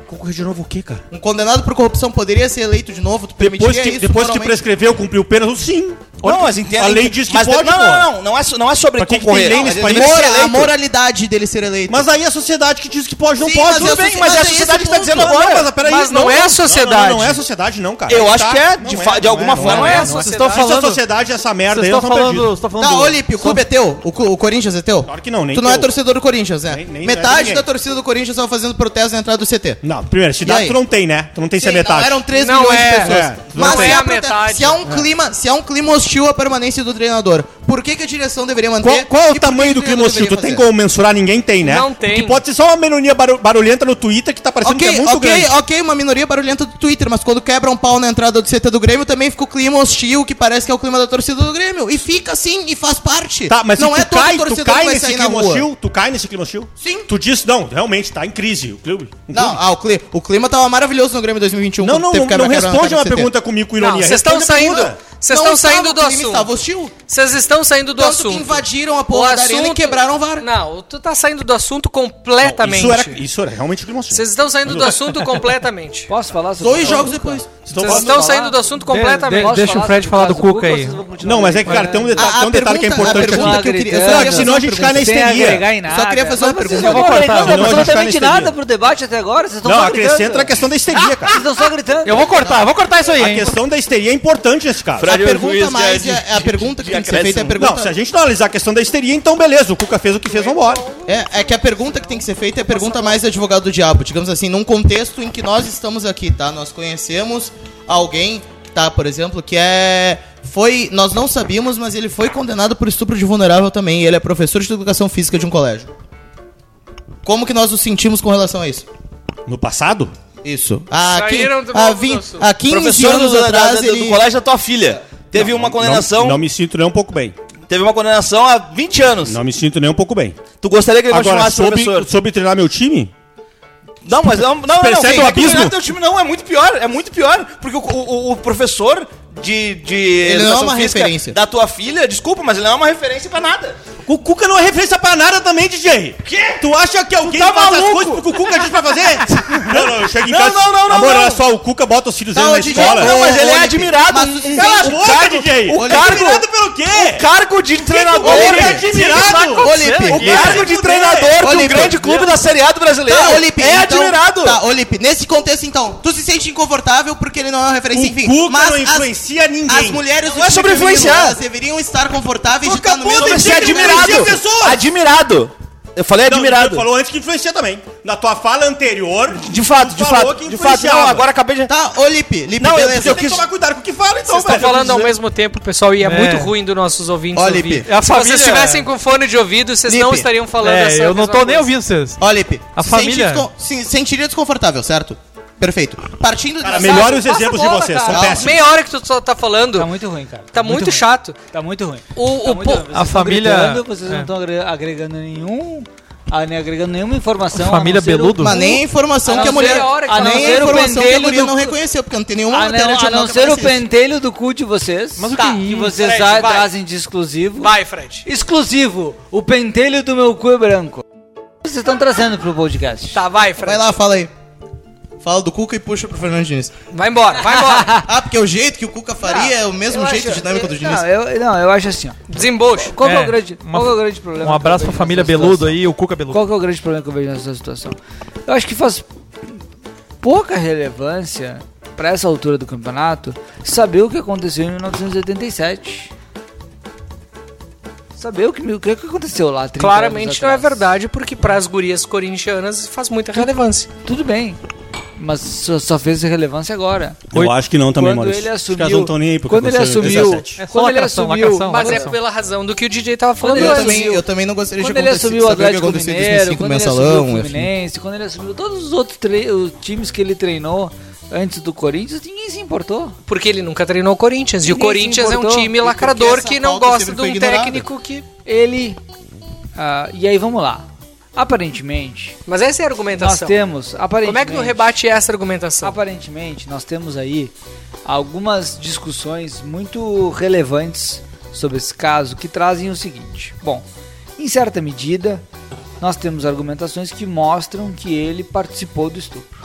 Speaker 4: Concorrer de novo o quê, cara?
Speaker 6: Um condenado por corrupção poderia ser eleito de novo? Tu
Speaker 4: Depois
Speaker 6: permitiria
Speaker 4: que,
Speaker 6: isso
Speaker 4: depois que
Speaker 6: moralmente?
Speaker 4: prescreveu, cumpriu pena, sim.
Speaker 5: Não, mas entenda.
Speaker 4: um. A lei diz que
Speaker 5: mas
Speaker 4: pode,
Speaker 5: não,
Speaker 4: pô.
Speaker 5: não, não, não é, so- não é sobre
Speaker 4: Pra que que tem
Speaker 5: concorrer. é
Speaker 4: lei nesse
Speaker 5: Ele
Speaker 4: país?
Speaker 5: deve ser
Speaker 6: Mora- a
Speaker 5: eleito.
Speaker 6: moralidade dele ser eleito.
Speaker 4: Mas aí é a sociedade que diz que pode, não
Speaker 6: Sim,
Speaker 4: pode.
Speaker 6: mas
Speaker 4: Tudo
Speaker 6: é a
Speaker 4: bem,
Speaker 6: socie-
Speaker 4: mas é a
Speaker 6: mas é
Speaker 4: sociedade
Speaker 6: esse
Speaker 4: que tá
Speaker 6: o
Speaker 4: dizendo
Speaker 6: ponto.
Speaker 4: agora. Mas peraí,
Speaker 2: Mas não é a
Speaker 4: Não,
Speaker 2: sociedade.
Speaker 4: não, não é a sociedade, não, cara.
Speaker 5: Eu
Speaker 4: Aí
Speaker 5: acho
Speaker 4: tá,
Speaker 5: que é,
Speaker 4: não
Speaker 5: de, fa- de alguma
Speaker 4: não
Speaker 5: forma.
Speaker 2: Não é a
Speaker 4: Vocês
Speaker 2: sociedade.
Speaker 4: estão falando... Se a sociedade é essa merda,
Speaker 3: Vocês estão
Speaker 4: aí nós estamos
Speaker 3: falando,
Speaker 4: perdidos.
Speaker 3: vocês estão falando
Speaker 6: Tá,
Speaker 3: do-
Speaker 6: ô Lipe, o clube é teu? O, cu- o Corinthians é teu?
Speaker 4: Claro que não, nem
Speaker 6: Tu não é
Speaker 4: teu.
Speaker 6: torcedor do Corinthians, né?
Speaker 4: Nem- nem é de
Speaker 6: metade
Speaker 4: ninguém.
Speaker 6: da torcida do Corinthians tava fazendo protesto na entrada do CT.
Speaker 4: Não, primeiro,
Speaker 6: E aí?
Speaker 4: cidade tu não tem, né? Tu não tem se é
Speaker 6: Sim, não,
Speaker 4: metade.
Speaker 6: eram 3
Speaker 2: Não
Speaker 6: milhões de
Speaker 2: é.
Speaker 6: pessoas.
Speaker 4: É, não
Speaker 6: Mas
Speaker 2: é.
Speaker 6: se
Speaker 2: É
Speaker 6: há,
Speaker 2: a
Speaker 6: prote-
Speaker 2: metade.
Speaker 6: se há um clima, se há um clima hostil à permanência do treinador, por que, que a direção deveria manter?
Speaker 4: Qual, qual é
Speaker 6: e
Speaker 4: o
Speaker 6: por
Speaker 4: tamanho
Speaker 6: que que
Speaker 4: do crime
Speaker 6: treinador
Speaker 4: hostil? Tu
Speaker 6: deveria
Speaker 4: tem
Speaker 6: fazer?
Speaker 4: como mensurar? Ninguém tem, né?
Speaker 2: Não tem.
Speaker 4: Que pode ser só uma menoria barul- barulhenta no Twitter que tá parecendo
Speaker 6: Ok,
Speaker 4: que é muito
Speaker 6: ok,
Speaker 4: grande.
Speaker 6: ok, uma minoria barulhenta do Twitter, mas quando quebra um pau na entrada do CT do Grêmio, também fica o clima hostil, que parece que é o clima da torcida do Grêmio. E fica assim, e faz parte.
Speaker 4: Tá, mas
Speaker 6: não
Speaker 4: se
Speaker 6: é
Speaker 4: tu
Speaker 6: todo
Speaker 4: cai, tu
Speaker 6: torcedor
Speaker 4: cai
Speaker 6: que vai
Speaker 4: nesse
Speaker 6: sair na
Speaker 4: clima
Speaker 6: rua.
Speaker 4: hostil? Tu cai nesse clima hostil?
Speaker 6: Sim.
Speaker 4: Tu diz, não, realmente, tá em crise o clube. O
Speaker 6: Não,
Speaker 4: clube.
Speaker 6: ah, o, cli- o clima tava maravilhoso no Grêmio 2021.
Speaker 4: Não,
Speaker 6: quando
Speaker 4: não,
Speaker 6: teve
Speaker 4: não,
Speaker 6: quebra-
Speaker 4: não
Speaker 6: quebra na
Speaker 4: responde
Speaker 6: entrada
Speaker 4: uma
Speaker 6: do CT.
Speaker 4: pergunta comigo com
Speaker 2: Não,
Speaker 4: ironia.
Speaker 2: vocês estão
Speaker 4: Responde a
Speaker 2: saindo,
Speaker 4: pergunta.
Speaker 2: vocês
Speaker 6: Não
Speaker 2: estão
Speaker 6: estava,
Speaker 2: saindo do
Speaker 6: o clima Estava
Speaker 2: assunto.
Speaker 6: hostil.
Speaker 2: Vocês estão saindo do
Speaker 6: Tanto que
Speaker 2: assunto.
Speaker 6: invadiram a
Speaker 2: O
Speaker 6: porra da arena e
Speaker 2: assunto-
Speaker 6: quebraram o VAR.
Speaker 2: Não, tu tá saindo do assunto
Speaker 4: Não,
Speaker 2: completamente.
Speaker 4: Isso era, isso era realmente o clima hostil.
Speaker 2: Vocês estão saindo do assunto completamente.
Speaker 7: Posso falar sobre
Speaker 6: Dois
Speaker 7: isso? É,
Speaker 6: jogos É, depois.
Speaker 4: Então,
Speaker 2: Vocês estão saindo do assunto completamente.
Speaker 7: Posso
Speaker 3: Deixa o
Speaker 7: falar
Speaker 3: Fred
Speaker 7: sobre
Speaker 3: falar do
Speaker 7: caso
Speaker 3: Cuca
Speaker 7: ou
Speaker 3: aí.
Speaker 7: vocês vão continuar?
Speaker 4: Não, mas é que, cara, tem um detalhe, tem um detalhe que é
Speaker 6: a
Speaker 4: importante
Speaker 6: Ah, pergunta
Speaker 4: aqui.
Speaker 6: que eu queria... Eu
Speaker 7: Não,
Speaker 6: só queria
Speaker 7: senão
Speaker 6: fazer
Speaker 4: a gente
Speaker 6: uma
Speaker 4: cai na
Speaker 6: pergunta.
Speaker 7: Sem
Speaker 4: histeria.
Speaker 7: agregar em nada.
Speaker 6: Só queria fazer uma
Speaker 7: Mas vocês
Speaker 6: pergunta.
Speaker 7: não
Speaker 6: Eu vou
Speaker 7: vão
Speaker 3: cortar,
Speaker 7: agregando
Speaker 3: senão eu vou
Speaker 7: absolutamente
Speaker 4: ficar na histeria.
Speaker 7: nada pro debate até agora. Vocês estão
Speaker 4: Não,
Speaker 7: só
Speaker 4: a
Speaker 7: gritando.
Speaker 4: acrescenta a questão da histeria,
Speaker 7: Vocês
Speaker 4: cara.
Speaker 7: estão só gritando.
Speaker 3: Eu vou cortar, eu vou cortar isso aí,
Speaker 4: A
Speaker 3: hein?
Speaker 4: questão da histeria é importante nesse caso.
Speaker 6: A
Speaker 5: Fred
Speaker 6: pergunta
Speaker 5: Ruiz
Speaker 6: mais...
Speaker 5: de-
Speaker 6: é- é A pergunta que tem que ser feita é a
Speaker 4: Não, se a
Speaker 6: pergunta...
Speaker 4: gente não analisar a questão da histeria, então beleza, o Cuca fez o que fez, vambora.
Speaker 6: É, é que a pergunta que tem que ser feita é a pergunta mais advogado do diabo. Digamos assim, num contexto em que nós estamos aqui, tá? Nós conhecemos alguém, tá? Por exemplo, que é... Foi... Nós não sabíamos, mas ele foi condenado por estupro de vulnerável também. E ele é professor de educação física de um colégio. Como que nós nos sentimos com relação a isso?
Speaker 4: No passado?
Speaker 6: Isso. Há,
Speaker 2: Saíram
Speaker 6: quin-
Speaker 2: do
Speaker 6: há,
Speaker 2: Globo
Speaker 6: vin-
Speaker 2: do Sul.
Speaker 6: há 15
Speaker 5: Professor
Speaker 6: anos
Speaker 5: do, da-
Speaker 6: atrás
Speaker 5: da- do
Speaker 6: ele...
Speaker 5: colégio da tua filha. Teve uma condenação.
Speaker 4: Não, não me sinto nem um pouco bem.
Speaker 5: Teve uma condenação há 20 anos.
Speaker 4: Não me sinto nem um pouco bem.
Speaker 5: Tu gostaria que ele
Speaker 4: Agora,
Speaker 5: continuasse,
Speaker 4: sobre,
Speaker 5: professor?
Speaker 4: sobre treinar meu time?
Speaker 5: Não, mas não, não, não.
Speaker 4: Percebe
Speaker 5: não,
Speaker 4: o
Speaker 5: é que
Speaker 4: abismo?
Speaker 5: teu time não, é muito pior, é muito pior, porque o, o- o professor de, de
Speaker 6: não é
Speaker 5: educação
Speaker 6: uma
Speaker 5: física
Speaker 6: referência.
Speaker 5: da tua filha, desculpa, mas ele não é uma referência pra nada.
Speaker 4: O Cuca não é referência pra nada também, DJ. Quê? Tu acha que alguém
Speaker 5: tá
Speaker 4: faz
Speaker 5: maluco?
Speaker 4: as coisas porque o Cuca diz pra fazer? não, não, Tá, eu chego em
Speaker 5: Não,
Speaker 4: casa...
Speaker 5: não, não, não,
Speaker 4: Amor,
Speaker 5: não.
Speaker 4: olha só, o Cuca bota os filhos dele
Speaker 6: Não,
Speaker 4: na
Speaker 6: DJ,
Speaker 4: escola.
Speaker 5: Não, mas ele é
Speaker 6: Olímpico.
Speaker 5: admirado.
Speaker 6: Mas
Speaker 5: um-
Speaker 6: tu-
Speaker 5: um-
Speaker 6: Cala
Speaker 4: a boca, DJ.
Speaker 5: O
Speaker 4: Olímpico.
Speaker 5: cargo,
Speaker 4: é Admirado pelo quê?
Speaker 5: O cargo de treinador.
Speaker 4: Ô, Lipe,
Speaker 5: Cara,
Speaker 4: é admirado!
Speaker 6: Ô, Lipe,
Speaker 5: O cargo
Speaker 4: é
Speaker 5: de treinador
Speaker 6: Ô,
Speaker 5: do
Speaker 6: Lipe.
Speaker 5: grande clube da Série A do brasileiro
Speaker 6: Tá, Olipe,
Speaker 5: é
Speaker 6: então-
Speaker 5: admirado.
Speaker 6: Tá, Olipe, nesse contexto então, tu se sente inconfortável porque ele não é uma referência,
Speaker 4: O
Speaker 6: enfim.
Speaker 4: Cuca
Speaker 6: mas
Speaker 4: não
Speaker 6: as-
Speaker 4: influencia ninguém.
Speaker 6: As mulheres do
Speaker 5: Não é
Speaker 6: time
Speaker 5: sobre
Speaker 6: feminino,
Speaker 5: influenciar.
Speaker 6: Elas deveriam estar confortáveis de estar no
Speaker 4: acabou
Speaker 6: meio
Speaker 4: de
Speaker 6: do
Speaker 5: Você é
Speaker 4: dizer que ele
Speaker 5: admirado.
Speaker 4: influencia pessoas.
Speaker 5: Admirado. Eu falei
Speaker 4: Não,
Speaker 5: admirado.
Speaker 4: Tu falou antes que influencia também. Na tua fala anterior.
Speaker 5: De fato,
Speaker 4: tu
Speaker 5: de
Speaker 4: falou
Speaker 5: fato.
Speaker 4: que
Speaker 5: De fato, não,
Speaker 4: influenciava.
Speaker 5: agora acabei de...
Speaker 6: Tá, Olipe, Lipe,
Speaker 5: Não, eu-
Speaker 4: Tem
Speaker 6: beleza.
Speaker 4: que tomar cuidado com o que fala, então,
Speaker 2: Vocês estão Tá falando ao mesmo tempo, pessoal, e é,
Speaker 3: É.
Speaker 2: muito ruim dos nossos ouvintes
Speaker 6: Ó,
Speaker 2: ouvir.
Speaker 6: Lipe,
Speaker 3: a
Speaker 2: Se
Speaker 3: família-
Speaker 2: vocês estivessem com fone de ouvido, vocês
Speaker 6: Lipe,
Speaker 2: não estariam falando
Speaker 3: É,
Speaker 2: essa
Speaker 3: eu não
Speaker 2: mesma
Speaker 3: tô nem
Speaker 2: coisa.
Speaker 3: ouvindo vocês.
Speaker 6: Ó, Lipe,
Speaker 3: A
Speaker 6: se sente
Speaker 3: família-
Speaker 6: descon- se sentiria desconfortável, certo? Perfeito. Partindo
Speaker 4: Cara,
Speaker 6: dessa-
Speaker 4: melhore Tá os
Speaker 2: Passa
Speaker 4: exemplos
Speaker 2: a bola,
Speaker 4: de vocês,
Speaker 2: cara.
Speaker 4: são péssimos.
Speaker 2: Meia hora que tu só tá falando,
Speaker 7: Tá muito ruim, cara.
Speaker 2: Tá muito
Speaker 7: ruim.
Speaker 2: chato.
Speaker 7: Tá muito ruim.
Speaker 2: O-
Speaker 7: Tá
Speaker 2: o
Speaker 7: muito
Speaker 2: po-
Speaker 7: ruim. Vocês
Speaker 3: a
Speaker 7: tão
Speaker 3: família-
Speaker 7: gritando, vocês
Speaker 3: é.
Speaker 7: não estão agregando nenhum. ah, nem agregando nenhuma informação.
Speaker 3: A família
Speaker 7: a não ser
Speaker 3: Beludo.
Speaker 7: o-
Speaker 6: Mas nem a informação
Speaker 7: A
Speaker 6: que assim, a
Speaker 7: não
Speaker 6: mulher.
Speaker 7: ser a hora que
Speaker 6: a
Speaker 7: ela-
Speaker 6: nem
Speaker 7: a não
Speaker 6: a
Speaker 7: ser o
Speaker 6: informação que a
Speaker 7: pentelho
Speaker 6: guria
Speaker 7: do-
Speaker 6: não reconheceu, porque não tem nenhuma
Speaker 7: A
Speaker 6: matéria
Speaker 7: não,
Speaker 6: de
Speaker 7: a
Speaker 6: jornal
Speaker 7: não
Speaker 6: que
Speaker 7: ser o
Speaker 6: aparece isso.
Speaker 7: pentelho do cu de vocês.
Speaker 3: Mas o
Speaker 7: tá,
Speaker 3: que é
Speaker 7: que
Speaker 3: isso?
Speaker 7: vocês
Speaker 2: Fred,
Speaker 7: tra-
Speaker 2: vai.
Speaker 7: trazem de exclusivo.
Speaker 2: Vai, Fred.
Speaker 7: Exclusivo. O pentelho do meu cu é branco. Vocês estão trazendo pro podcast.
Speaker 2: Tá, vai, Fred.
Speaker 6: Vai lá, fala aí. Fala do Cuca e puxa pro Fernando Diniz.
Speaker 2: Vai embora, vai embora.
Speaker 6: Ah, porque o jeito que o Cuca faria é o mesmo
Speaker 7: Eu
Speaker 6: jeito
Speaker 7: acho-
Speaker 6: dinâmico do Diniz.
Speaker 7: Não, eu, não, eu acho assim, ó.
Speaker 2: Desembucha.
Speaker 7: Qual que é
Speaker 3: É,
Speaker 7: o grande,
Speaker 3: uma-
Speaker 7: qual que é o grande problema?
Speaker 3: Um abraço
Speaker 7: que eu
Speaker 3: pra família
Speaker 7: vejo nessa
Speaker 3: Beludo
Speaker 7: situação?
Speaker 3: aí, o Cuca Beludo.
Speaker 7: Qual que é o grande problema que eu vejo nessa situação? Eu acho que faz pouca relevância pra essa altura do campeonato saber o que aconteceu em 1987. Saber o que, o que aconteceu lá. 30
Speaker 2: Claramente
Speaker 7: anos
Speaker 2: não é
Speaker 7: atrás.
Speaker 2: verdade, porque para as gurias corintianas faz muita relevância.
Speaker 7: Tudo bem. mas só, só fez relevância agora.
Speaker 4: Eu acho que não também,
Speaker 7: quando
Speaker 4: Maurício.
Speaker 7: ele
Speaker 4: Os caras
Speaker 7: assumiu,
Speaker 4: não estão nem aí pro que
Speaker 7: quando ele
Speaker 4: aconteceu em
Speaker 7: assumiu,
Speaker 4: 17.
Speaker 3: É só
Speaker 7: quando ele
Speaker 3: lacração,
Speaker 7: assumiu,
Speaker 3: lacração,
Speaker 7: mas
Speaker 2: Mas é
Speaker 3: lacração.
Speaker 2: pela razão do que o DJ tava falando
Speaker 7: Quando ele
Speaker 6: Eu
Speaker 2: antes.
Speaker 6: também, eu também não gostaria
Speaker 7: quando
Speaker 6: de
Speaker 7: ele
Speaker 6: acontecer-
Speaker 7: assumiu o
Speaker 6: saber
Speaker 7: Atlético
Speaker 6: aconteceu em
Speaker 7: Mineiro,
Speaker 6: 2005 no
Speaker 7: quando ele
Speaker 6: Mensalão, é
Speaker 7: assumiu o
Speaker 6: enfim.
Speaker 7: Fluminense, quando ele assumiu todos os outros tre- os times que ele treinou antes do Corinthians, ninguém se importou.
Speaker 2: Porque ele nunca treinou o Corinthians. E o
Speaker 7: Ninguém se
Speaker 2: Corinthians é um
Speaker 7: importou.
Speaker 2: time
Speaker 7: E
Speaker 2: lacrador
Speaker 6: essa
Speaker 2: que não
Speaker 6: pauta
Speaker 2: gosta
Speaker 6: sempre
Speaker 2: de
Speaker 6: foi
Speaker 2: um
Speaker 6: ignorada.
Speaker 2: técnico que.
Speaker 7: Ele ah, e aí vamos lá. Aparentemente,
Speaker 2: Mas essa é a
Speaker 7: nós
Speaker 2: argumentação.
Speaker 7: temos aparentemente
Speaker 2: Como é que no rebate é essa argumentação?
Speaker 7: Aparentemente, nós temos aí algumas discussões muito relevantes sobre esse caso que trazem o seguinte: bom, em certa medida, nós temos argumentações que mostram que ele participou do estupro.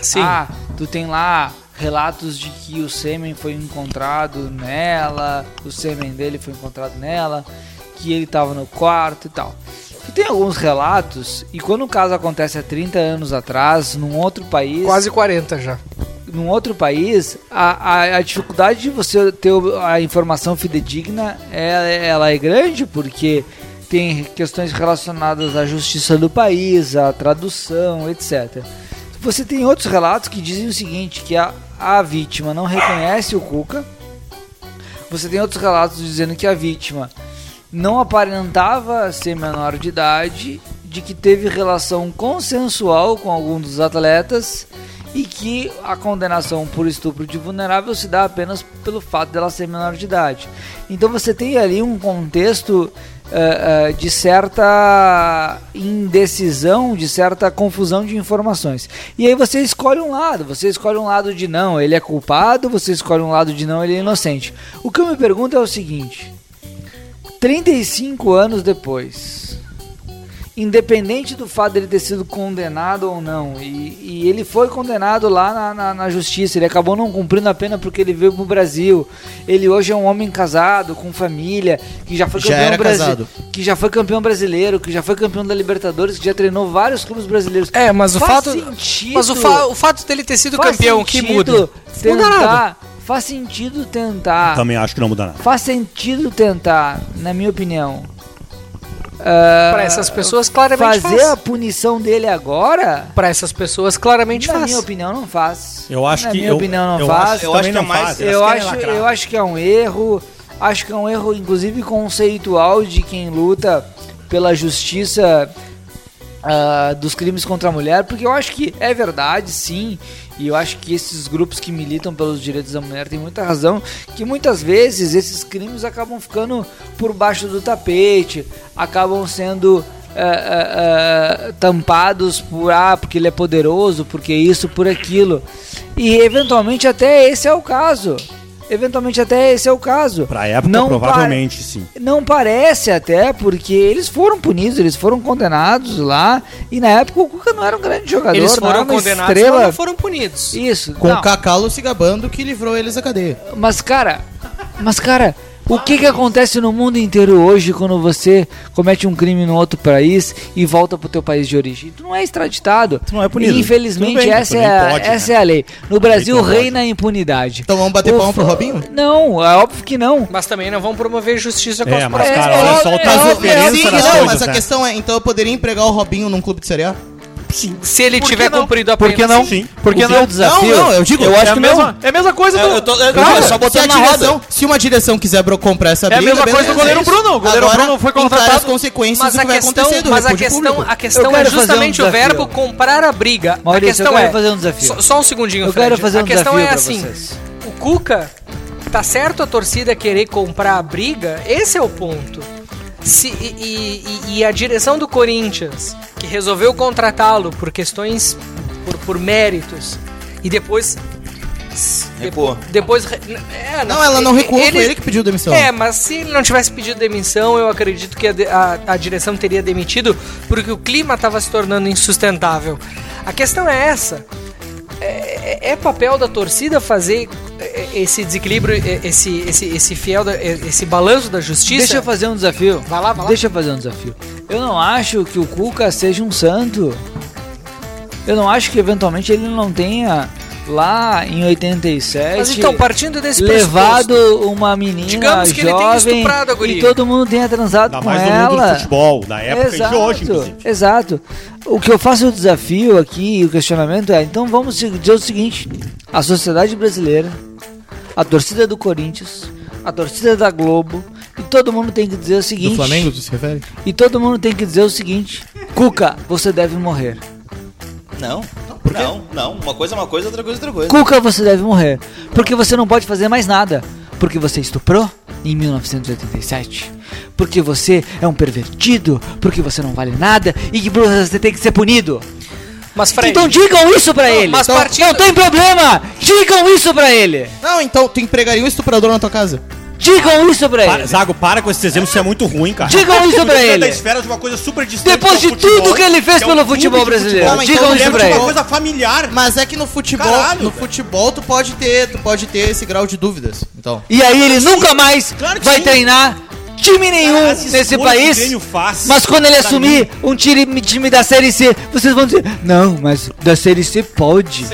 Speaker 2: Sim.
Speaker 7: Ah, tu tem lá relatos de que o sêmen foi encontrado nela, o sêmen dele foi encontrado nela, que ele tava no quarto e tal. Tu tem alguns relatos, e quando o caso acontece há 30 anos atrás, num outro país
Speaker 2: Quase 40 já.
Speaker 7: num outro país, a, a, a dificuldade de você ter o- a informação fidedigna é, ela é grande, porque tem questões relacionadas à justiça do país, à tradução, etc. Você tem outros relatos que dizem o seguinte, que a, a vítima não reconhece o Cuca. Você tem outros relatos dizendo que a vítima não aparentava ser menor de idade, de que teve relação consensual com algum dos atletas e que a condenação por estupro de vulnerável se dá apenas pelo fato dela ser menor de idade. Então você tem ali um contexto eh, eh, de certa indecisão, de certa confusão de informações. E aí você escolhe um lado, você escolhe um lado de não, ele é culpado, você escolhe um lado de não, ele é inocente. O que eu me pergunto é o seguinte: 35 anos depois, independente do fato dele ter sido condenado ou não, e, e ele foi condenado lá na, na- na justiça, ele acabou não cumprindo a pena porque ele veio pro Brasil. Ele hoje é um homem casado, com família, que já foi
Speaker 6: Já
Speaker 7: campeão
Speaker 6: era
Speaker 7: brasi-
Speaker 6: casado.
Speaker 7: que já foi campeão brasileiro, que já foi campeão da Libertadores, que já treinou vários clubes brasileiros.
Speaker 2: É, mas o
Speaker 7: Faz
Speaker 2: fato.
Speaker 7: sentido.
Speaker 2: Mas o, fa- o fato dele ter sido
Speaker 7: Faz
Speaker 2: campeão, que muda.
Speaker 7: sentido
Speaker 2: Muda nada.
Speaker 7: Tentar, faz sentido tentar
Speaker 4: Também acho que não muda nada.
Speaker 7: faz sentido tentar, na minha opinião, Ah,
Speaker 2: Pra essas pessoas, claramente
Speaker 7: fazer a
Speaker 2: faz.
Speaker 7: punição dele agora?
Speaker 2: Pra essas pessoas, claramente
Speaker 7: na
Speaker 2: faz.
Speaker 7: minha opinião, não faz.
Speaker 4: Eu acho
Speaker 7: na
Speaker 4: que.
Speaker 7: minha
Speaker 4: eu,
Speaker 7: opinião, não
Speaker 4: eu
Speaker 7: faz.
Speaker 4: Acho,
Speaker 5: Eu
Speaker 4: também
Speaker 5: acho que
Speaker 4: não
Speaker 5: é mais-
Speaker 4: faz.
Speaker 7: Eu
Speaker 4: Elas querem
Speaker 7: acho,
Speaker 4: lacrar.
Speaker 7: eu acho que é um erro. Acho que é um erro, inclusive, conceitual de quem luta pela justiça ah, dos crimes contra a mulher, porque eu acho que é verdade, sim. E eu acho que esses grupos que militam pelos direitos da mulher têm muita razão, que muitas vezes esses crimes acabam ficando por baixo do tapete, acabam sendo ah, ah, ah, tampados por ah, porque ele é poderoso, porque isso, por aquilo. E eventualmente até esse é o caso. Eventualmente até esse é o caso.
Speaker 4: Pra época,
Speaker 7: Não pare-
Speaker 4: provavelmente, sim.
Speaker 7: não parece até, porque eles foram punidos, eles foram condenados lá. E na época o Cuca não era um grande jogador,
Speaker 2: Eles
Speaker 7: não era
Speaker 2: foram
Speaker 7: uma
Speaker 2: condenados,
Speaker 7: estrela.
Speaker 2: mas não foram punidos.
Speaker 7: Isso,
Speaker 6: Com
Speaker 7: não.
Speaker 6: o Cacalo se gabando que livrou eles da cadeia.
Speaker 7: Mas cara, mas cara, o que que acontece no mundo inteiro hoje quando você comete um crime no outro país e volta pro teu país de origem? Tu não é extraditado.
Speaker 4: Tu não é punido.
Speaker 7: Infelizmente
Speaker 4: Tudo bem,
Speaker 7: essa
Speaker 4: tu
Speaker 7: é
Speaker 4: nem
Speaker 7: a,
Speaker 4: pode,
Speaker 7: essa
Speaker 4: né?
Speaker 7: é a lei. No Brasil
Speaker 4: tu pode.
Speaker 7: reina a impunidade.
Speaker 6: Então vamos bater
Speaker 7: O
Speaker 6: palma pro
Speaker 7: fa-
Speaker 6: Robinho?
Speaker 7: Não, é óbvio que não.
Speaker 2: Mas também não vão promover justiça com
Speaker 4: É,
Speaker 2: os
Speaker 4: mas,
Speaker 2: próprios.
Speaker 4: cara,
Speaker 7: é
Speaker 4: olha
Speaker 7: óbvio,
Speaker 4: só o
Speaker 7: é
Speaker 4: transferência
Speaker 7: óbvio, é
Speaker 4: das
Speaker 7: óbvio.
Speaker 6: não,
Speaker 4: coisas,
Speaker 6: mas a
Speaker 4: né?
Speaker 6: questão é, então eu poderia empregar o Robinho num clube de Série A?
Speaker 7: é,
Speaker 2: Se ele
Speaker 3: Por que
Speaker 2: tiver
Speaker 3: não?
Speaker 2: cumprido a pena.
Speaker 3: Por que não?
Speaker 4: sim.
Speaker 3: Por que
Speaker 7: O
Speaker 3: não?
Speaker 7: meu desafio-
Speaker 6: Não, não, eu digo,
Speaker 3: Eu acho
Speaker 6: é a
Speaker 3: que
Speaker 6: mesma-
Speaker 3: mesmo. É a mesma coisa
Speaker 5: Eu,
Speaker 3: do.
Speaker 5: eu tô, eu,
Speaker 3: Claro.
Speaker 5: eu só
Speaker 6: se, a
Speaker 5: botando na
Speaker 6: direção,
Speaker 5: roda.
Speaker 6: se uma direção quiser bro- comprar essa
Speaker 3: É a
Speaker 6: briga...
Speaker 3: mesma coisa do goleiro Bruno. O goleiro
Speaker 6: Agora,
Speaker 3: Bruno foi
Speaker 6: encara as
Speaker 3: contratado-
Speaker 6: consequências
Speaker 2: Mas
Speaker 6: do
Speaker 2: a
Speaker 6: que vai
Speaker 2: questão,
Speaker 6: acontecer do
Speaker 2: mas a
Speaker 6: repúdio
Speaker 2: questão,
Speaker 6: público.
Speaker 2: a questão
Speaker 7: Eu
Speaker 2: é
Speaker 7: quero fazer um
Speaker 2: justamente o
Speaker 7: desafio.
Speaker 2: verbo comprar a briga.
Speaker 7: Maurício,
Speaker 2: a questão
Speaker 7: eu quero
Speaker 2: é
Speaker 7: fazer um desafio.
Speaker 2: Só, só um segundinho,
Speaker 7: Eu
Speaker 2: Fred.
Speaker 7: quero fazer
Speaker 2: A
Speaker 7: um
Speaker 2: questão é
Speaker 7: desafio pra
Speaker 2: assim.
Speaker 7: vocês.
Speaker 2: O Cuca tá certo a torcida querer comprar a briga? Esse é o ponto. Se- e, e- e- e a direção do Corinthians, que resolveu contratá-lo por questões, por, por méritos, e depois.
Speaker 5: Recuou.
Speaker 2: Depois. re- é,
Speaker 6: Não, ela não recuou, foi ele que pediu demissão.
Speaker 2: É, mas se ele não tivesse pedido demissão, eu acredito que a, de- a- a direção teria demitido, porque o clima estava se tornando insustentável. A questão é essa. É, é- é papel da torcida fazer é, esse desequilíbrio, é, esse, esse, esse fiel, da- é, esse balanço da justiça?
Speaker 7: Deixa eu fazer um desafio.
Speaker 2: Vai lá, vai lá.
Speaker 7: Deixa eu fazer um desafio. Eu não acho que o Cuca seja um santo. Eu não acho que eventualmente ele não tenha lá em 87.
Speaker 2: Mas então, partindo desse
Speaker 7: levado uma menina
Speaker 2: Digamos que ele tenha
Speaker 7: jovem
Speaker 2: estuprado a guria.
Speaker 7: e todo mundo tenha transado
Speaker 4: Ainda
Speaker 7: com
Speaker 4: Tá mais no
Speaker 7: ela.
Speaker 4: mundo do futebol, na
Speaker 6: É
Speaker 4: época e de hoje, inclusive.
Speaker 7: Exato. O que eu faço o desafio aqui, o questionamento é, então vamos se- dizer o seguinte, a sociedade brasileira, a torcida do Corinthians, a torcida da Globo, e todo mundo tem que dizer o seguinte...
Speaker 6: Do Flamengo, tu se refere?
Speaker 7: E todo mundo tem que dizer o seguinte, Cuca, você deve morrer.
Speaker 5: Não, não, não. Uma coisa é uma coisa, outra coisa é outra coisa.
Speaker 7: Cuca, você deve morrer. Porque você não pode fazer mais nada. Porque você estuprou em 1987. Porque você é um pervertido. Porque você não vale nada. E que você tem que ser punido.
Speaker 2: Mas Fred,
Speaker 7: Então digam isso pra ele.
Speaker 2: mas
Speaker 7: Então,
Speaker 2: partindo-
Speaker 7: Não tem problema. Digam isso pra ele.
Speaker 6: Não, então tu empregaria um estuprador na tua casa.
Speaker 7: Digam isso pra
Speaker 4: Para,
Speaker 7: ele.
Speaker 4: Zago, para com esses exemplos, isso é muito ruim, cara.
Speaker 7: Digam É. isso
Speaker 4: Tu
Speaker 7: pra
Speaker 4: tira
Speaker 7: ele.
Speaker 4: Da esfera de uma coisa super distante
Speaker 7: Depois
Speaker 4: que é o
Speaker 7: de tudo
Speaker 4: futebol,
Speaker 7: que ele fez
Speaker 4: é um
Speaker 7: pelo
Speaker 4: clube de
Speaker 7: futebol brasileiro.
Speaker 4: Não, mas
Speaker 6: Digam
Speaker 4: então
Speaker 6: isso
Speaker 4: lembra
Speaker 6: pra
Speaker 4: de
Speaker 6: ele.
Speaker 4: uma coisa familiar.
Speaker 6: Mas é que no futebol,
Speaker 4: Caralho,
Speaker 6: no
Speaker 4: velho.
Speaker 6: futebol tu pode ter, tu pode ter esse grau de dúvidas. Então,
Speaker 7: E aí ele nunca mais
Speaker 4: Claro que
Speaker 7: vai
Speaker 4: sim.
Speaker 7: treinar time nenhum
Speaker 4: As escolhas
Speaker 7: nesse
Speaker 4: que o
Speaker 7: país.
Speaker 4: Grêmio faz,
Speaker 7: Mas quando ele
Speaker 4: pra
Speaker 7: assumir um time, time da Série C, vocês vão dizer: Não, mas da Série C pode.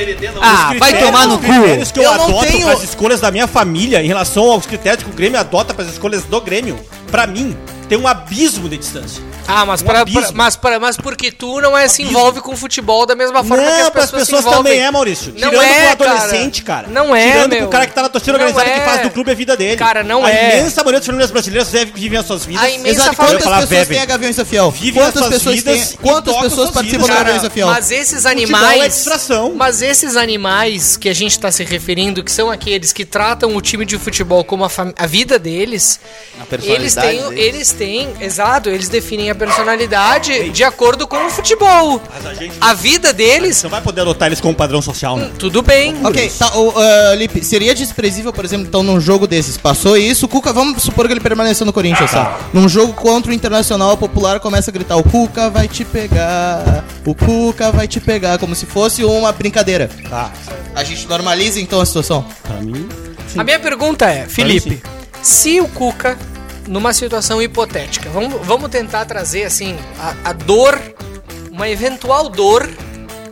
Speaker 7: ah,
Speaker 4: Os
Speaker 7: vai
Speaker 4: critérios-
Speaker 7: tomar no
Speaker 4: os critérios
Speaker 7: cu.
Speaker 4: que eu,
Speaker 6: Eu não
Speaker 4: adoto
Speaker 6: tenho-
Speaker 4: para as escolhas da minha família em relação aos critérios que o Grêmio adota para as escolhas do Grêmio, pra mim, tem um abismo de distância.
Speaker 2: Ah, mas,
Speaker 4: Um
Speaker 2: pra,
Speaker 4: abismo.
Speaker 2: pra- mas, pra, mas porque tu não é, se
Speaker 4: Abismo.
Speaker 2: envolve com futebol da mesma forma que as pessoas,
Speaker 4: Não, pras
Speaker 2: se
Speaker 4: pessoas
Speaker 2: envolvem.
Speaker 4: também é, Maurício.
Speaker 2: Não
Speaker 4: Tirando
Speaker 2: é,
Speaker 4: pro
Speaker 2: cara.
Speaker 4: adolescente, cara.
Speaker 2: Não é,
Speaker 4: Tirando
Speaker 2: meu.
Speaker 4: pro cara que tá na torcida
Speaker 2: Não
Speaker 4: organizada
Speaker 2: é.
Speaker 4: que faz do clube a vida dele.
Speaker 2: Cara, não
Speaker 4: a
Speaker 2: é.
Speaker 4: A imensa maioria das famílias brasileiras deve vivem as suas vidas.
Speaker 2: A imensa falta-
Speaker 6: Exato, quantas
Speaker 4: Eu ia falar
Speaker 6: pessoas
Speaker 4: bebem.
Speaker 6: tem a Gaviões da Fiel?
Speaker 4: Vivem as
Speaker 6: Quantas
Speaker 4: suas
Speaker 6: pessoas
Speaker 4: vidas
Speaker 6: têm?
Speaker 4: e
Speaker 6: Quantas
Speaker 4: tocam
Speaker 6: pessoas
Speaker 4: suas
Speaker 6: participam
Speaker 4: vidas,
Speaker 6: da
Speaker 4: cara.
Speaker 6: Gaviões da Fiel?
Speaker 2: Mas esses
Speaker 4: Futebol
Speaker 2: animais.
Speaker 4: é distração.
Speaker 2: Mas esses animais que a gente tá se referindo, que são aqueles que tratam o time de futebol como a, fam- a vida deles,
Speaker 5: A
Speaker 2: eles
Speaker 5: personalidade
Speaker 2: têm,
Speaker 5: deles.
Speaker 2: eles têm, exato, eles definem a personalidade de acordo com o futebol.
Speaker 4: Mas a gente-
Speaker 2: A vida deles,
Speaker 4: Você não vai poder adotar eles como padrão social, né?
Speaker 2: tudo bem.
Speaker 6: Ok, tá, o, ah, Lipe, seria desprezível, por exemplo, então num jogo desses, passou isso, o Cuca, vamos supor que ele permaneceu no Corinthians,
Speaker 4: Ah,
Speaker 6: tá? Num jogo contra o Internacional, o Popular começa a gritar, o Cuca vai te pegar, o Cuca vai te pegar, como se fosse uma brincadeira.
Speaker 4: Tá.
Speaker 6: A gente normaliza então a situação?
Speaker 4: Pra mim,
Speaker 2: A minha pergunta é, Felipe,
Speaker 4: sim.
Speaker 2: se o Cuca, numa situação hipotética, vamos, vamos tentar trazer assim a, a dor, uma eventual dor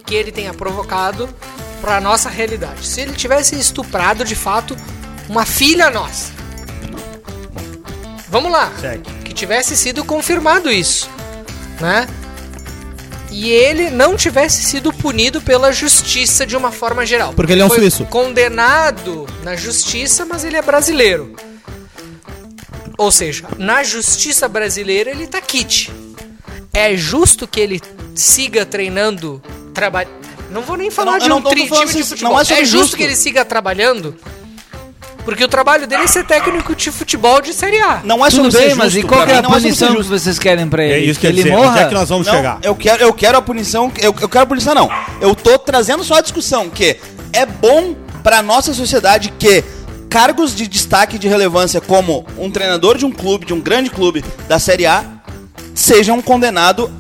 Speaker 2: que ele tenha provocado para nossa realidade. Se ele tivesse estuprado de fato uma filha nossa. Vamos lá.
Speaker 4: Segue.
Speaker 2: Que tivesse sido confirmado isso, né? E ele não tivesse sido punido pela justiça de uma forma geral.
Speaker 6: Porque ele é um
Speaker 2: Foi
Speaker 6: suíço.
Speaker 2: Condenado na justiça, mas ele é brasileiro. Ou seja, na justiça brasileira ele tá kit. É justo que ele siga treinando, trabalho. Não vou nem falar
Speaker 5: não-
Speaker 2: de
Speaker 5: eu não
Speaker 2: um
Speaker 5: tô- tô
Speaker 2: tri-
Speaker 5: falando
Speaker 2: time de
Speaker 5: assim,
Speaker 2: futebol.
Speaker 5: não
Speaker 2: é
Speaker 5: acho
Speaker 2: justo
Speaker 5: justo.
Speaker 2: que ele siga trabalhando, porque o trabalho dele é ser técnico de futebol de Série A.
Speaker 5: Não é
Speaker 7: Tudo
Speaker 5: sobre ser
Speaker 7: bem,
Speaker 5: justo,
Speaker 7: mas e qual
Speaker 5: pra
Speaker 7: que é
Speaker 5: mim
Speaker 7: a
Speaker 5: não sobre ser
Speaker 7: punição que
Speaker 5: justo.
Speaker 7: vocês querem pra ele?
Speaker 4: é isso que
Speaker 7: que
Speaker 4: eu ia
Speaker 7: ele
Speaker 4: dizer. Onde
Speaker 7: morra?
Speaker 4: é que nós vamos
Speaker 5: Não,
Speaker 4: chegar?
Speaker 5: Eu quero, eu quero a punição. Eu, eu quero a punição, não. Eu tô trazendo só a discussão que é bom pra nossa sociedade que cargos de destaque e de relevância, como um treinador de um clube, de um grande clube da Série A, sejam condenados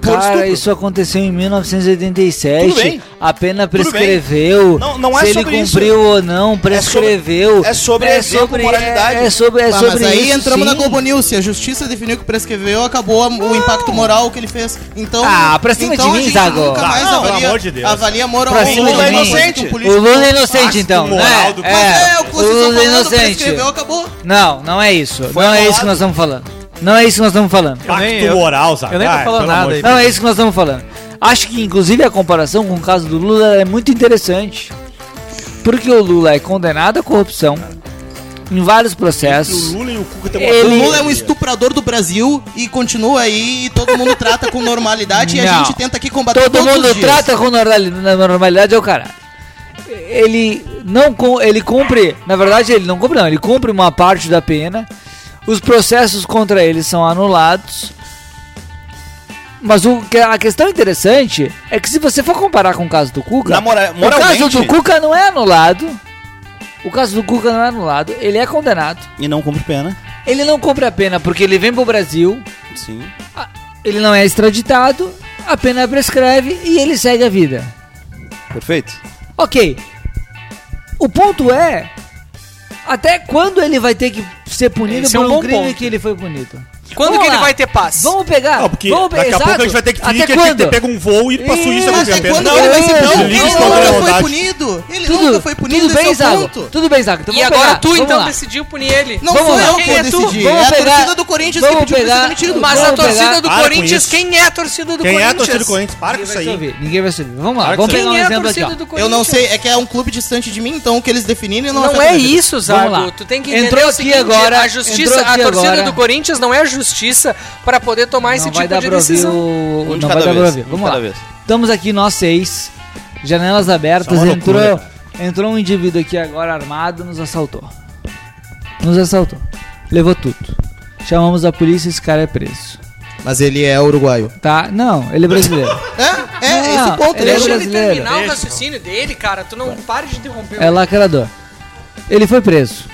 Speaker 5: por
Speaker 7: Cara,
Speaker 5: estupro.
Speaker 7: isso aconteceu em 1987.
Speaker 5: Tudo bem.
Speaker 7: A pena
Speaker 5: bem.
Speaker 7: prescreveu.
Speaker 5: Não- não é
Speaker 7: se
Speaker 5: sobre
Speaker 7: ele
Speaker 5: isso.
Speaker 7: cumpriu ou não, prescreveu.
Speaker 5: é sobre exemplo, moralidade.
Speaker 7: É, sobre, é
Speaker 6: Tá,
Speaker 7: sobre
Speaker 6: mas aí
Speaker 7: isso,
Speaker 6: entramos na
Speaker 7: sim.
Speaker 6: Globo News, se a justiça definiu que prescreveu, acabou a- o impacto moral que ele fez. Então,
Speaker 7: Ah, pra cima
Speaker 6: então
Speaker 7: de
Speaker 6: a
Speaker 7: mim,
Speaker 6: gente
Speaker 7: Zago. Tá.
Speaker 6: nunca mais
Speaker 4: Não, pelo
Speaker 6: avalia,
Speaker 4: amor de Deus.
Speaker 6: avalia moral.
Speaker 7: Pra cima de
Speaker 5: Lula é
Speaker 7: mim.
Speaker 5: inocente.
Speaker 6: O
Speaker 7: O
Speaker 6: político-
Speaker 7: Lula é inocente, então.
Speaker 4: moral
Speaker 7: né?
Speaker 4: do-
Speaker 6: Mas é, o que
Speaker 7: o
Speaker 6: vocês
Speaker 7: Lula
Speaker 6: estão
Speaker 7: é
Speaker 6: falando,
Speaker 7: inocente.
Speaker 6: prescreveu, acabou.
Speaker 7: Não, não é isso.
Speaker 5: Foi
Speaker 7: não é
Speaker 5: anulado.
Speaker 7: isso que nós estamos falando. Não é isso que nós estamos falando.
Speaker 3: Eu nem-
Speaker 4: Pacto
Speaker 3: eu-
Speaker 4: moral, Zago.
Speaker 3: eu nem tô
Speaker 4: Ai,
Speaker 3: falando
Speaker 4: pelo amor
Speaker 3: nada
Speaker 4: de
Speaker 3: aí.
Speaker 4: Deus.
Speaker 7: Não é isso que nós estamos falando. Acho que, inclusive, a comparação com o caso do Lula é muito interessante. Porque o Lula é condenado à corrupção em vários processos.
Speaker 4: O Lula e o Cuca tem
Speaker 7: Ele-
Speaker 6: O Lula é um estuprador do Brasil e continua aí e todo mundo trata com normalidade e a
Speaker 7: Não.
Speaker 6: gente tenta aqui combater
Speaker 7: Todo
Speaker 6: todos os
Speaker 7: mundo
Speaker 6: dias.
Speaker 7: trata com normali- na normalidade, é o cara. Ele não cum- ele cumpre, na verdade ele não cumpre não, ele cumpre uma parte da pena. Os processos contra ele são anulados. Mas o que- a questão interessante é que se você for comparar com o caso do Cuca,
Speaker 5: Na mora-
Speaker 7: o caso
Speaker 5: moralmente-
Speaker 7: do Cuca não é anulado. O caso do Cuca não é anulado, ele é condenado.
Speaker 5: E não cumpre pena.
Speaker 7: Ele não cumpre a pena porque ele vem pro Brasil,
Speaker 5: Sim.
Speaker 7: ele não é extraditado, a pena prescreve e ele segue a vida.
Speaker 5: Perfeito.
Speaker 7: Ok. O ponto é. Até quando ele vai ter que ser punido
Speaker 2: Esse é
Speaker 7: por
Speaker 2: um
Speaker 7: um
Speaker 2: bom
Speaker 7: crime
Speaker 2: ponto.
Speaker 7: que ele foi punido?
Speaker 2: Quando
Speaker 7: Vamos
Speaker 2: que ele
Speaker 7: lá.
Speaker 2: vai ter paz?
Speaker 7: Vamos pegar.
Speaker 4: Não, porque
Speaker 7: vamos pe-
Speaker 4: daqui a pouco a gente
Speaker 7: exato.
Speaker 4: vai ter que
Speaker 7: Até
Speaker 4: fingir que a gente
Speaker 7: quando?
Speaker 4: ter pego um voo e pra Suíça
Speaker 6: Mas
Speaker 4: com
Speaker 6: até
Speaker 4: a
Speaker 6: quando
Speaker 4: pena.
Speaker 6: que ele vai ser
Speaker 7: Não,
Speaker 6: punido?
Speaker 4: desliga
Speaker 6: Ele
Speaker 4: esse programa,
Speaker 6: nunca foi
Speaker 4: Zago.
Speaker 6: punido. Ele um nunca
Speaker 7: Tudo,
Speaker 6: foi punido,
Speaker 7: tudo
Speaker 6: esse é
Speaker 7: bem,
Speaker 6: o
Speaker 7: Zago.
Speaker 6: ponto.
Speaker 7: Tudo bem, Zago. Então
Speaker 2: E
Speaker 7: vamos
Speaker 2: agora
Speaker 7: pegar.
Speaker 2: tu
Speaker 7: Vamos
Speaker 2: então
Speaker 7: lá.
Speaker 2: decidiu punir ele.
Speaker 6: Não
Speaker 7: Vamos
Speaker 6: foi
Speaker 7: lá.
Speaker 6: eu
Speaker 2: Quem
Speaker 6: que
Speaker 2: é
Speaker 6: vou
Speaker 2: tu?
Speaker 6: decidir.
Speaker 7: Vamos
Speaker 6: é a
Speaker 7: pegar-
Speaker 6: torcida do Corinthians que
Speaker 7: vamos
Speaker 6: pediu pra
Speaker 7: pegar-
Speaker 6: ser demitido.
Speaker 2: Mas
Speaker 7: Vamos
Speaker 2: a torcida
Speaker 7: pegar-
Speaker 2: do
Speaker 4: Para com
Speaker 2: Corinthians,
Speaker 4: isso.
Speaker 2: quem é a torcida do
Speaker 4: Quem é a
Speaker 2: Corinthians?
Speaker 4: torcida do Corinthians? Para com
Speaker 7: Ninguém
Speaker 4: isso
Speaker 7: vai
Speaker 4: aí.
Speaker 7: subir. Ninguém vai subir. Vamos lá.
Speaker 4: Claro que
Speaker 7: Vamos
Speaker 4: sim.
Speaker 7: pegar um
Speaker 2: Quem é a
Speaker 7: exemplo aqui.
Speaker 2: torcida
Speaker 7: ó.
Speaker 2: do Corinthians?
Speaker 6: Eu não sei, é que é um clube distante de mim, então o que eles definirem não,
Speaker 2: Não
Speaker 6: afeta
Speaker 2: é
Speaker 6: minha vida.
Speaker 2: isso,
Speaker 7: Vamos
Speaker 2: Zago.
Speaker 7: lá.
Speaker 2: Tu tem que entender
Speaker 7: Entrou
Speaker 2: o
Speaker 7: aqui
Speaker 2: seguinte,
Speaker 7: agora,
Speaker 2: a justiça,
Speaker 7: entrou
Speaker 2: a
Speaker 7: aqui
Speaker 2: torcida
Speaker 7: agora.
Speaker 2: do Corinthians não é a justiça para poder tomar esse
Speaker 7: não
Speaker 2: tipo
Speaker 7: vai dar
Speaker 2: de
Speaker 7: pra ouvir
Speaker 2: decisão.
Speaker 7: o...
Speaker 5: Um de
Speaker 7: Não vai
Speaker 5: cada
Speaker 7: dar pra
Speaker 5: vez,
Speaker 7: ouvir.
Speaker 5: um de
Speaker 7: Vamos
Speaker 5: cada
Speaker 7: lá.
Speaker 5: vez.
Speaker 7: Estamos aqui nós seis. Janelas abertas.
Speaker 4: Isso é uma
Speaker 7: entrou,
Speaker 4: loucura,
Speaker 7: entrou um indivíduo aqui agora armado, nos assaltou. Nos assaltou. Levou tudo. Chamamos a polícia, esse cara é preso.
Speaker 6: Mas ele é uruguaio.
Speaker 7: Tá? Não, ele é brasileiro.
Speaker 6: É, é
Speaker 7: Não,
Speaker 6: esse ponto.
Speaker 7: ele
Speaker 2: Deixa
Speaker 6: Ele
Speaker 7: é
Speaker 6: é
Speaker 2: ele
Speaker 7: brasileiro.
Speaker 2: terminar o raciocínio dele, cara. Tu não para de interromper.
Speaker 7: É lacrador. Ele foi preso,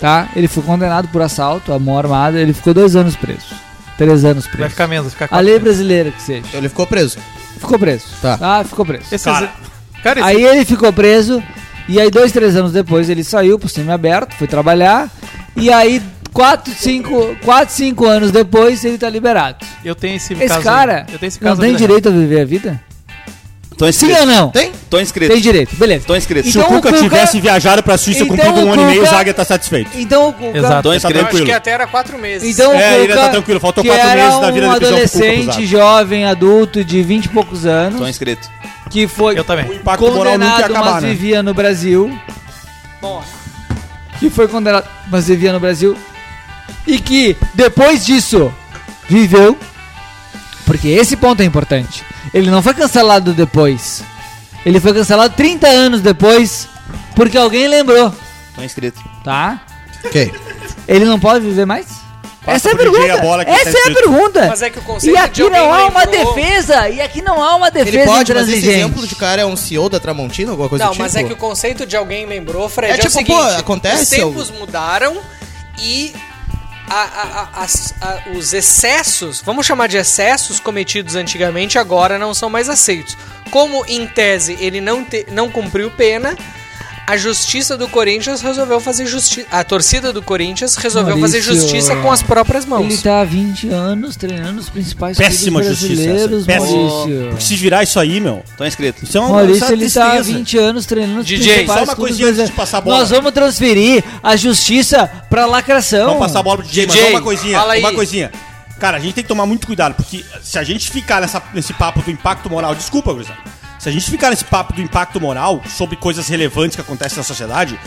Speaker 7: tá? Ele foi condenado por assalto, a mão armada. Ele ficou dois anos preso. Três anos preso.
Speaker 3: Vai ficar menos, vai ficar
Speaker 7: A lei brasileira que seja.
Speaker 6: ele ficou preso.
Speaker 7: Ficou preso.
Speaker 6: Tá.
Speaker 7: Ficou preso.
Speaker 3: Esse cara, cara esse-
Speaker 7: Aí ele ficou preso. E aí, dois, três anos depois, ele saiu pro semi-aberto, foi trabalhar. E aí, quatro, cinco, quatro, cinco anos depois, ele tá liberado.
Speaker 3: eu tenho esse,
Speaker 7: Esse
Speaker 3: caso-
Speaker 7: cara
Speaker 3: eu tenho esse
Speaker 7: não
Speaker 3: caso
Speaker 4: né?
Speaker 7: tem
Speaker 3: na vida
Speaker 7: direito a viver a vida?
Speaker 5: Tô
Speaker 7: Sim ou
Speaker 5: inscrito.
Speaker 7: não?
Speaker 6: Tem?
Speaker 5: Tô inscrito.
Speaker 7: Tem direito, beleza.
Speaker 5: Tô inscrito.
Speaker 4: Se
Speaker 7: Então,
Speaker 4: o Cuca
Speaker 7: o Cuca-
Speaker 4: tivesse viajado pra Suíça
Speaker 7: Então,
Speaker 4: cumprido um
Speaker 7: o
Speaker 4: ano e meio, o
Speaker 7: Cuca-
Speaker 4: Zaga tá satisfeito.
Speaker 7: Então, o cara-
Speaker 3: Exato.
Speaker 5: Tô
Speaker 4: Tá
Speaker 5: inscrito.
Speaker 2: Acho que
Speaker 4: tranquilo.
Speaker 2: até era quatro meses.
Speaker 7: Então,
Speaker 4: É,
Speaker 7: o
Speaker 4: ele
Speaker 7: Cuca,
Speaker 4: tá tranquilo, faltou
Speaker 7: que
Speaker 4: quatro
Speaker 7: era
Speaker 4: meses da vida
Speaker 7: um
Speaker 4: dele, fez um pouco
Speaker 7: adolescente,
Speaker 4: cruzado.
Speaker 7: jovem, adulto, de 20 e poucos
Speaker 4: Então
Speaker 5: Tô
Speaker 7: anos,
Speaker 5: inscrito.
Speaker 4: é-
Speaker 7: que foi
Speaker 3: Eu também.
Speaker 4: O impacto moral nunca ia
Speaker 7: condenado,
Speaker 4: acabar,
Speaker 7: mas
Speaker 4: né?
Speaker 7: vivia no Brasil. Que foi condenado, mas vivia no Brasil. E que, depois disso, viveu. Porque esse ponto é importante. Ele não foi cancelado depois. Ele foi cancelado 30 anos depois, porque alguém lembrou,
Speaker 5: Tô inscrito.
Speaker 7: tá?
Speaker 6: Ok.
Speaker 7: Ele não pode viver mais?
Speaker 4: Passa
Speaker 7: Essa é a
Speaker 4: pro DJ a
Speaker 7: pergunta.
Speaker 4: bola que tá
Speaker 7: Essa é a
Speaker 4: escrito.
Speaker 7: pergunta.
Speaker 2: Mas é que o conceito
Speaker 7: E
Speaker 2: de
Speaker 7: aqui
Speaker 2: alguém
Speaker 7: não há uma
Speaker 2: lembrou-
Speaker 7: defesa. E aqui não há uma defesa
Speaker 6: Ele pode, mas esse
Speaker 7: intransigente.
Speaker 6: exemplo de cara é um CEO da Tramontina, alguma coisa
Speaker 2: Não,
Speaker 6: do tipo?
Speaker 2: mas é que o conceito de alguém lembrou, Fred, é, o
Speaker 6: É tipo,
Speaker 2: seguinte,
Speaker 6: pô, acontece,
Speaker 2: os tempos
Speaker 6: eu-
Speaker 2: mudaram e a- a- a- as- a- os excessos, vamos chamar de excessos cometidos antigamente, agora não são mais aceitos. Como, em tese, ele não, te- não cumpriu pena, a justiça do Corinthians resolveu fazer justiça. A torcida do Corinthians resolveu
Speaker 7: Maurício,
Speaker 2: fazer justiça com as próprias
Speaker 7: Ele
Speaker 2: mãos.
Speaker 7: tá há 20 anos treinando os principais
Speaker 4: Péssima
Speaker 7: clubes
Speaker 4: justiça
Speaker 7: brasileiros,
Speaker 4: essa. Péssima. Porque
Speaker 7: Maurício.
Speaker 4: se virar isso aí, meu,
Speaker 5: Tô inscrito.
Speaker 7: um
Speaker 4: isso é uma isso é
Speaker 7: Maurício,
Speaker 4: uma
Speaker 7: ele tá há
Speaker 4: tristeza.
Speaker 7: 20 anos treinando os
Speaker 2: DJ,
Speaker 7: principais
Speaker 4: só uma
Speaker 7: clubes
Speaker 4: coisinha antes de
Speaker 7: brasileiros.
Speaker 4: passar a bola.
Speaker 7: Nós vamos transferir a justiça pra lacração.
Speaker 4: Vamos passar a bola pro DJ, mas
Speaker 2: DJ,
Speaker 4: só uma coisinha,
Speaker 2: fala aí.
Speaker 4: uma coisinha. Cara, a gente tem que tomar muito cuidado, porque se a gente ficar nessa- nesse papo do impacto moral, desculpa, Gruzão, se a gente ficar nesse papo do impacto moral sobre coisas relevantes que acontecem na sociedade,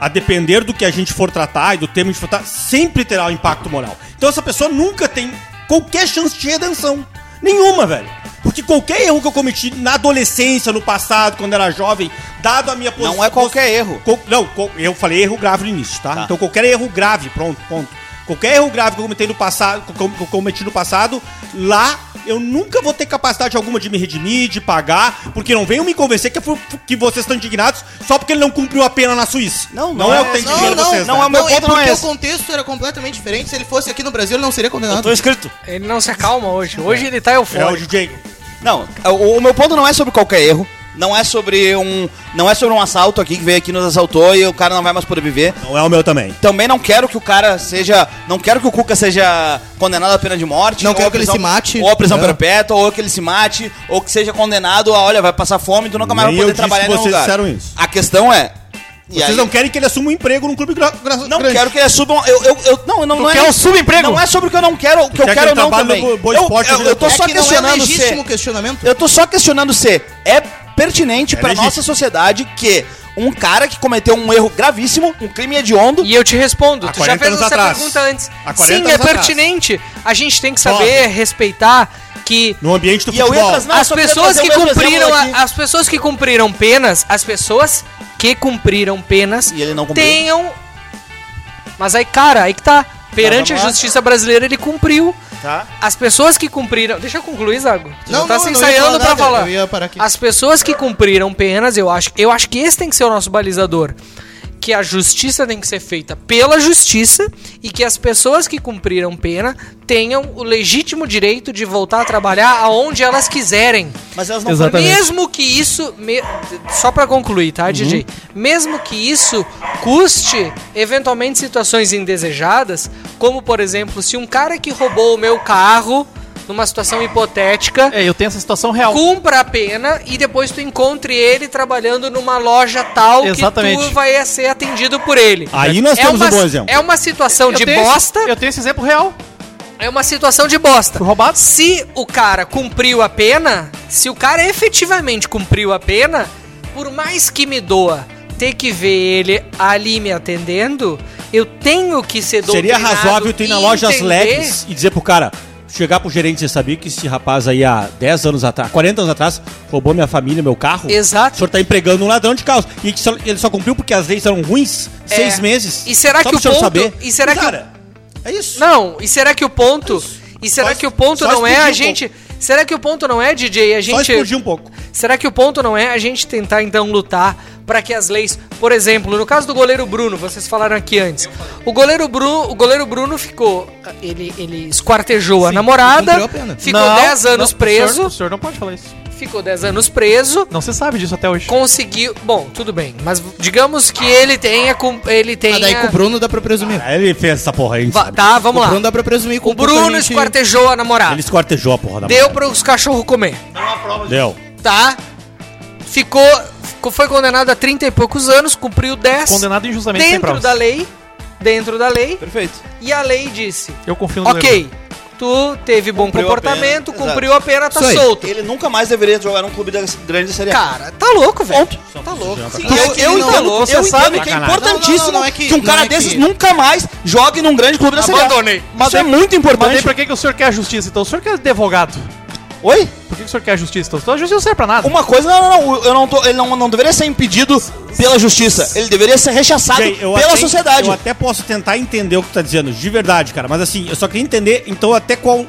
Speaker 4: a depender do que a gente for tratar e do tema que a gente for tratar, sempre terá um impacto moral. Então essa pessoa nunca tem qualquer chance de redenção. Nenhuma, velho. Porque qualquer erro que eu cometi na adolescência, no passado, quando era jovem, dado a minha posição.
Speaker 5: Não é qualquer erro.
Speaker 4: Co- Não, co- eu falei erro grave no início, tá?
Speaker 5: Tá.
Speaker 4: Então qualquer erro grave, pronto, ponto. Qualquer erro grave que eu cometi no passado, que eu- que eu cometi no passado, lá eu nunca vou ter capacidade alguma de me redimir, de pagar, porque não venham me convencer que, eu fui- que vocês estão indignados só porque ele não cumpriu a pena na Suíça.
Speaker 5: Não,
Speaker 4: não,
Speaker 5: não
Speaker 4: é,
Speaker 5: é-
Speaker 4: o que tem
Speaker 5: não,
Speaker 4: dinheiro
Speaker 5: não,
Speaker 4: vocês.
Speaker 5: não
Speaker 4: né?
Speaker 5: é o meu
Speaker 6: Não, é
Speaker 5: ponto não é
Speaker 6: porque o
Speaker 5: esse.
Speaker 6: contexto era completamente diferente. Se ele fosse aqui no Brasil, ele não seria condenado.
Speaker 5: inscrito.
Speaker 2: Ele não se acalma hoje. Hoje ele tá
Speaker 4: É o
Speaker 2: eufórico.
Speaker 4: DJ.
Speaker 5: Não, o, o meu ponto não é sobre qualquer erro. Não é sobre um. Não é sobre um assalto aqui que veio aqui e nos assaltou e o cara não vai mais poder viver.
Speaker 4: Não é o meu também.
Speaker 5: Também não quero que o cara seja. Não quero que o Cuca seja condenado à pena de morte.
Speaker 6: Não
Speaker 5: ou
Speaker 6: quero
Speaker 5: à
Speaker 6: que ele
Speaker 5: prisão-
Speaker 6: se mate. É.
Speaker 5: Ou a prisão
Speaker 6: Não.
Speaker 5: perpétua, ou que ele se mate, ou que seja condenado a, olha, vai passar fome, tu nunca mais
Speaker 4: Nem
Speaker 5: vai
Speaker 4: eu
Speaker 5: poder
Speaker 4: disse
Speaker 5: trabalhar
Speaker 4: que
Speaker 5: em nenhum
Speaker 4: vocês
Speaker 5: lugar.
Speaker 4: disseram isso.
Speaker 5: A questão é. e
Speaker 4: Vocês
Speaker 5: aí-
Speaker 4: não querem que ele assuma um emprego num clube gra gra
Speaker 5: Não
Speaker 4: grande.
Speaker 5: quero que ele suba. um- Eu, eu, eu, não, não, não
Speaker 3: quer
Speaker 5: é.
Speaker 3: um subemprego?
Speaker 5: Não é sobre o que eu não quero, o que
Speaker 4: quer
Speaker 5: eu
Speaker 4: que
Speaker 5: quero
Speaker 4: ele
Speaker 5: no não
Speaker 4: trabalhe no
Speaker 5: também.
Speaker 4: Bo- Boa
Speaker 5: eu,
Speaker 4: Esporte,
Speaker 5: eu, eu tô
Speaker 4: diretor?
Speaker 5: só
Speaker 6: que não é
Speaker 5: questionando se.
Speaker 6: legítimo questionamento.
Speaker 5: Eu tô só questionando se é pertinente
Speaker 4: É
Speaker 5: pra
Speaker 4: legítimo.
Speaker 5: nossa sociedade que um cara que cometeu um erro gravíssimo, um crime hediondo,
Speaker 2: E eu te respondo,
Speaker 4: Há
Speaker 2: tu já
Speaker 4: 40
Speaker 2: fez
Speaker 4: anos
Speaker 2: essa
Speaker 4: atrás.
Speaker 2: pergunta antes.
Speaker 4: Há 40
Speaker 2: Sim,
Speaker 4: anos
Speaker 2: é
Speaker 4: atrás.
Speaker 2: pertinente. A gente tem que saber respeitar que
Speaker 4: No ambiente do
Speaker 5: E eu
Speaker 4: futebol.
Speaker 5: entro às nove-
Speaker 2: as
Speaker 5: só queria
Speaker 2: pessoas
Speaker 5: trazer
Speaker 2: que
Speaker 5: o mesmo
Speaker 2: cumpriram
Speaker 5: exemplo
Speaker 2: a- as pessoas que cumpriram penas, as pessoas que cumpriram penas
Speaker 5: E ele não cumpriu.
Speaker 2: tenham Mas aí, cara, aí que tá perante a
Speaker 5: vamos lá.
Speaker 2: justiça brasileira ele cumpriu.
Speaker 5: Tá.
Speaker 2: As pessoas que cumpriram, deixa eu concluir, Zago. Tu
Speaker 6: Não,
Speaker 2: já tá
Speaker 6: não,
Speaker 2: se
Speaker 6: não ia
Speaker 2: ensaiando
Speaker 6: falar
Speaker 2: pra
Speaker 6: nada,
Speaker 2: falar.
Speaker 6: eu ia parar aqui.
Speaker 2: As pessoas que cumpriram penas, eu acho, eu acho que esse tem que ser o nosso balizador. que a justiça tem que ser feita pela justiça e que as pessoas que cumpriram pena tenham o legítimo direito de voltar a trabalhar aonde elas quiserem.
Speaker 5: Mas elas não
Speaker 3: Exatamente.
Speaker 2: Mesmo que isso. me- só pra concluir, tá, DJ?
Speaker 3: Uhum.
Speaker 2: Mesmo que isso custe eventualmente situações indesejadas, como por exemplo, se um cara que roubou o meu carro, numa situação hipotética,
Speaker 3: É, eu tenho essa situação real.
Speaker 2: cumpra a pena e depois tu encontre ele trabalhando numa loja tal que
Speaker 3: Exatamente.
Speaker 2: tu vai ser atendido por ele.
Speaker 4: Aí nós temos
Speaker 2: uma,
Speaker 4: um bom exemplo.
Speaker 2: É uma situação
Speaker 3: Eu
Speaker 2: de
Speaker 3: tenho
Speaker 2: bosta.
Speaker 3: Esse, eu tenho esse exemplo real.
Speaker 2: É uma situação de bosta.
Speaker 3: Fui roubado.
Speaker 2: Se o cara cumpriu a pena, se o cara efetivamente cumpriu a pena, por mais que me doa ter que ver ele ali me atendendo, eu tenho que ser
Speaker 4: Seria
Speaker 2: doutrinado
Speaker 4: razoável tu ir na
Speaker 2: e
Speaker 4: loja
Speaker 2: entender-
Speaker 4: Leves e dizer pro cara, chegar pro gerente, você sabia que esse rapaz aí há 10 anos atrás, 40 anos atrás, roubou minha família, meu carro?
Speaker 2: Exato.
Speaker 4: O senhor tá empregando um ladrão de carros. E que só- ele só cumpriu porque as leis eram ruins, seis meses.
Speaker 2: É. E será
Speaker 4: Só
Speaker 2: que
Speaker 4: pro
Speaker 2: o
Speaker 4: senhor
Speaker 2: ponto-
Speaker 4: saber.
Speaker 2: e será que o-
Speaker 4: Cara, é isso.
Speaker 2: Não, e será que o ponto. E será
Speaker 4: Só-
Speaker 2: que o ponto
Speaker 4: só
Speaker 2: não é
Speaker 4: explodir
Speaker 2: a
Speaker 4: um
Speaker 2: gente. Será que o ponto não é, DJ, a
Speaker 4: Só
Speaker 2: gente.
Speaker 4: explodir um pouco.
Speaker 2: Será que o ponto não é a gente tentar então lutar para que as leis, por exemplo, no caso do goleiro Bruno, vocês falaram aqui antes. O goleiro Bruno, o goleiro Bruno ficou, ele, ele esquartejou a namorada,
Speaker 6: cumpriu a pena.
Speaker 2: ficou
Speaker 3: Não,
Speaker 2: 10 anos
Speaker 3: não, o
Speaker 2: preso,
Speaker 3: senhor- O senhor não pode falar isso.
Speaker 2: ficou 10 anos preso,
Speaker 3: Não se sabe disso até hoje.
Speaker 2: conseguiu, bom, tudo bem, mas digamos que ele tenha cum- ele tenha
Speaker 6: Ah, daí com o Bruno dá pra presumir.
Speaker 4: Aí ele fez essa porra aí.
Speaker 2: Va- tá, vamos
Speaker 6: Com o
Speaker 2: lá.
Speaker 6: Bruno dá pra presumir. Com
Speaker 2: O Bruno esquartejou a namorada.
Speaker 4: Ele esquartejou a porra da
Speaker 2: Deu para os cachorros comer.
Speaker 4: mulher. Deu.
Speaker 2: tá? Ficou, ficou- foi condenado a 30 e poucos anos, cumpriu 10.
Speaker 3: Condenado injustamente sem
Speaker 2: dentro
Speaker 3: provas.
Speaker 2: da lei, dentro da lei,
Speaker 5: Perfeito.
Speaker 2: e a lei disse:
Speaker 3: Eu confio no goleiro.
Speaker 2: OK, tu teve bom
Speaker 5: Cumpriu a
Speaker 2: comportamento,
Speaker 5: pena,
Speaker 2: cumpriu a pena, tá
Speaker 6: Isso aí.
Speaker 2: solto.
Speaker 5: Ele nunca mais deveria jogar num clube da grande da Série A.
Speaker 2: Cara, tá louco, velho. Tá louco.
Speaker 5: E é que eu
Speaker 6: não,
Speaker 5: entendo,
Speaker 3: você
Speaker 5: eu
Speaker 3: sabe-
Speaker 5: entendo que é
Speaker 3: Sacanagem.
Speaker 5: importantíssimo
Speaker 6: Não, não, não, é que-
Speaker 5: que um cara
Speaker 6: não é que-
Speaker 5: desses nunca mais jogue num grande clube da Série A.
Speaker 2: Abandonei.
Speaker 5: Mas isso é muito
Speaker 3: Mas daí
Speaker 5: importante.
Speaker 3: pra que, que o senhor quer a justiça, então? O senhor quer advogado.
Speaker 5: Oi?
Speaker 3: Por que, que o senhor quer a justiça, então? Então A justiça não serve pra nada.
Speaker 5: Uma coisa, não, não, não, eu não tô, ele não, não deveria ser impedido pela justiça. Ele deveria ser rechaçado
Speaker 4: Bem, eu
Speaker 5: pela
Speaker 4: até-
Speaker 5: sociedade.
Speaker 4: Eu até posso tentar entender o que tu tá dizendo, de verdade, cara. Mas assim, eu só queria entender, então, até qual.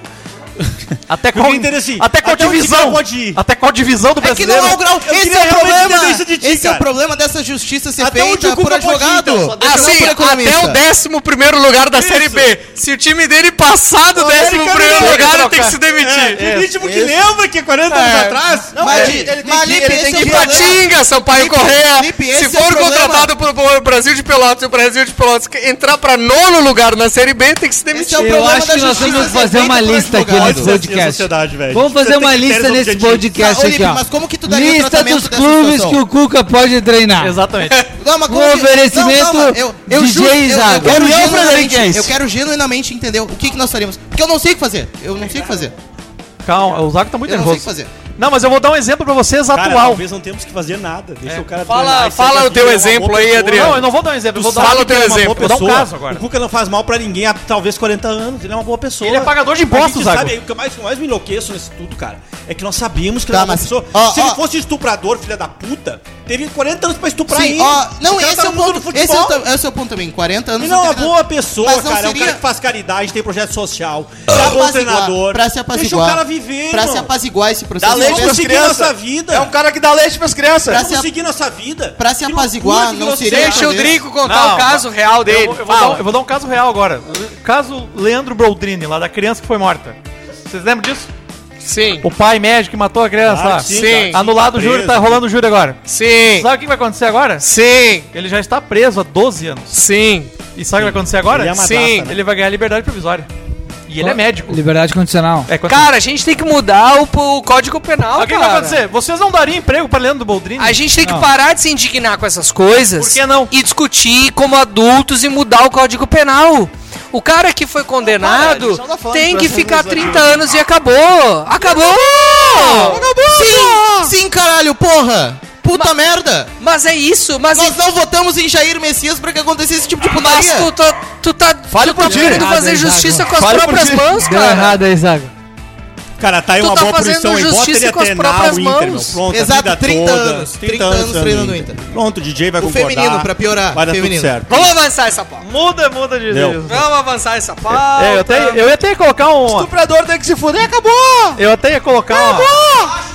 Speaker 3: Até
Speaker 4: Eu queria entender assim,
Speaker 3: Até qual
Speaker 4: até onde que
Speaker 3: divisão?
Speaker 4: ela pode ir?
Speaker 3: Até qual divisão do
Speaker 5: É que
Speaker 3: brasileiro?
Speaker 5: não é o grau.
Speaker 4: Eu
Speaker 5: Esse
Speaker 4: queria
Speaker 5: é o
Speaker 4: realmente
Speaker 5: problema.
Speaker 4: entender isso de ti,
Speaker 6: Esse é o
Speaker 4: cara.
Speaker 6: problema dessa justiça ser
Speaker 4: Até onde
Speaker 6: feita
Speaker 4: a culpa
Speaker 6: por
Speaker 4: pode ir,
Speaker 6: advogado. Assim,
Speaker 4: então? Só deixa
Speaker 6: não por
Speaker 2: é
Speaker 6: economista.
Speaker 2: décimo primeiro lugar da Série B. Se o time dele passar do décimo primeiro lugar, ele tem que se demitir.
Speaker 4: Tem ritmo que lembra que é 40 anos atrás.
Speaker 5: Não,
Speaker 6: Mas,
Speaker 5: ele, ele tem
Speaker 6: mas,
Speaker 5: que,
Speaker 6: Lipe,
Speaker 5: ele
Speaker 6: esse
Speaker 5: tem
Speaker 6: é
Speaker 5: que
Speaker 6: o
Speaker 5: pagar.
Speaker 6: problema.
Speaker 2: Tinga, Sampaio
Speaker 6: Felipe,
Speaker 2: Correia.
Speaker 6: Felipe,
Speaker 2: se
Speaker 6: esse é o
Speaker 2: for
Speaker 6: problema.
Speaker 2: contratado pelo Brasil de Pelotas e o Brasil de Pelotas que entrar pra nono lugar na Série B, tem que se demitir.
Speaker 6: Esse é o
Speaker 7: Eu
Speaker 6: problema
Speaker 7: acho
Speaker 6: da
Speaker 7: que nós
Speaker 6: justiça
Speaker 4: é
Speaker 7: vamos
Speaker 6: ser
Speaker 7: fazer
Speaker 6: feita
Speaker 7: uma
Speaker 6: por
Speaker 7: lista aqui
Speaker 6: advogado.
Speaker 7: nesse podcast.
Speaker 4: assim, sociedade, velho.
Speaker 7: Vamos fazer
Speaker 4: Você tem
Speaker 7: uma
Speaker 4: critérios
Speaker 7: lista nesse
Speaker 4: objetivos.
Speaker 7: podcast
Speaker 6: Tá, ô,
Speaker 7: aqui,
Speaker 6: Lipe,
Speaker 7: ó.
Speaker 6: mas como que tu daria o
Speaker 7: Lista
Speaker 6: tratamento
Speaker 7: dos
Speaker 6: dessa
Speaker 7: clubes
Speaker 6: situação?
Speaker 7: que o Cuca pode treinar.
Speaker 3: Exatamente.
Speaker 6: Não, mas
Speaker 7: Um
Speaker 6: como que-
Speaker 7: oferecimento
Speaker 6: eu, eu,
Speaker 7: de
Speaker 6: juro, eu, eu,
Speaker 7: Geisado.
Speaker 6: quero
Speaker 5: União
Speaker 6: genuinamente,
Speaker 5: Frederiquense.
Speaker 6: eu quero genuinamente entender o que, que nós faríamos. Porque eu não sei o que fazer. Eu não sei o que fazer.
Speaker 3: Calma, o Zago tá muito
Speaker 6: Eu não sei o que
Speaker 3: nervoso.
Speaker 6: fazer.
Speaker 3: Não, mas eu vou dar um exemplo pra vocês
Speaker 4: Cara,
Speaker 3: atual.
Speaker 4: talvez não temos que fazer nada. Deixa o cara
Speaker 2: É. Fala-
Speaker 4: treinar. Isso
Speaker 2: fala
Speaker 4: aqui
Speaker 2: o teu
Speaker 4: é uma
Speaker 2: exemplo
Speaker 4: boa
Speaker 2: aí,
Speaker 4: pessoa.
Speaker 2: Adriano.
Speaker 3: Não, eu não vou dar um exemplo. Eu vou dar
Speaker 2: Fala
Speaker 3: um
Speaker 2: o teu
Speaker 4: Ele é uma
Speaker 2: exemplo.
Speaker 3: Vou
Speaker 4: boa
Speaker 3: dar um
Speaker 4: pessoa.
Speaker 3: caso agora.
Speaker 4: O Cuca não faz mal pra ninguém há talvez 40 anos. Ele é uma boa pessoa.
Speaker 3: Ele é pagador de
Speaker 4: A gente
Speaker 3: impostos, Zago.
Speaker 4: sabe, o que mais, o que mais me enlouqueço nisso tudo, cara, é que nós sabíamos que ele
Speaker 6: Tá,
Speaker 4: é uma boa
Speaker 6: mas-
Speaker 4: pessoa.
Speaker 6: ó,
Speaker 4: Se ele
Speaker 6: ó.
Speaker 4: fosse estuprador, filha da puta, teve 40 anos pra estuprar
Speaker 6: Sim,
Speaker 4: ele.
Speaker 6: ó, não,
Speaker 4: O cara
Speaker 6: esse
Speaker 4: tá
Speaker 6: é o
Speaker 4: no mundo do
Speaker 6: ponto. Esse é o,
Speaker 4: futebol.
Speaker 6: ta- esse é o ponto também. 40 anos.
Speaker 4: Ele não é uma
Speaker 6: tem
Speaker 4: boa
Speaker 6: nada.
Speaker 4: pessoa,
Speaker 6: Mas não
Speaker 4: cara. É um cara
Speaker 6: seria-
Speaker 4: que faz caridade, tem projeto social, é bom
Speaker 6: apaziguar,
Speaker 4: treinador.
Speaker 6: Pra se apaziguar.
Speaker 4: Deixa o cara viver,
Speaker 6: Pra se
Speaker 4: irmão.
Speaker 6: apaziguar esse processo.
Speaker 5: Dá leite
Speaker 6: Talvez-
Speaker 5: pras
Speaker 4: conseguir
Speaker 5: crianças.
Speaker 4: nossa vida.
Speaker 5: É um cara que dá leite pras crianças.
Speaker 6: Pra
Speaker 4: Vamos
Speaker 6: se ap-
Speaker 4: seguir nossa vida.
Speaker 6: pra se
Speaker 4: Que loucura,
Speaker 6: apaziguar,
Speaker 4: que
Speaker 6: não
Speaker 4: grosseria.
Speaker 6: seria-
Speaker 2: Deixa o Drico contar
Speaker 3: Não,
Speaker 2: o caso real dele.
Speaker 3: Eu vou, eu vou
Speaker 2: Fala.
Speaker 3: dar, um- eu vou dar um caso real agora. Le- Caso Leandro Boldrini, lá da criança que foi morta. Vocês lembram disso?
Speaker 2: Sim,
Speaker 3: O pai médico que matou a criança
Speaker 4: Claro
Speaker 3: lá.
Speaker 4: que sim,
Speaker 2: Sim.
Speaker 4: cara.
Speaker 3: Anulado o júri,
Speaker 4: Preso.
Speaker 3: tá rolando o júri agora.
Speaker 2: sim,
Speaker 3: Sabe o que vai acontecer agora?
Speaker 2: sim,
Speaker 3: Ele já está preso há 12 anos.
Speaker 2: sim.
Speaker 3: E sabe o que vai acontecer agora?
Speaker 4: Ele é uma
Speaker 2: Sim.
Speaker 4: data, né?
Speaker 3: Ele vai ganhar liberdade provisória. E ele é médico.
Speaker 7: Liberdade condicional.
Speaker 3: É, quanto-
Speaker 2: Cara, a gente tem que mudar o, o código penal,
Speaker 3: o que que vai
Speaker 2: cara.
Speaker 3: acontecer? Vocês não dariam emprego pra Leandro Boldrini?
Speaker 2: A gente tem que parar de se indignar com essas coisas.
Speaker 3: Por que não?
Speaker 2: E discutir como adultos e mudar o código penal. O cara que foi
Speaker 5: Não, para, a
Speaker 2: condenado
Speaker 5: gente não tá falando
Speaker 2: tem
Speaker 5: pra
Speaker 2: que
Speaker 5: essa
Speaker 2: ficar
Speaker 5: legislativa.
Speaker 2: 30 anos e acabou. Acabou! Acabou!
Speaker 6: Sim, sim, caralho, porra! Puta merda!
Speaker 2: Mas é isso, mas
Speaker 6: Nós não votamos em Jair Messias pra que acontecesse esse tipo de
Speaker 2: Mas
Speaker 6: putaria!
Speaker 2: tu, tá- tu tá, tu tá
Speaker 7: ti.
Speaker 2: querendo
Speaker 7: Errado,
Speaker 2: fazer
Speaker 7: exato.
Speaker 2: justiça com as
Speaker 5: Fale por
Speaker 2: próprias
Speaker 5: ti.
Speaker 2: mãos,
Speaker 7: Deu
Speaker 2: cara.
Speaker 7: errado aí, Zago.
Speaker 4: Cara, tá aí
Speaker 2: Tu
Speaker 4: uma
Speaker 2: tá
Speaker 4: boa
Speaker 2: fazendo
Speaker 4: punição aí. Bota ele
Speaker 2: justiça
Speaker 4: a
Speaker 2: com as
Speaker 4: treinar
Speaker 2: próprias
Speaker 4: o Inter, meu.
Speaker 2: mãos.
Speaker 4: Pronto, a
Speaker 6: Exato,
Speaker 4: vida
Speaker 6: 30
Speaker 4: toda.
Speaker 6: anos, 30 anos treinando o Inter.
Speaker 4: Pronto, o DJ vai
Speaker 6: O
Speaker 4: concordar.
Speaker 6: feminino, pra piorar,
Speaker 4: Vai dar
Speaker 6: feminino.
Speaker 4: tudo certo.
Speaker 2: Vamos avançar essa pauta.
Speaker 3: Muda, muda de...
Speaker 4: Deu.
Speaker 2: Vamos avançar essa pauta.
Speaker 3: É, eu, até, eu ia até colocar um...
Speaker 5: O estuprador tem que se fuder, acabou!
Speaker 3: Eu até ia colocar uma...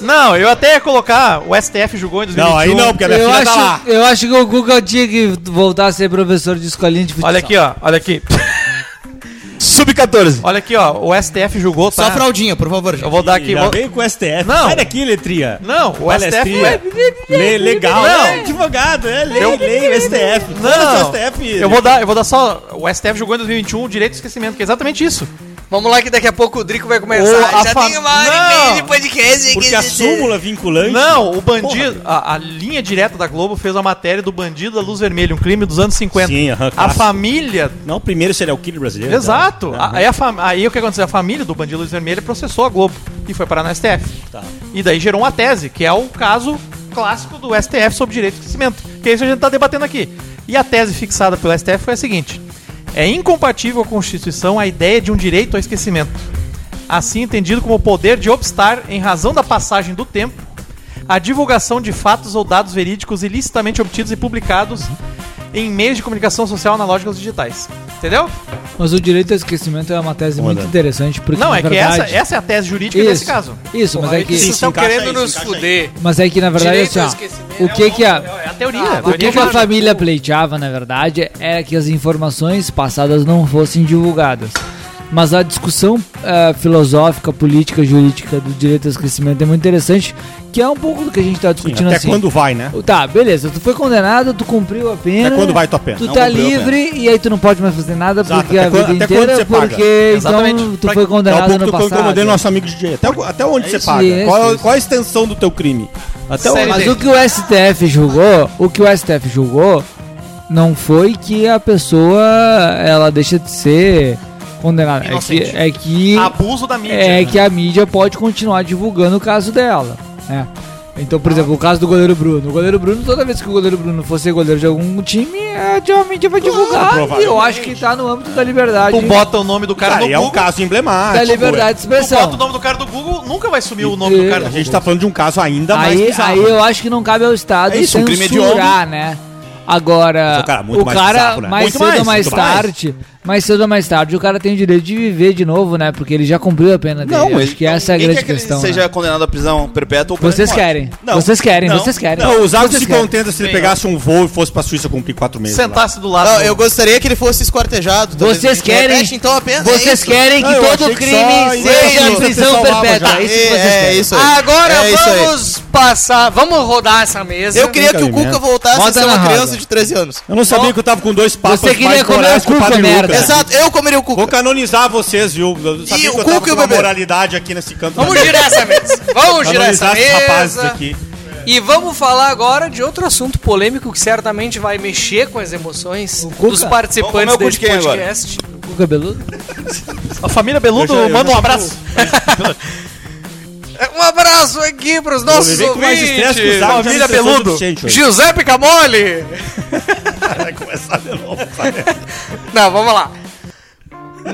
Speaker 3: Não, eu até ia colocar o STF julgou em 2021.
Speaker 4: Não, aí não, porque a minha
Speaker 7: Eu
Speaker 4: filha
Speaker 7: acho,
Speaker 4: tá lá.
Speaker 7: eu acho que o Google tinha que voltar a ser professor de escolinha de
Speaker 4: é
Speaker 7: futsal.
Speaker 3: Olha aqui, ó. Olha aqui.
Speaker 5: Sub-14.
Speaker 3: Olha aqui, ó. O STF julgou, tá?
Speaker 6: Só fraldinha, por favor, gente.
Speaker 3: Eu vou dar aqui.
Speaker 4: Já
Speaker 3: vou-
Speaker 4: vem com o STF.
Speaker 3: Não.
Speaker 4: Sai daqui, letria.
Speaker 3: Não, o STF não é-
Speaker 4: Palestrinha. Le- legal.
Speaker 3: Não.
Speaker 4: É advogado, é lei,
Speaker 3: Eu-
Speaker 4: lei, o STF.
Speaker 3: Não.
Speaker 4: Foda-se o STF.
Speaker 3: Eu vou dar, eu vou dar só o STF julgou em 2021 o direito de esquecimento, que é exatamente isso.
Speaker 2: Vamos lá que daqui a pouco o Drico vai
Speaker 3: Ô,
Speaker 2: começar.
Speaker 3: a
Speaker 2: Já
Speaker 3: fa-
Speaker 2: tem uma hora
Speaker 3: Não!
Speaker 2: e meia de podcast.
Speaker 4: Porque a súmula vinculante.
Speaker 3: Não, o bandido, a, a linha direta da Globo fez a matéria do bandido da luz vermelha, um crime dos anos 50.
Speaker 4: Sim, aham,
Speaker 3: a
Speaker 4: clássico.
Speaker 3: família
Speaker 4: Não, o primeiro seria o killer brasileiro.
Speaker 3: Exato. Ah, é- A-
Speaker 4: Né?
Speaker 3: Aí, a fam- aí o que aconteceu? A família do bandido Luz Vermelha processou a Globo e foi parar no STF.
Speaker 4: Tá.
Speaker 3: E daí gerou uma tese, que é o caso clássico do STF sobre direito de esquecimento, que é isso que a gente está debatendo aqui. E a tese fixada pelo STF foi a seguinte: é incompatível com a Constituição a ideia de um direito ao esquecimento, assim entendido como o poder de obstar, em razão da passagem do tempo, a divulgação de fatos ou dados verídicos ilicitamente obtidos e publicados em meios de comunicação social analógicos digitais. Entendeu?
Speaker 7: Mas o direito ao esquecimento é uma tese muito interessante, porque
Speaker 3: Não,
Speaker 7: na
Speaker 3: é que
Speaker 7: verdade...
Speaker 3: essa, essa é a tese jurídica
Speaker 7: isso,
Speaker 3: nesse caso.
Speaker 7: Isso, mas é que...
Speaker 2: Vocês
Speaker 4: Sim,
Speaker 2: estão
Speaker 4: encaixa
Speaker 2: querendo
Speaker 4: aí,
Speaker 2: nos
Speaker 4: encaixa aí.
Speaker 2: fuder.
Speaker 7: Mas é que, na verdade,
Speaker 2: Direito
Speaker 7: assim,
Speaker 2: ao
Speaker 7: ó,
Speaker 2: esquecimento.
Speaker 7: o que que a...
Speaker 3: É a teoria. a
Speaker 7: O que,
Speaker 3: teoria
Speaker 7: que a
Speaker 3: jurídica.
Speaker 7: família pleiteava, na verdade, era que as informações passadas não fossem divulgadas. Mas a discussão eh, filosófica, política, jurídica do direito ao esquecimento é muito interessante, que é um pouco do que a gente está
Speaker 4: Sim,
Speaker 7: discutindo
Speaker 4: até
Speaker 7: assim.
Speaker 4: quando vai, né?
Speaker 7: Tá, beleza, tu foi condenado, tu cumpriu a pena.
Speaker 4: Até É quando vai tua pena?
Speaker 7: Tu
Speaker 5: Não
Speaker 7: tá
Speaker 5: cumpriu a
Speaker 7: livre e aí tu não pode mais fazer nada
Speaker 4: Exato,
Speaker 7: porque
Speaker 4: até
Speaker 7: a
Speaker 4: quando-
Speaker 7: vida
Speaker 4: até quando
Speaker 7: inteira,
Speaker 4: você paga?
Speaker 7: porque então
Speaker 3: Exatamente.
Speaker 7: tu foi
Speaker 4: Daqui a
Speaker 7: condenado
Speaker 4: É pouco
Speaker 7: no
Speaker 4: tu
Speaker 7: passado. É
Speaker 4: incomodando nosso amigo DJ. Até, até onde você
Speaker 7: isso,
Speaker 4: paga?
Speaker 7: isso,
Speaker 4: qual, é
Speaker 7: isso.
Speaker 4: qual a extensão do teu crime? Até
Speaker 3: Série
Speaker 4: onde?
Speaker 7: Mas
Speaker 3: D.
Speaker 7: o que o STF julgou, o que o STF julgou não foi que a pessoa ela deixa de ser condenada. É que,
Speaker 3: Inocente.
Speaker 7: é que
Speaker 3: Abuso da mídia.
Speaker 7: é
Speaker 3: né?
Speaker 7: que a mídia pode continuar divulgando o caso dela, né? Então, por exemplo, o caso do goleiro Bruno. O goleiro Bruno, toda vez que o goleiro Bruno for ser goleiro de algum time, é, a mídia vai divulgar. E eu acho que tá no âmbito da liberdade.
Speaker 3: Tu bota o nome do cara
Speaker 4: Cara,
Speaker 3: no
Speaker 4: e é tipo, um
Speaker 3: Google.
Speaker 4: caso
Speaker 7: da
Speaker 4: emblemático.
Speaker 7: liberdade de
Speaker 3: Tu bota o
Speaker 7: expressão.
Speaker 3: nome do cara do Google, nunca vai sumir o nome
Speaker 7: É,
Speaker 3: do cara
Speaker 4: A
Speaker 3: do
Speaker 4: gente
Speaker 3: Google.
Speaker 4: tá falando de um caso ainda mais
Speaker 7: Aí,
Speaker 4: bizarro.
Speaker 7: aí eu acho que não cabe ao Estado
Speaker 5: É isso, um crime
Speaker 7: censurar, né? Agora,
Speaker 4: Mas o cara é muito
Speaker 7: o
Speaker 4: mais
Speaker 7: cara,
Speaker 4: bizarro, né?
Speaker 7: mais
Speaker 4: Muito
Speaker 7: cedo
Speaker 4: mais,
Speaker 7: ou mais
Speaker 4: muito mais.
Speaker 7: tarde, mais. cedo ou mais tarde, o cara tem o direito de viver de novo, né? Porque ele já cumpriu a pena dele. Acho que essa é a
Speaker 5: ninguém
Speaker 7: grande
Speaker 5: quer que ele
Speaker 7: questão.
Speaker 5: seja
Speaker 7: né?
Speaker 5: condenado à prisão perpétua ou
Speaker 7: Vocês
Speaker 5: pena de
Speaker 7: querem.
Speaker 5: morte.
Speaker 7: Vocês querem, vocês querem.
Speaker 4: Não, o Zago
Speaker 7: Vocês
Speaker 4: se
Speaker 7: querem.
Speaker 4: contenta se ele pegasse um voo e fosse pra Suíça cumprir quatro meses. tá lá.
Speaker 2: tá-
Speaker 3: Sentasse do lado.
Speaker 6: Não, eu gostaria que ele fosse esquartejado. talvez
Speaker 7: Vocês
Speaker 6: ele
Speaker 7: querem-
Speaker 6: repete, então apenas é
Speaker 7: Vocês
Speaker 6: isso.
Speaker 7: querem
Speaker 4: Ah,
Speaker 7: que
Speaker 4: eu achei
Speaker 7: todo
Speaker 4: que só
Speaker 7: crime
Speaker 4: em
Speaker 7: seja
Speaker 4: Brasília
Speaker 7: prisão
Speaker 4: você salvava
Speaker 7: perpétua.
Speaker 4: já.
Speaker 7: É isso que
Speaker 6: É,
Speaker 7: vocês
Speaker 6: é
Speaker 7: querem.
Speaker 6: isso aí.
Speaker 2: Agora
Speaker 6: É isso aí.
Speaker 2: vamos passar, vamos rodar essa mesa.
Speaker 6: Eu queria que o
Speaker 4: Nunca
Speaker 6: Cuca voltasse
Speaker 7: Bota
Speaker 6: a ser
Speaker 7: na
Speaker 6: uma
Speaker 7: roda.
Speaker 6: criança de 13 anos.
Speaker 4: Eu não sabia que eu tava com dois papas
Speaker 7: Você queria comer
Speaker 4: morais
Speaker 7: o
Speaker 4: que o
Speaker 7: cu,
Speaker 4: Padre
Speaker 7: foi
Speaker 4: Lucas.
Speaker 7: merda.
Speaker 6: Exato, eu comeria o Cuca.
Speaker 4: Vou canonizar vocês, viu? Eu sabia
Speaker 6: E
Speaker 4: que
Speaker 6: o
Speaker 4: eu
Speaker 6: Cuca
Speaker 4: tava
Speaker 6: e
Speaker 4: com
Speaker 6: o
Speaker 4: uma
Speaker 6: bebê?
Speaker 4: moralidade aqui nesse canto.
Speaker 2: Vamos girar essa mesa. Vamos girar essa
Speaker 4: canonizar esses rapazes
Speaker 2: mesa.
Speaker 4: aqui.
Speaker 2: E vamos falar agora de outro assunto polêmico que certamente vai mexer com as emoções
Speaker 7: Cuca.
Speaker 2: dos
Speaker 5: Vamos comer
Speaker 2: participantes
Speaker 5: o cu de
Speaker 2: desse
Speaker 5: quem agora?
Speaker 2: podcast.
Speaker 7: O cabeludo?
Speaker 3: A família Beludo
Speaker 4: Eu já- eu
Speaker 3: manda um
Speaker 4: já-
Speaker 3: abraço.
Speaker 2: Um abraço aqui para os
Speaker 4: Vou
Speaker 2: nossos
Speaker 4: viver com mais estresse que o
Speaker 2: ouvintes.
Speaker 4: Zago.
Speaker 3: Família Beludo.
Speaker 2: Giuseppe Camoli.
Speaker 4: Vai começar de novo.
Speaker 2: Não, vamos lá.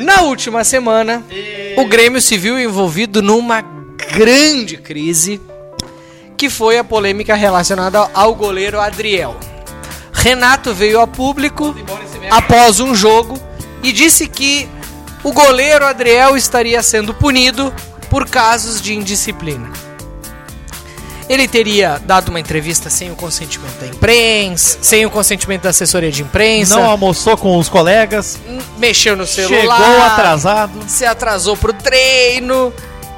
Speaker 2: Na última semana, o Grêmio se viu envolvido numa grande crise, que foi a polêmica relacionada ao goleiro Adriel. Renato veio a público após um jogo e disse que o goleiro Adriel estaria sendo punido por casos de indisciplina. Ele teria dado uma entrevista sem o consentimento da imprensa, sem o consentimento da assessoria de imprensa
Speaker 3: Não almoçou com os colegas.
Speaker 2: mexeu no celular,
Speaker 3: Chegou atrasado.
Speaker 2: se atrasou pro treino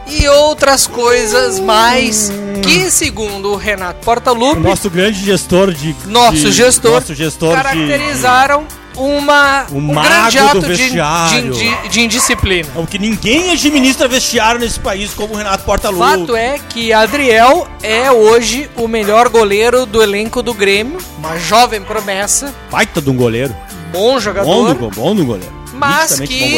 Speaker 2: e outras coisas mais que, segundo o Renato Portaluppi,
Speaker 4: Nosso grande gestor de...
Speaker 2: nosso
Speaker 4: de-
Speaker 2: gestor,
Speaker 4: Nosso gestor de-
Speaker 2: caracterizaram uma,
Speaker 4: O
Speaker 2: um
Speaker 4: mago
Speaker 2: grande
Speaker 4: do
Speaker 2: ato de, de,
Speaker 4: vestiário.
Speaker 2: indi- de indisciplina.
Speaker 4: É o que ninguém administra vestiário nesse país como o Renato
Speaker 2: O
Speaker 4: Portaluppi.
Speaker 2: fato é que Adriel é hoje o melhor goleiro do elenco do Grêmio, uma jovem promessa,
Speaker 4: Baita de um goleiro.
Speaker 2: bom
Speaker 4: Bom
Speaker 2: jogador.
Speaker 4: do, bom do goleiro.
Speaker 2: mas
Speaker 4: Nitidamente bom
Speaker 2: que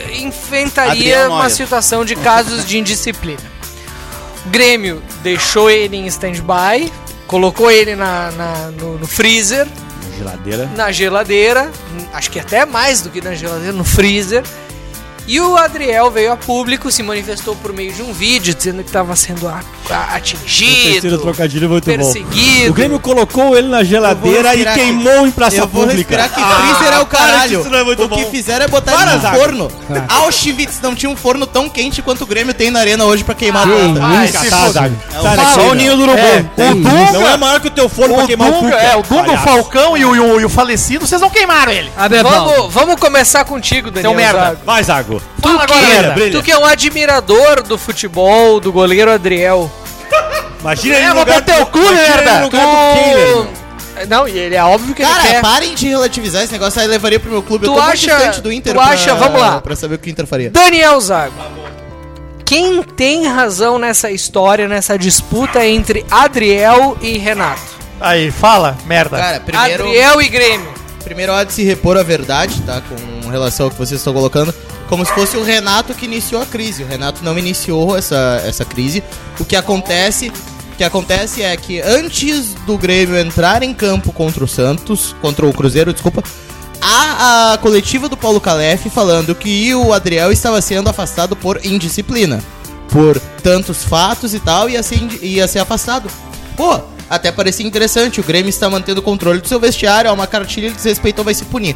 Speaker 4: goleiro.
Speaker 2: eh, enfrentaria
Speaker 5: Adriano
Speaker 2: uma
Speaker 5: Neuer.
Speaker 2: situação de casos de indisciplina. O Grêmio deixou ele em stand-by, colocou ele na, na- no, no freezer,
Speaker 4: Geladeira.
Speaker 2: na geladeira, hum, acho que até mais do que na geladeira, no freezer. E o Adriel veio a público, se manifestou por meio de um vídeo dizendo que estava sendo a- a-
Speaker 4: Terceiro
Speaker 2: atingido,
Speaker 4: trocadilho muito bom.
Speaker 2: perseguido.
Speaker 4: O Grêmio colocou ele na geladeira e
Speaker 6: respirar aqui.
Speaker 4: queimou em praça
Speaker 6: Eu vou
Speaker 4: pública.
Speaker 6: respirar que freezer é
Speaker 4: para,
Speaker 6: o caralho.
Speaker 4: isso não é muito
Speaker 6: o que
Speaker 4: bom.
Speaker 6: fizeram é botar
Speaker 4: Para,
Speaker 6: ele no
Speaker 4: Zago.
Speaker 6: forno. Auschwitz não tinha um forno tão quente quanto o Grêmio tem na arena hoje pra queimar
Speaker 2: Ah,
Speaker 6: a torta.
Speaker 2: vai
Speaker 4: Vai
Speaker 2: se
Speaker 4: catar, Zago. Sai daqui,
Speaker 3: Só o
Speaker 4: velho.
Speaker 3: ninho do urubu.
Speaker 4: É,
Speaker 3: o Dunga,
Speaker 4: Não é maior que o teu forno pra
Speaker 3: o
Speaker 4: queimar o
Speaker 3: Dunga,
Speaker 4: Cuca.
Speaker 3: é, o Dunga, o
Speaker 4: palhaço.
Speaker 3: Falcão e o, e o- e o falecido, vocês não queimaram ele.
Speaker 7: Ah, Bebão.
Speaker 2: Vamos, vamos começar contigo, Daniel.
Speaker 3: Seu merda.
Speaker 2: Zago.
Speaker 4: Vai, Zago.
Speaker 2: Tu,
Speaker 3: Fala
Speaker 2: que,
Speaker 3: agora,
Speaker 4: brilha, brilha.
Speaker 2: tu que é um admirador do futebol, do goleiro Adriel.
Speaker 4: Imagina ele
Speaker 3: Leva
Speaker 4: no lugar
Speaker 3: até o cu,
Speaker 4: imagina ele
Speaker 3: merda.
Speaker 4: no lugar do Kehler.
Speaker 2: Não, e ele é óbvio que
Speaker 6: Cara,
Speaker 2: ele quer.
Speaker 6: parem de relativizar esse negócio. Aí levaria pro meu clube.
Speaker 2: Tu
Speaker 6: eu tô
Speaker 2: acha-
Speaker 6: muito distante do Inter.
Speaker 2: tu acha- vamos lá.
Speaker 6: Pra saber o que o Inter faria.
Speaker 2: Daniel Zago. Quem tem razão nessa história, nessa disputa entre Adriel e Renato?
Speaker 3: Aí, fala, merda.
Speaker 6: Cara, primeiro...
Speaker 2: Adriel e Grêmio.
Speaker 6: Primeiro há de se repor a verdade, tá? Com relação ao que vocês estão colocando. Como se fosse o Renato que iniciou a crise. O Renato não iniciou essa, essa crise. O que acontece. O que acontece é que antes do Grêmio entrar em campo contra o Santos, contra o Cruzeiro, desculpa, há a coletiva do Paulo Calef falando que o Adriel estava sendo afastado por indisciplina. Por tantos fatos e tal, ia ser, indi- ia ser afastado. Pô, até parecia interessante. O Grêmio está mantendo o controle do seu vestiário. É uma cartilha que desrespeitou, vai se punir.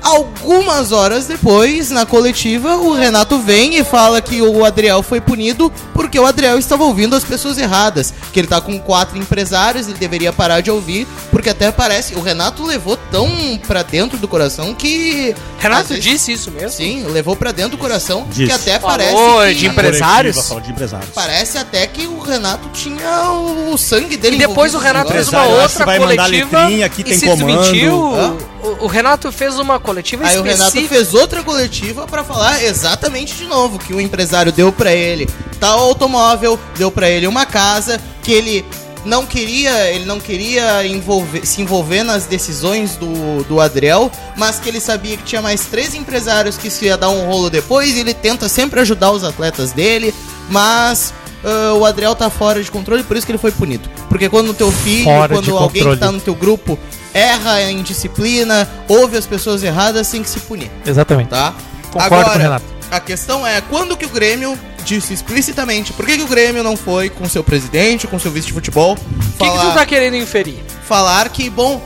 Speaker 6: Algumas horas depois, na coletiva, o Renato vem e fala que o Adriel foi punido porque o Adriel estava ouvindo as pessoas erradas. Que ele tá com quatro empresários, ele deveria parar de ouvir, porque até parece. O Renato levou tão pra dentro do coração que. às
Speaker 2: Renato
Speaker 6: vezes-
Speaker 2: disse isso mesmo?
Speaker 6: Sim, levou pra dentro do coração que
Speaker 4: Disse.
Speaker 6: até
Speaker 2: Falou
Speaker 6: parece. que-
Speaker 2: de
Speaker 4: Na coletiva,
Speaker 2: Empresários?
Speaker 4: fala de empresários.
Speaker 6: Parece até que o Renato tinha o sangue
Speaker 2: E
Speaker 6: dele.
Speaker 2: depois
Speaker 6: envolvido
Speaker 2: o Renato
Speaker 6: nesse
Speaker 2: fez
Speaker 6: negócio.
Speaker 2: uma
Speaker 4: Empresário, acho
Speaker 2: outra
Speaker 4: que vai mandar
Speaker 2: coletiva
Speaker 4: letrinha, aqui
Speaker 2: e
Speaker 4: tem
Speaker 2: se
Speaker 4: comando.
Speaker 2: desmentiu.
Speaker 6: Hã?
Speaker 2: O, o Renato fez uma coletiva
Speaker 6: Aí o Renato
Speaker 2: específica.
Speaker 6: fez outra coletiva pra falar exatamente de novo que o empresário deu pra ele tal automóvel, deu pra ele uma casa, que ele não queria, ele não queria envolver- se envolver nas decisões do, do Adriel, mas que ele sabia que tinha mais três empresários que se ia dar um rolo depois, e ele tenta sempre ajudar os atletas dele, mas ah, o Adriel tá fora de controle, por isso que ele foi punido. Porque quando o teu filho,
Speaker 3: Fora de
Speaker 6: quando alguém que
Speaker 3: controle.
Speaker 6: tá no teu grupo erra em disciplina, ouve as pessoas erradas, tem que se punir,
Speaker 4: Ah.
Speaker 3: Exatamente.
Speaker 6: tá?
Speaker 3: Concordo com o Renato.
Speaker 6: A questão é quando que o Grêmio disse explicitamente por que, que o Grêmio não foi com seu presidente, com seu vice de futebol,
Speaker 2: O que, que tu
Speaker 6: falar,
Speaker 2: tá querendo inferir?
Speaker 6: falar que, bom,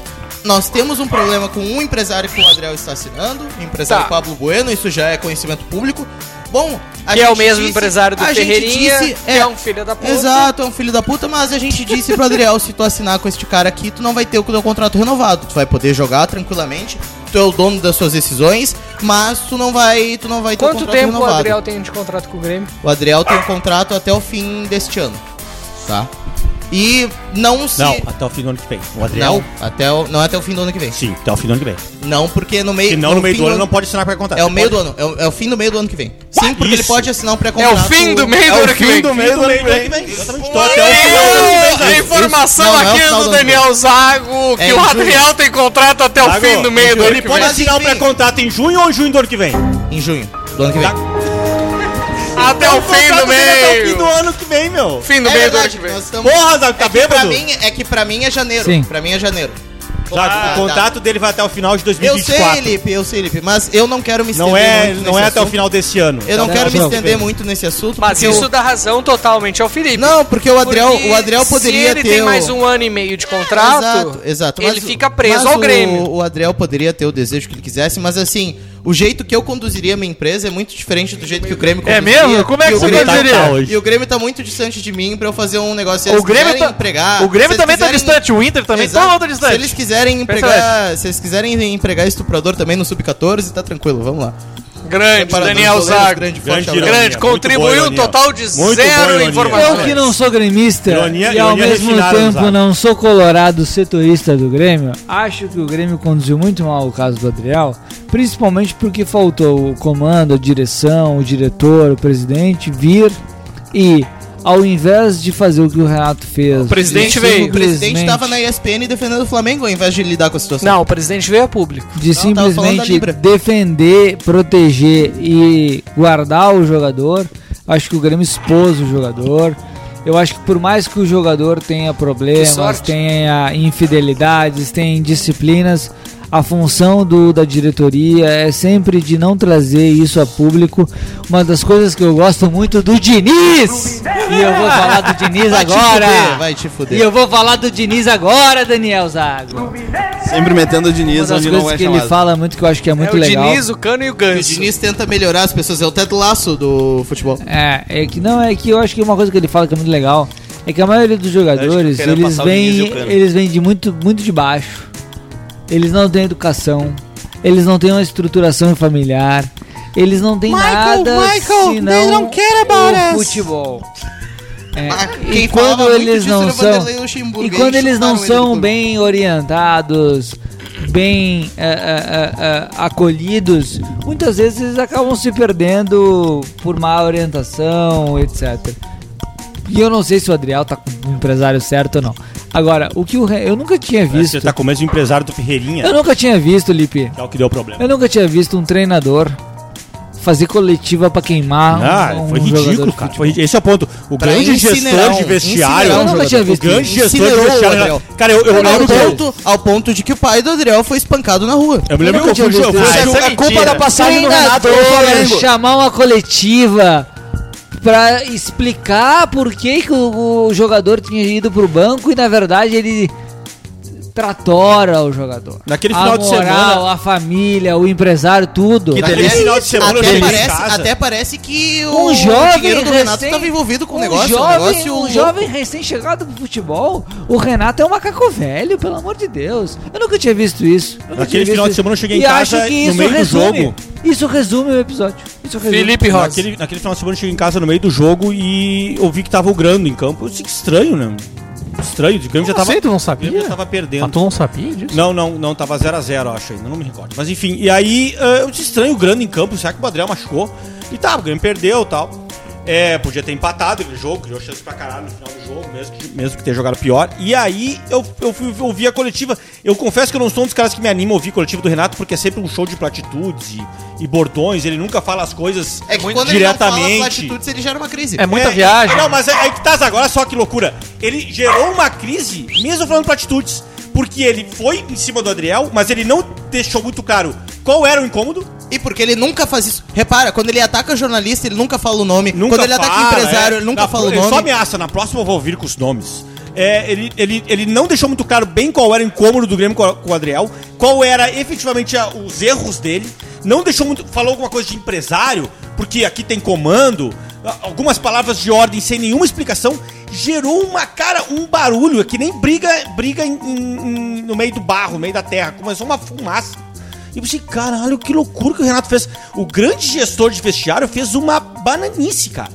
Speaker 6: nós temos um problema com um empresário que o Adriel está assinando, o empresário
Speaker 2: Tá.
Speaker 6: Pablo Bueno, isso já é conhecimento público. Bom, a
Speaker 2: Que é o
Speaker 6: gente
Speaker 2: mesmo
Speaker 6: disse-
Speaker 2: empresário do
Speaker 6: a gente
Speaker 2: Ferreirinha,
Speaker 6: disse-
Speaker 2: que é um filho da puta.
Speaker 6: Exato, é um filho da puta, mas a gente disse pro Adriel, se tu assinar com este cara aqui, tu não vai ter o teu contrato renovado. Tu vai poder jogar tranquilamente, tu é o dono das suas decisões, mas tu não vai, tu não vai ter o
Speaker 2: Quanto
Speaker 6: contrato
Speaker 2: tempo
Speaker 6: renovado.
Speaker 2: o Adriel tem de contrato com o Grêmio?
Speaker 6: O Adriel tem um contrato até o fim deste ano, tá? E não se...
Speaker 4: Não, até o fim do ano que vem. O Adriel?
Speaker 6: Não, até o, não é até o fim do ano que vem.
Speaker 4: Sim, até o fim do ano que vem.
Speaker 6: Não, porque no meio...
Speaker 4: Se não, no meio
Speaker 6: fim
Speaker 4: do ano não pode assinar pra contar.
Speaker 6: É o meio do ano, é o, é o fim do meio do ano que vem. Sim, porque ele
Speaker 4: Isso.
Speaker 6: pode
Speaker 2: É
Speaker 6: assinar um pré-contrato...
Speaker 2: meio
Speaker 4: É o fim do meio do ano que vem. Exatamente. Então, até o final do ano
Speaker 2: A
Speaker 4: que vem, Zago.
Speaker 2: informação
Speaker 6: Não, não é o
Speaker 2: aqui
Speaker 6: final do
Speaker 2: do
Speaker 6: ano que
Speaker 2: Daniel Zago que
Speaker 6: É em
Speaker 2: o
Speaker 6: julho.
Speaker 2: Adriel tem contrato até É o
Speaker 4: Zago,
Speaker 2: fim do meio do ano
Speaker 4: Ele
Speaker 2: que
Speaker 4: pode
Speaker 2: vem.
Speaker 4: assinar o pré-contrato em junho ou em junho do ano que vem?
Speaker 6: Em junho do ano que vem.
Speaker 2: Até É o fim do
Speaker 4: é Até o fim do
Speaker 2: meio.
Speaker 4: ano que vem, meu.
Speaker 2: Fim do
Speaker 6: é
Speaker 2: meio do ano
Speaker 6: verdade,
Speaker 2: que vem.
Speaker 6: nós estamos...
Speaker 4: Porra, Zago, tá
Speaker 6: é que pra
Speaker 4: bêbado?
Speaker 6: mim, é que pra mim é janeiro.
Speaker 7: Sim.
Speaker 6: Pra mim é janeiro.
Speaker 4: Zago, o contrato dele vai até o final de
Speaker 6: Ah, tá.
Speaker 3: é
Speaker 6: Eu sei,
Speaker 4: 2024.
Speaker 6: Lipe, eu sei, Lipe, mas eu não quero me
Speaker 4: Não é,
Speaker 6: muito
Speaker 4: não é até
Speaker 6: nesse
Speaker 4: o
Speaker 6: assunto.
Speaker 4: final desse ano.
Speaker 6: Eu não
Speaker 7: Não,
Speaker 6: quero me
Speaker 7: não,
Speaker 6: estender
Speaker 7: não.
Speaker 6: muito nesse assunto.
Speaker 2: Mas
Speaker 6: porque
Speaker 2: isso
Speaker 6: eu-
Speaker 2: dá razão totalmente ao Felipe.
Speaker 6: Não, porque o Adriel,
Speaker 2: Porque
Speaker 6: o Adriel
Speaker 2: se
Speaker 6: poderia
Speaker 2: ele
Speaker 6: ter.
Speaker 2: tem
Speaker 6: o-
Speaker 2: mais um ano e meio de contrato,
Speaker 6: Exato, exato.
Speaker 2: ele
Speaker 6: mas o-
Speaker 2: fica preso
Speaker 6: mas
Speaker 2: ao
Speaker 6: o-
Speaker 2: Grêmio.
Speaker 6: O Adriel poderia ter o desejo que ele quisesse, mas assim, o jeito que eu conduziria minha empresa é muito diferente do jeito que o Grêmio
Speaker 3: É
Speaker 6: conduzia,
Speaker 3: mesmo? Como é
Speaker 6: e
Speaker 3: que
Speaker 6: o
Speaker 3: você
Speaker 6: Grêmio-
Speaker 3: conduziria?
Speaker 4: Tá hoje.
Speaker 6: E o Grêmio tá muito distante de mim pra eu fazer um negócio. se
Speaker 3: O
Speaker 6: eles
Speaker 3: Grêmio, tá,
Speaker 6: quiserem
Speaker 3: o
Speaker 6: se
Speaker 3: Grêmio
Speaker 6: eles
Speaker 3: também tá
Speaker 6: quiserem-
Speaker 3: distante, o Inter
Speaker 2: tá
Speaker 3: também tá
Speaker 6: Exato.
Speaker 3: todo mundo
Speaker 6: Se
Speaker 3: distante.
Speaker 6: eles quiserem empregar, se eles quiserem empregar estuprador também no sub-14, tá tranquilo, vamos lá.
Speaker 2: grande,
Speaker 6: Preparador
Speaker 2: Daniel
Speaker 6: dos goleiros,
Speaker 2: Zago.
Speaker 4: Grande
Speaker 6: grande, forte abraço.
Speaker 4: Ironia,
Speaker 2: Grande,
Speaker 4: muito
Speaker 2: contribuiu
Speaker 4: boa
Speaker 2: um
Speaker 4: ironia.
Speaker 2: total de
Speaker 4: Muito boa
Speaker 2: zero
Speaker 4: ironia.
Speaker 2: informações.
Speaker 7: Eu que não sou gremista
Speaker 4: Ironia-
Speaker 7: e ao
Speaker 4: ironia
Speaker 7: mesmo
Speaker 4: refinada,
Speaker 7: tempo
Speaker 4: Zago.
Speaker 7: não sou colorado setorista do Grêmio, acho que o Grêmio conduziu muito mal o caso do Adriel, principalmente porque faltou o comando, a direção, o diretor, o presidente vir e ao invés de fazer o que o Renato fez, o
Speaker 2: presidente veio.
Speaker 6: O presidente tava na ESPN defendendo o Flamengo ao invés de lidar com a situação.
Speaker 2: Não, o presidente veio a público.
Speaker 7: de
Speaker 6: Não, tava falando da
Speaker 7: simplesmente
Speaker 6: Libra.
Speaker 7: defender, proteger e guardar o jogador. Acho que o Grêmio expôs o jogador. Eu acho que por mais que o jogador tenha
Speaker 2: Que
Speaker 7: problemas,
Speaker 2: sorte.
Speaker 7: tenha infidelidades, tenha indisciplinas, a função do, da diretoria é sempre de não trazer isso a público. Uma das coisas que eu gosto muito do Diniz! E eu vou falar do Diniz
Speaker 6: Vai te
Speaker 7: agora!
Speaker 6: fuder, vai te fuder.
Speaker 7: E eu vou falar do Diniz agora, Daniel Zago!
Speaker 5: Sempre metendo o Diniz
Speaker 7: Uma das
Speaker 5: onde não
Speaker 7: coisas
Speaker 5: é
Speaker 7: que ele
Speaker 5: chamado.
Speaker 7: fala muito que eu acho que é muito
Speaker 2: é o
Speaker 7: legal.
Speaker 2: Diniz, o Cano e o
Speaker 6: O
Speaker 2: Ganso.
Speaker 6: Diniz tenta melhorar as pessoas, é o teto laço do futebol.
Speaker 7: É, é que não, é que eu acho que uma coisa que ele fala que é muito legal é que a maioria dos jogadores,
Speaker 5: querendo
Speaker 7: eles
Speaker 5: passar o Diniz e
Speaker 7: vêm,
Speaker 5: o Cano.
Speaker 7: eles vêm de muito, muito de baixo. Eles não têm educação, eles não têm uma estruturação familiar, eles não têm nada
Speaker 6: Michael,
Speaker 7: senão
Speaker 6: they don't care about
Speaker 7: o
Speaker 6: us.
Speaker 7: futebol. É,
Speaker 6: Ah,
Speaker 7: e
Speaker 6: quem
Speaker 7: quando
Speaker 6: falava muito
Speaker 7: eles
Speaker 6: disso
Speaker 7: não
Speaker 6: era o
Speaker 7: são,
Speaker 6: Vanderlei Luxemburgo,
Speaker 7: e
Speaker 6: aí
Speaker 7: quando eles não
Speaker 6: chutaram ele do
Speaker 7: são
Speaker 6: clube.
Speaker 7: bem orientados, bem é, é, é, é, acolhidos, muitas vezes eles acabam se perdendo por má orientação, etc. E eu não sei se o Adriel tá com o empresário certo ou não. Agora, o que o Re- eu nunca tinha
Speaker 4: Você
Speaker 7: visto,
Speaker 4: tá com o mesmo empresário do Ferreirinha,
Speaker 7: eu nunca tinha visto, Lipe.
Speaker 4: que é o que deu problema.
Speaker 7: Eu nunca tinha visto um treinador fazer coletiva pra queimar um-
Speaker 4: Ah,
Speaker 7: um,
Speaker 4: foi
Speaker 7: jogador
Speaker 4: ridículo,
Speaker 7: de
Speaker 4: cara.
Speaker 7: futebol.
Speaker 4: Foi ridículo. Esse é o ponto. O
Speaker 6: Pra
Speaker 4: grande
Speaker 6: incinerar
Speaker 4: gestor
Speaker 6: um-
Speaker 4: de vestiário.
Speaker 6: incinerar
Speaker 7: um Eu nunca tinha
Speaker 4: O
Speaker 7: visto
Speaker 4: grande
Speaker 7: isso.
Speaker 4: gestor de
Speaker 6: Incinerou o
Speaker 4: vestiário.
Speaker 6: Adriel.
Speaker 4: Cara,
Speaker 2: É
Speaker 4: eu, eu
Speaker 6: Ao
Speaker 4: lembro. que-
Speaker 6: ponto, ao ponto de que o pai do Adriel foi espancado na rua.
Speaker 4: Eu me lembro que eu fui.
Speaker 7: Eu nunca tinha
Speaker 4: Eu
Speaker 7: visto isso.
Speaker 4: fui
Speaker 5: Isso é
Speaker 4: a culpa
Speaker 5: mentira.
Speaker 4: da passagem do Renato
Speaker 7: treinador
Speaker 4: pelo Flamengo.
Speaker 7: chamar uma coletiva pra explicar por que, que o, o jogador tinha ido pro banco e na verdade ele tratora o jogador.
Speaker 4: Naquele
Speaker 7: a
Speaker 4: final de
Speaker 7: moral,
Speaker 4: semana-
Speaker 7: A família, o empresário, tudo.
Speaker 4: Que
Speaker 6: Até-
Speaker 4: delícia. Final de semana eu
Speaker 6: até,
Speaker 4: cheguei em
Speaker 6: parece,
Speaker 4: casa.
Speaker 6: até parece que o
Speaker 7: um jovem
Speaker 6: dinheiro do Renato
Speaker 7: recém-
Speaker 6: estava envolvido com o
Speaker 7: um
Speaker 6: negócio.
Speaker 7: jovem,
Speaker 6: um negócio
Speaker 7: um
Speaker 6: louco.
Speaker 7: jovem recém-chegado pro futebol, o Renato é um macaco velho, pelo amor de Deus. Eu nunca tinha visto isso. Eu nunca
Speaker 4: Naquele
Speaker 7: tinha visto
Speaker 4: final de
Speaker 7: isso.
Speaker 4: semana eu cheguei em
Speaker 7: E
Speaker 4: casa
Speaker 7: acho que
Speaker 4: no
Speaker 7: isso
Speaker 4: meio do
Speaker 7: resume-
Speaker 4: jogo.
Speaker 7: Isso resume o episódio. Isso resume.
Speaker 2: Felipe Rosa.
Speaker 4: Naquele, naquele final de semana eu cheguei em casa no meio do jogo e eu vi que tava o Grando em campo. Eu disse que estranho, né? Estranho, o Grêmio já tava,
Speaker 3: sei, tu não
Speaker 4: o Grêmio
Speaker 3: sabia?
Speaker 4: já tava perdendo.
Speaker 3: Mas tu não sabia disso?
Speaker 4: Não, não, não, tava 0x0, acho ainda, não me recordo. Mas enfim, e aí eh, eu disse estranho o Grando em campo, será que o Adriel machucou? E tá, o Grêmio perdeu e tal. É, podia ter empatado aquele jogo, criou chance pra caralho no final do jogo, mesmo que, mesmo que tenha jogado pior. E aí eu, eu fui ouvir a coletiva. Eu confesso que eu não sou um dos caras que me anima a ouvir a coletiva do Renato, porque é sempre um show de platitudes e, e bordões, ele nunca fala as coisas
Speaker 6: É que
Speaker 4: muito
Speaker 6: quando
Speaker 4: diretamente.
Speaker 6: ele não fala platitudes, ele gera uma crise.
Speaker 3: É muita
Speaker 4: É,
Speaker 3: viagem.
Speaker 4: Não, mas é, é que tá agora só que loucura. Ele gerou uma crise, mesmo falando pra atitudes. Porque ele foi em cima do Adriel, mas ele não deixou muito claro qual era o incômodo.
Speaker 6: E porque ele nunca faz isso. Repara, quando ele ataca jornalista, ele nunca fala o nome.
Speaker 4: Nunca
Speaker 6: quando ele ataca
Speaker 4: fala,
Speaker 6: empresário,
Speaker 4: é.
Speaker 6: ele nunca
Speaker 4: Na-
Speaker 6: fala o
Speaker 4: ele
Speaker 6: nome.
Speaker 4: só ameaça, na próxima eu vou vir com os nomes. É, ele, ele, ele não deixou muito claro bem qual era o incômodo do Grêmio com a- com o Adriel, qual era efetivamente a- os erros dele. Não deixou muito. Falou alguma coisa de empresário, porque aqui tem comando, a- algumas palavras de ordem sem nenhuma explicação. Gerou uma cara, um barulho, é que nem briga, briga em- em- em- no meio do barro, no meio da terra. Começou uma fumaça. E eu pensei, caralho, que loucura que o Renato fez. O grande gestor de vestiário fez uma bananice, cara.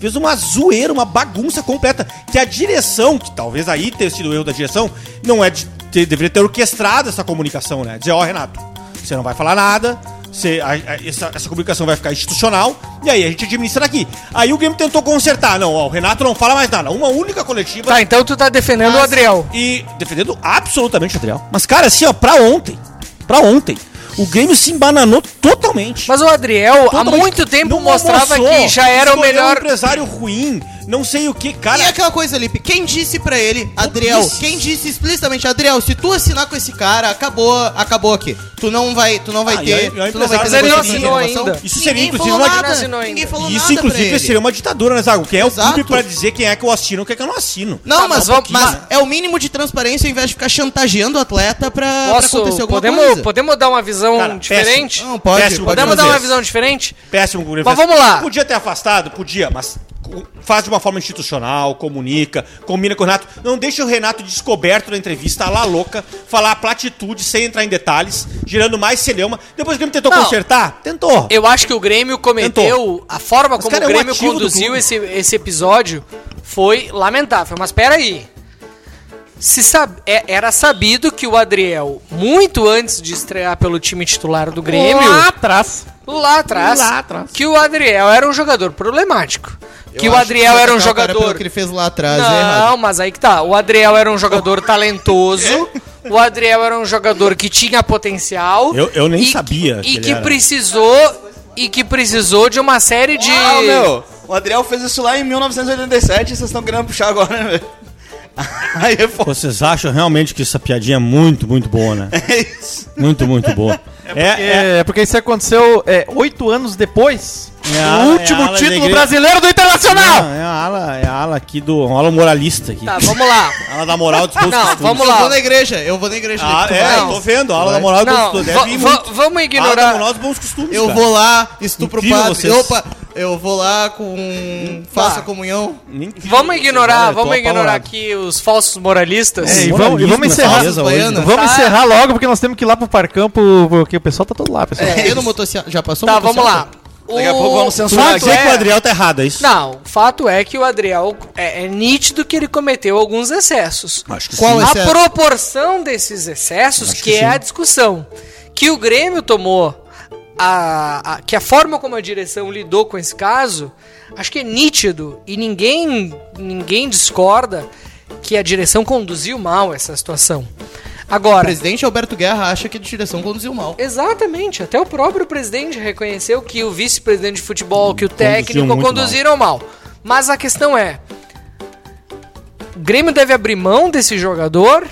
Speaker 4: Fez uma zoeira, uma bagunça completa. Que a direção, que talvez aí tenha sido o erro da direção, não é de, te- deveria ter orquestrado essa comunicação, né? Dizer, ó, Renato, você não vai falar nada, você, a- a- essa, essa comunicação vai ficar institucional, e aí a gente administra aqui. Aí o Grêmio tentou consertar. Não, ó, o Renato não fala mais nada. Uma única coletiva.
Speaker 2: Tá, então tu tá defendendo o Adriel.
Speaker 4: E defendendo absolutamente o Adriel. Mas, cara, assim, ó, pra ontem. Pra ontem. O Grêmio se embananou totalmente.
Speaker 2: Mas o Adriel, há
Speaker 4: Totalmente.
Speaker 2: muito tempo
Speaker 4: Não
Speaker 2: mostrava
Speaker 4: almoçou,
Speaker 2: que já era o
Speaker 4: escolheu um
Speaker 2: melhor. é
Speaker 4: empresário ruim, não sei o que,
Speaker 6: E
Speaker 4: cara.
Speaker 6: aquela coisa, Lipe, quem disse pra ele, Adriel,
Speaker 4: disse.
Speaker 6: quem disse explicitamente, Adriel, se tu assinar com esse cara, acabou, acabou aqui. Tu não vai, tu não vai
Speaker 4: Ah, e aí-
Speaker 6: ter,
Speaker 4: e aí
Speaker 6: tu não vai ter
Speaker 4: empresário- Mas ele não
Speaker 6: negócio de
Speaker 2: assinou
Speaker 6: renovação.
Speaker 2: ainda.
Speaker 4: Isso seria,
Speaker 6: Ninguém
Speaker 4: inclusive,
Speaker 6: falou
Speaker 4: uma-
Speaker 6: nada,
Speaker 2: Ele não assinou
Speaker 6: Ninguém
Speaker 2: ainda.
Speaker 6: falou
Speaker 4: Isso,
Speaker 6: nada pra
Speaker 4: inclusive,
Speaker 6: ele.
Speaker 4: seria uma ditadura, né, Zago? Quem é
Speaker 6: Exato.
Speaker 4: o clube pra dizer quem é que eu assino e quem é que eu não assino?
Speaker 6: Não,
Speaker 2: Tá, mas
Speaker 6: mas,
Speaker 2: vamos-
Speaker 6: mas
Speaker 2: mas-
Speaker 6: é o mínimo de transparência ao invés de ficar chantageando o atleta pra, pra acontecer
Speaker 2: Posso,
Speaker 6: alguma
Speaker 2: podemos,
Speaker 6: coisa.
Speaker 2: podemos dar uma visão
Speaker 4: Cara,
Speaker 2: um diferente?
Speaker 4: péssimo.
Speaker 6: Não, pode,
Speaker 4: Péssimo
Speaker 6: pode
Speaker 2: Podemos
Speaker 4: fazer
Speaker 2: dar uma
Speaker 4: isso.
Speaker 2: visão diferente?
Speaker 4: Péssimo com o Grêmio.
Speaker 2: Mas
Speaker 4: Fez-
Speaker 2: vamos lá.
Speaker 4: Podia ter afastado, podia, mas co- faz de uma forma institucional, comunica, combina com o Renato. Não deixa o Renato descoberto na entrevista, lá louca, falar platitude sem entrar em detalhes, gerando mais celeuma. Depois o Grêmio tentou
Speaker 2: Não.
Speaker 4: consertar? Tentou.
Speaker 2: Eu acho que o Grêmio cometeu.
Speaker 4: Tentou.
Speaker 2: A forma como
Speaker 4: cara, é
Speaker 2: o
Speaker 4: um
Speaker 2: Grêmio
Speaker 4: ativo do
Speaker 2: conduziu
Speaker 4: clube.
Speaker 2: esse, esse episódio foi lamentável. Mas peraí. Se sab... é- Era sabido que o Adriel, muito antes de estrear pelo time titular do Grêmio.
Speaker 3: Lá atrás.
Speaker 2: lá atrás,
Speaker 3: Lá atrás.
Speaker 2: que o Adriel era um jogador problemático. que o
Speaker 6: acho
Speaker 2: Adriel era um
Speaker 6: atacar o cara pelo
Speaker 2: jogador.
Speaker 6: que ele fez lá atrás, é errado.
Speaker 2: Não, mas aí que tá. O Adriel era um jogador talentoso. O Adriel era um jogador que tinha potencial.
Speaker 4: Eu- eu nem
Speaker 2: e que-
Speaker 4: sabia que
Speaker 2: E
Speaker 4: ele
Speaker 2: que
Speaker 4: era.
Speaker 2: precisou. E que precisou de uma série de.
Speaker 5: Ah, meu. O Adriel fez isso lá em 1987 e vocês estão querendo puxar agora, né, velho? Aí é foda.
Speaker 4: Vocês acham realmente que essa piadinha é muito, muito boa, né?
Speaker 5: É isso.
Speaker 4: Muito, muito boa. É, é,
Speaker 3: É, porque isso aconteceu é, oito anos depois
Speaker 4: É a-
Speaker 3: do
Speaker 4: é a
Speaker 3: último
Speaker 4: ala da
Speaker 3: título
Speaker 4: igreja.
Speaker 3: brasileiro do Internacional.
Speaker 4: é a ala, é a ala aqui do. Uma ala moralista aqui.
Speaker 2: Tá, vamos lá.
Speaker 4: A ala da moral dos
Speaker 2: Não,
Speaker 4: bolsos
Speaker 2: vamos
Speaker 6: Eu
Speaker 2: lá.
Speaker 6: vou na igreja, eu vou na igreja.
Speaker 4: Ah,
Speaker 6: Tu
Speaker 4: é,
Speaker 6: vai?
Speaker 2: Não.
Speaker 4: tô vendo. A ala da moral dos
Speaker 2: Não,
Speaker 4: bolsos
Speaker 2: va- va- vamos
Speaker 4: A ala da
Speaker 2: ignorar.
Speaker 4: moral dos bons costumes.
Speaker 6: Eu
Speaker 4: cara.
Speaker 6: vou lá, estupro o
Speaker 4: Incrível
Speaker 6: padre.
Speaker 4: vocês.
Speaker 6: Opa, eu vou lá com. Faça comunhão.
Speaker 4: Nem que-
Speaker 2: Vamos ignorar,
Speaker 4: Olha, eu tô
Speaker 2: vamos ignorar
Speaker 4: apavorado.
Speaker 2: aqui os falsos moralistas.
Speaker 3: É, e
Speaker 4: Moralismo
Speaker 3: vamos, e vamos
Speaker 4: nessa
Speaker 3: encerrar.
Speaker 4: mesa
Speaker 6: hoje.
Speaker 3: Vamos
Speaker 2: Tá.
Speaker 3: encerrar logo, porque nós temos que ir lá pro Parcão, pro- porque o pessoal tá todo lá, pessoal.
Speaker 6: É, no motocicleta. Já passou
Speaker 2: Tá,
Speaker 6: o
Speaker 2: vamos lá. é
Speaker 5: Daqui a pouco vamos
Speaker 4: Tu
Speaker 5: censurar
Speaker 4: vai
Speaker 5: aqui.
Speaker 4: dizer que o Adriel tá errado, é isso?
Speaker 2: Não, o fato é que o Adriel é, é nítido que ele cometeu alguns excessos.
Speaker 4: Acho que
Speaker 6: Qual
Speaker 4: sim.
Speaker 6: é?
Speaker 2: a
Speaker 6: excesso?
Speaker 2: proporção desses excessos que,
Speaker 4: que
Speaker 2: é
Speaker 4: sim.
Speaker 2: a discussão que o Grêmio tomou a, a- que a forma como a direção lidou com esse caso acho que é nítido e ninguém ninguém discorda que a direção conduziu mal essa situação
Speaker 6: O
Speaker 2: agora
Speaker 6: presidente Alberto Guerra acha que a direção conduziu mal.
Speaker 2: Exatamente, até o próprio presidente reconheceu que o vice-presidente de futebol, que o técnico
Speaker 4: muito
Speaker 2: conduziram mal. Mas a questão é: o Grêmio deve abrir mão desse jogador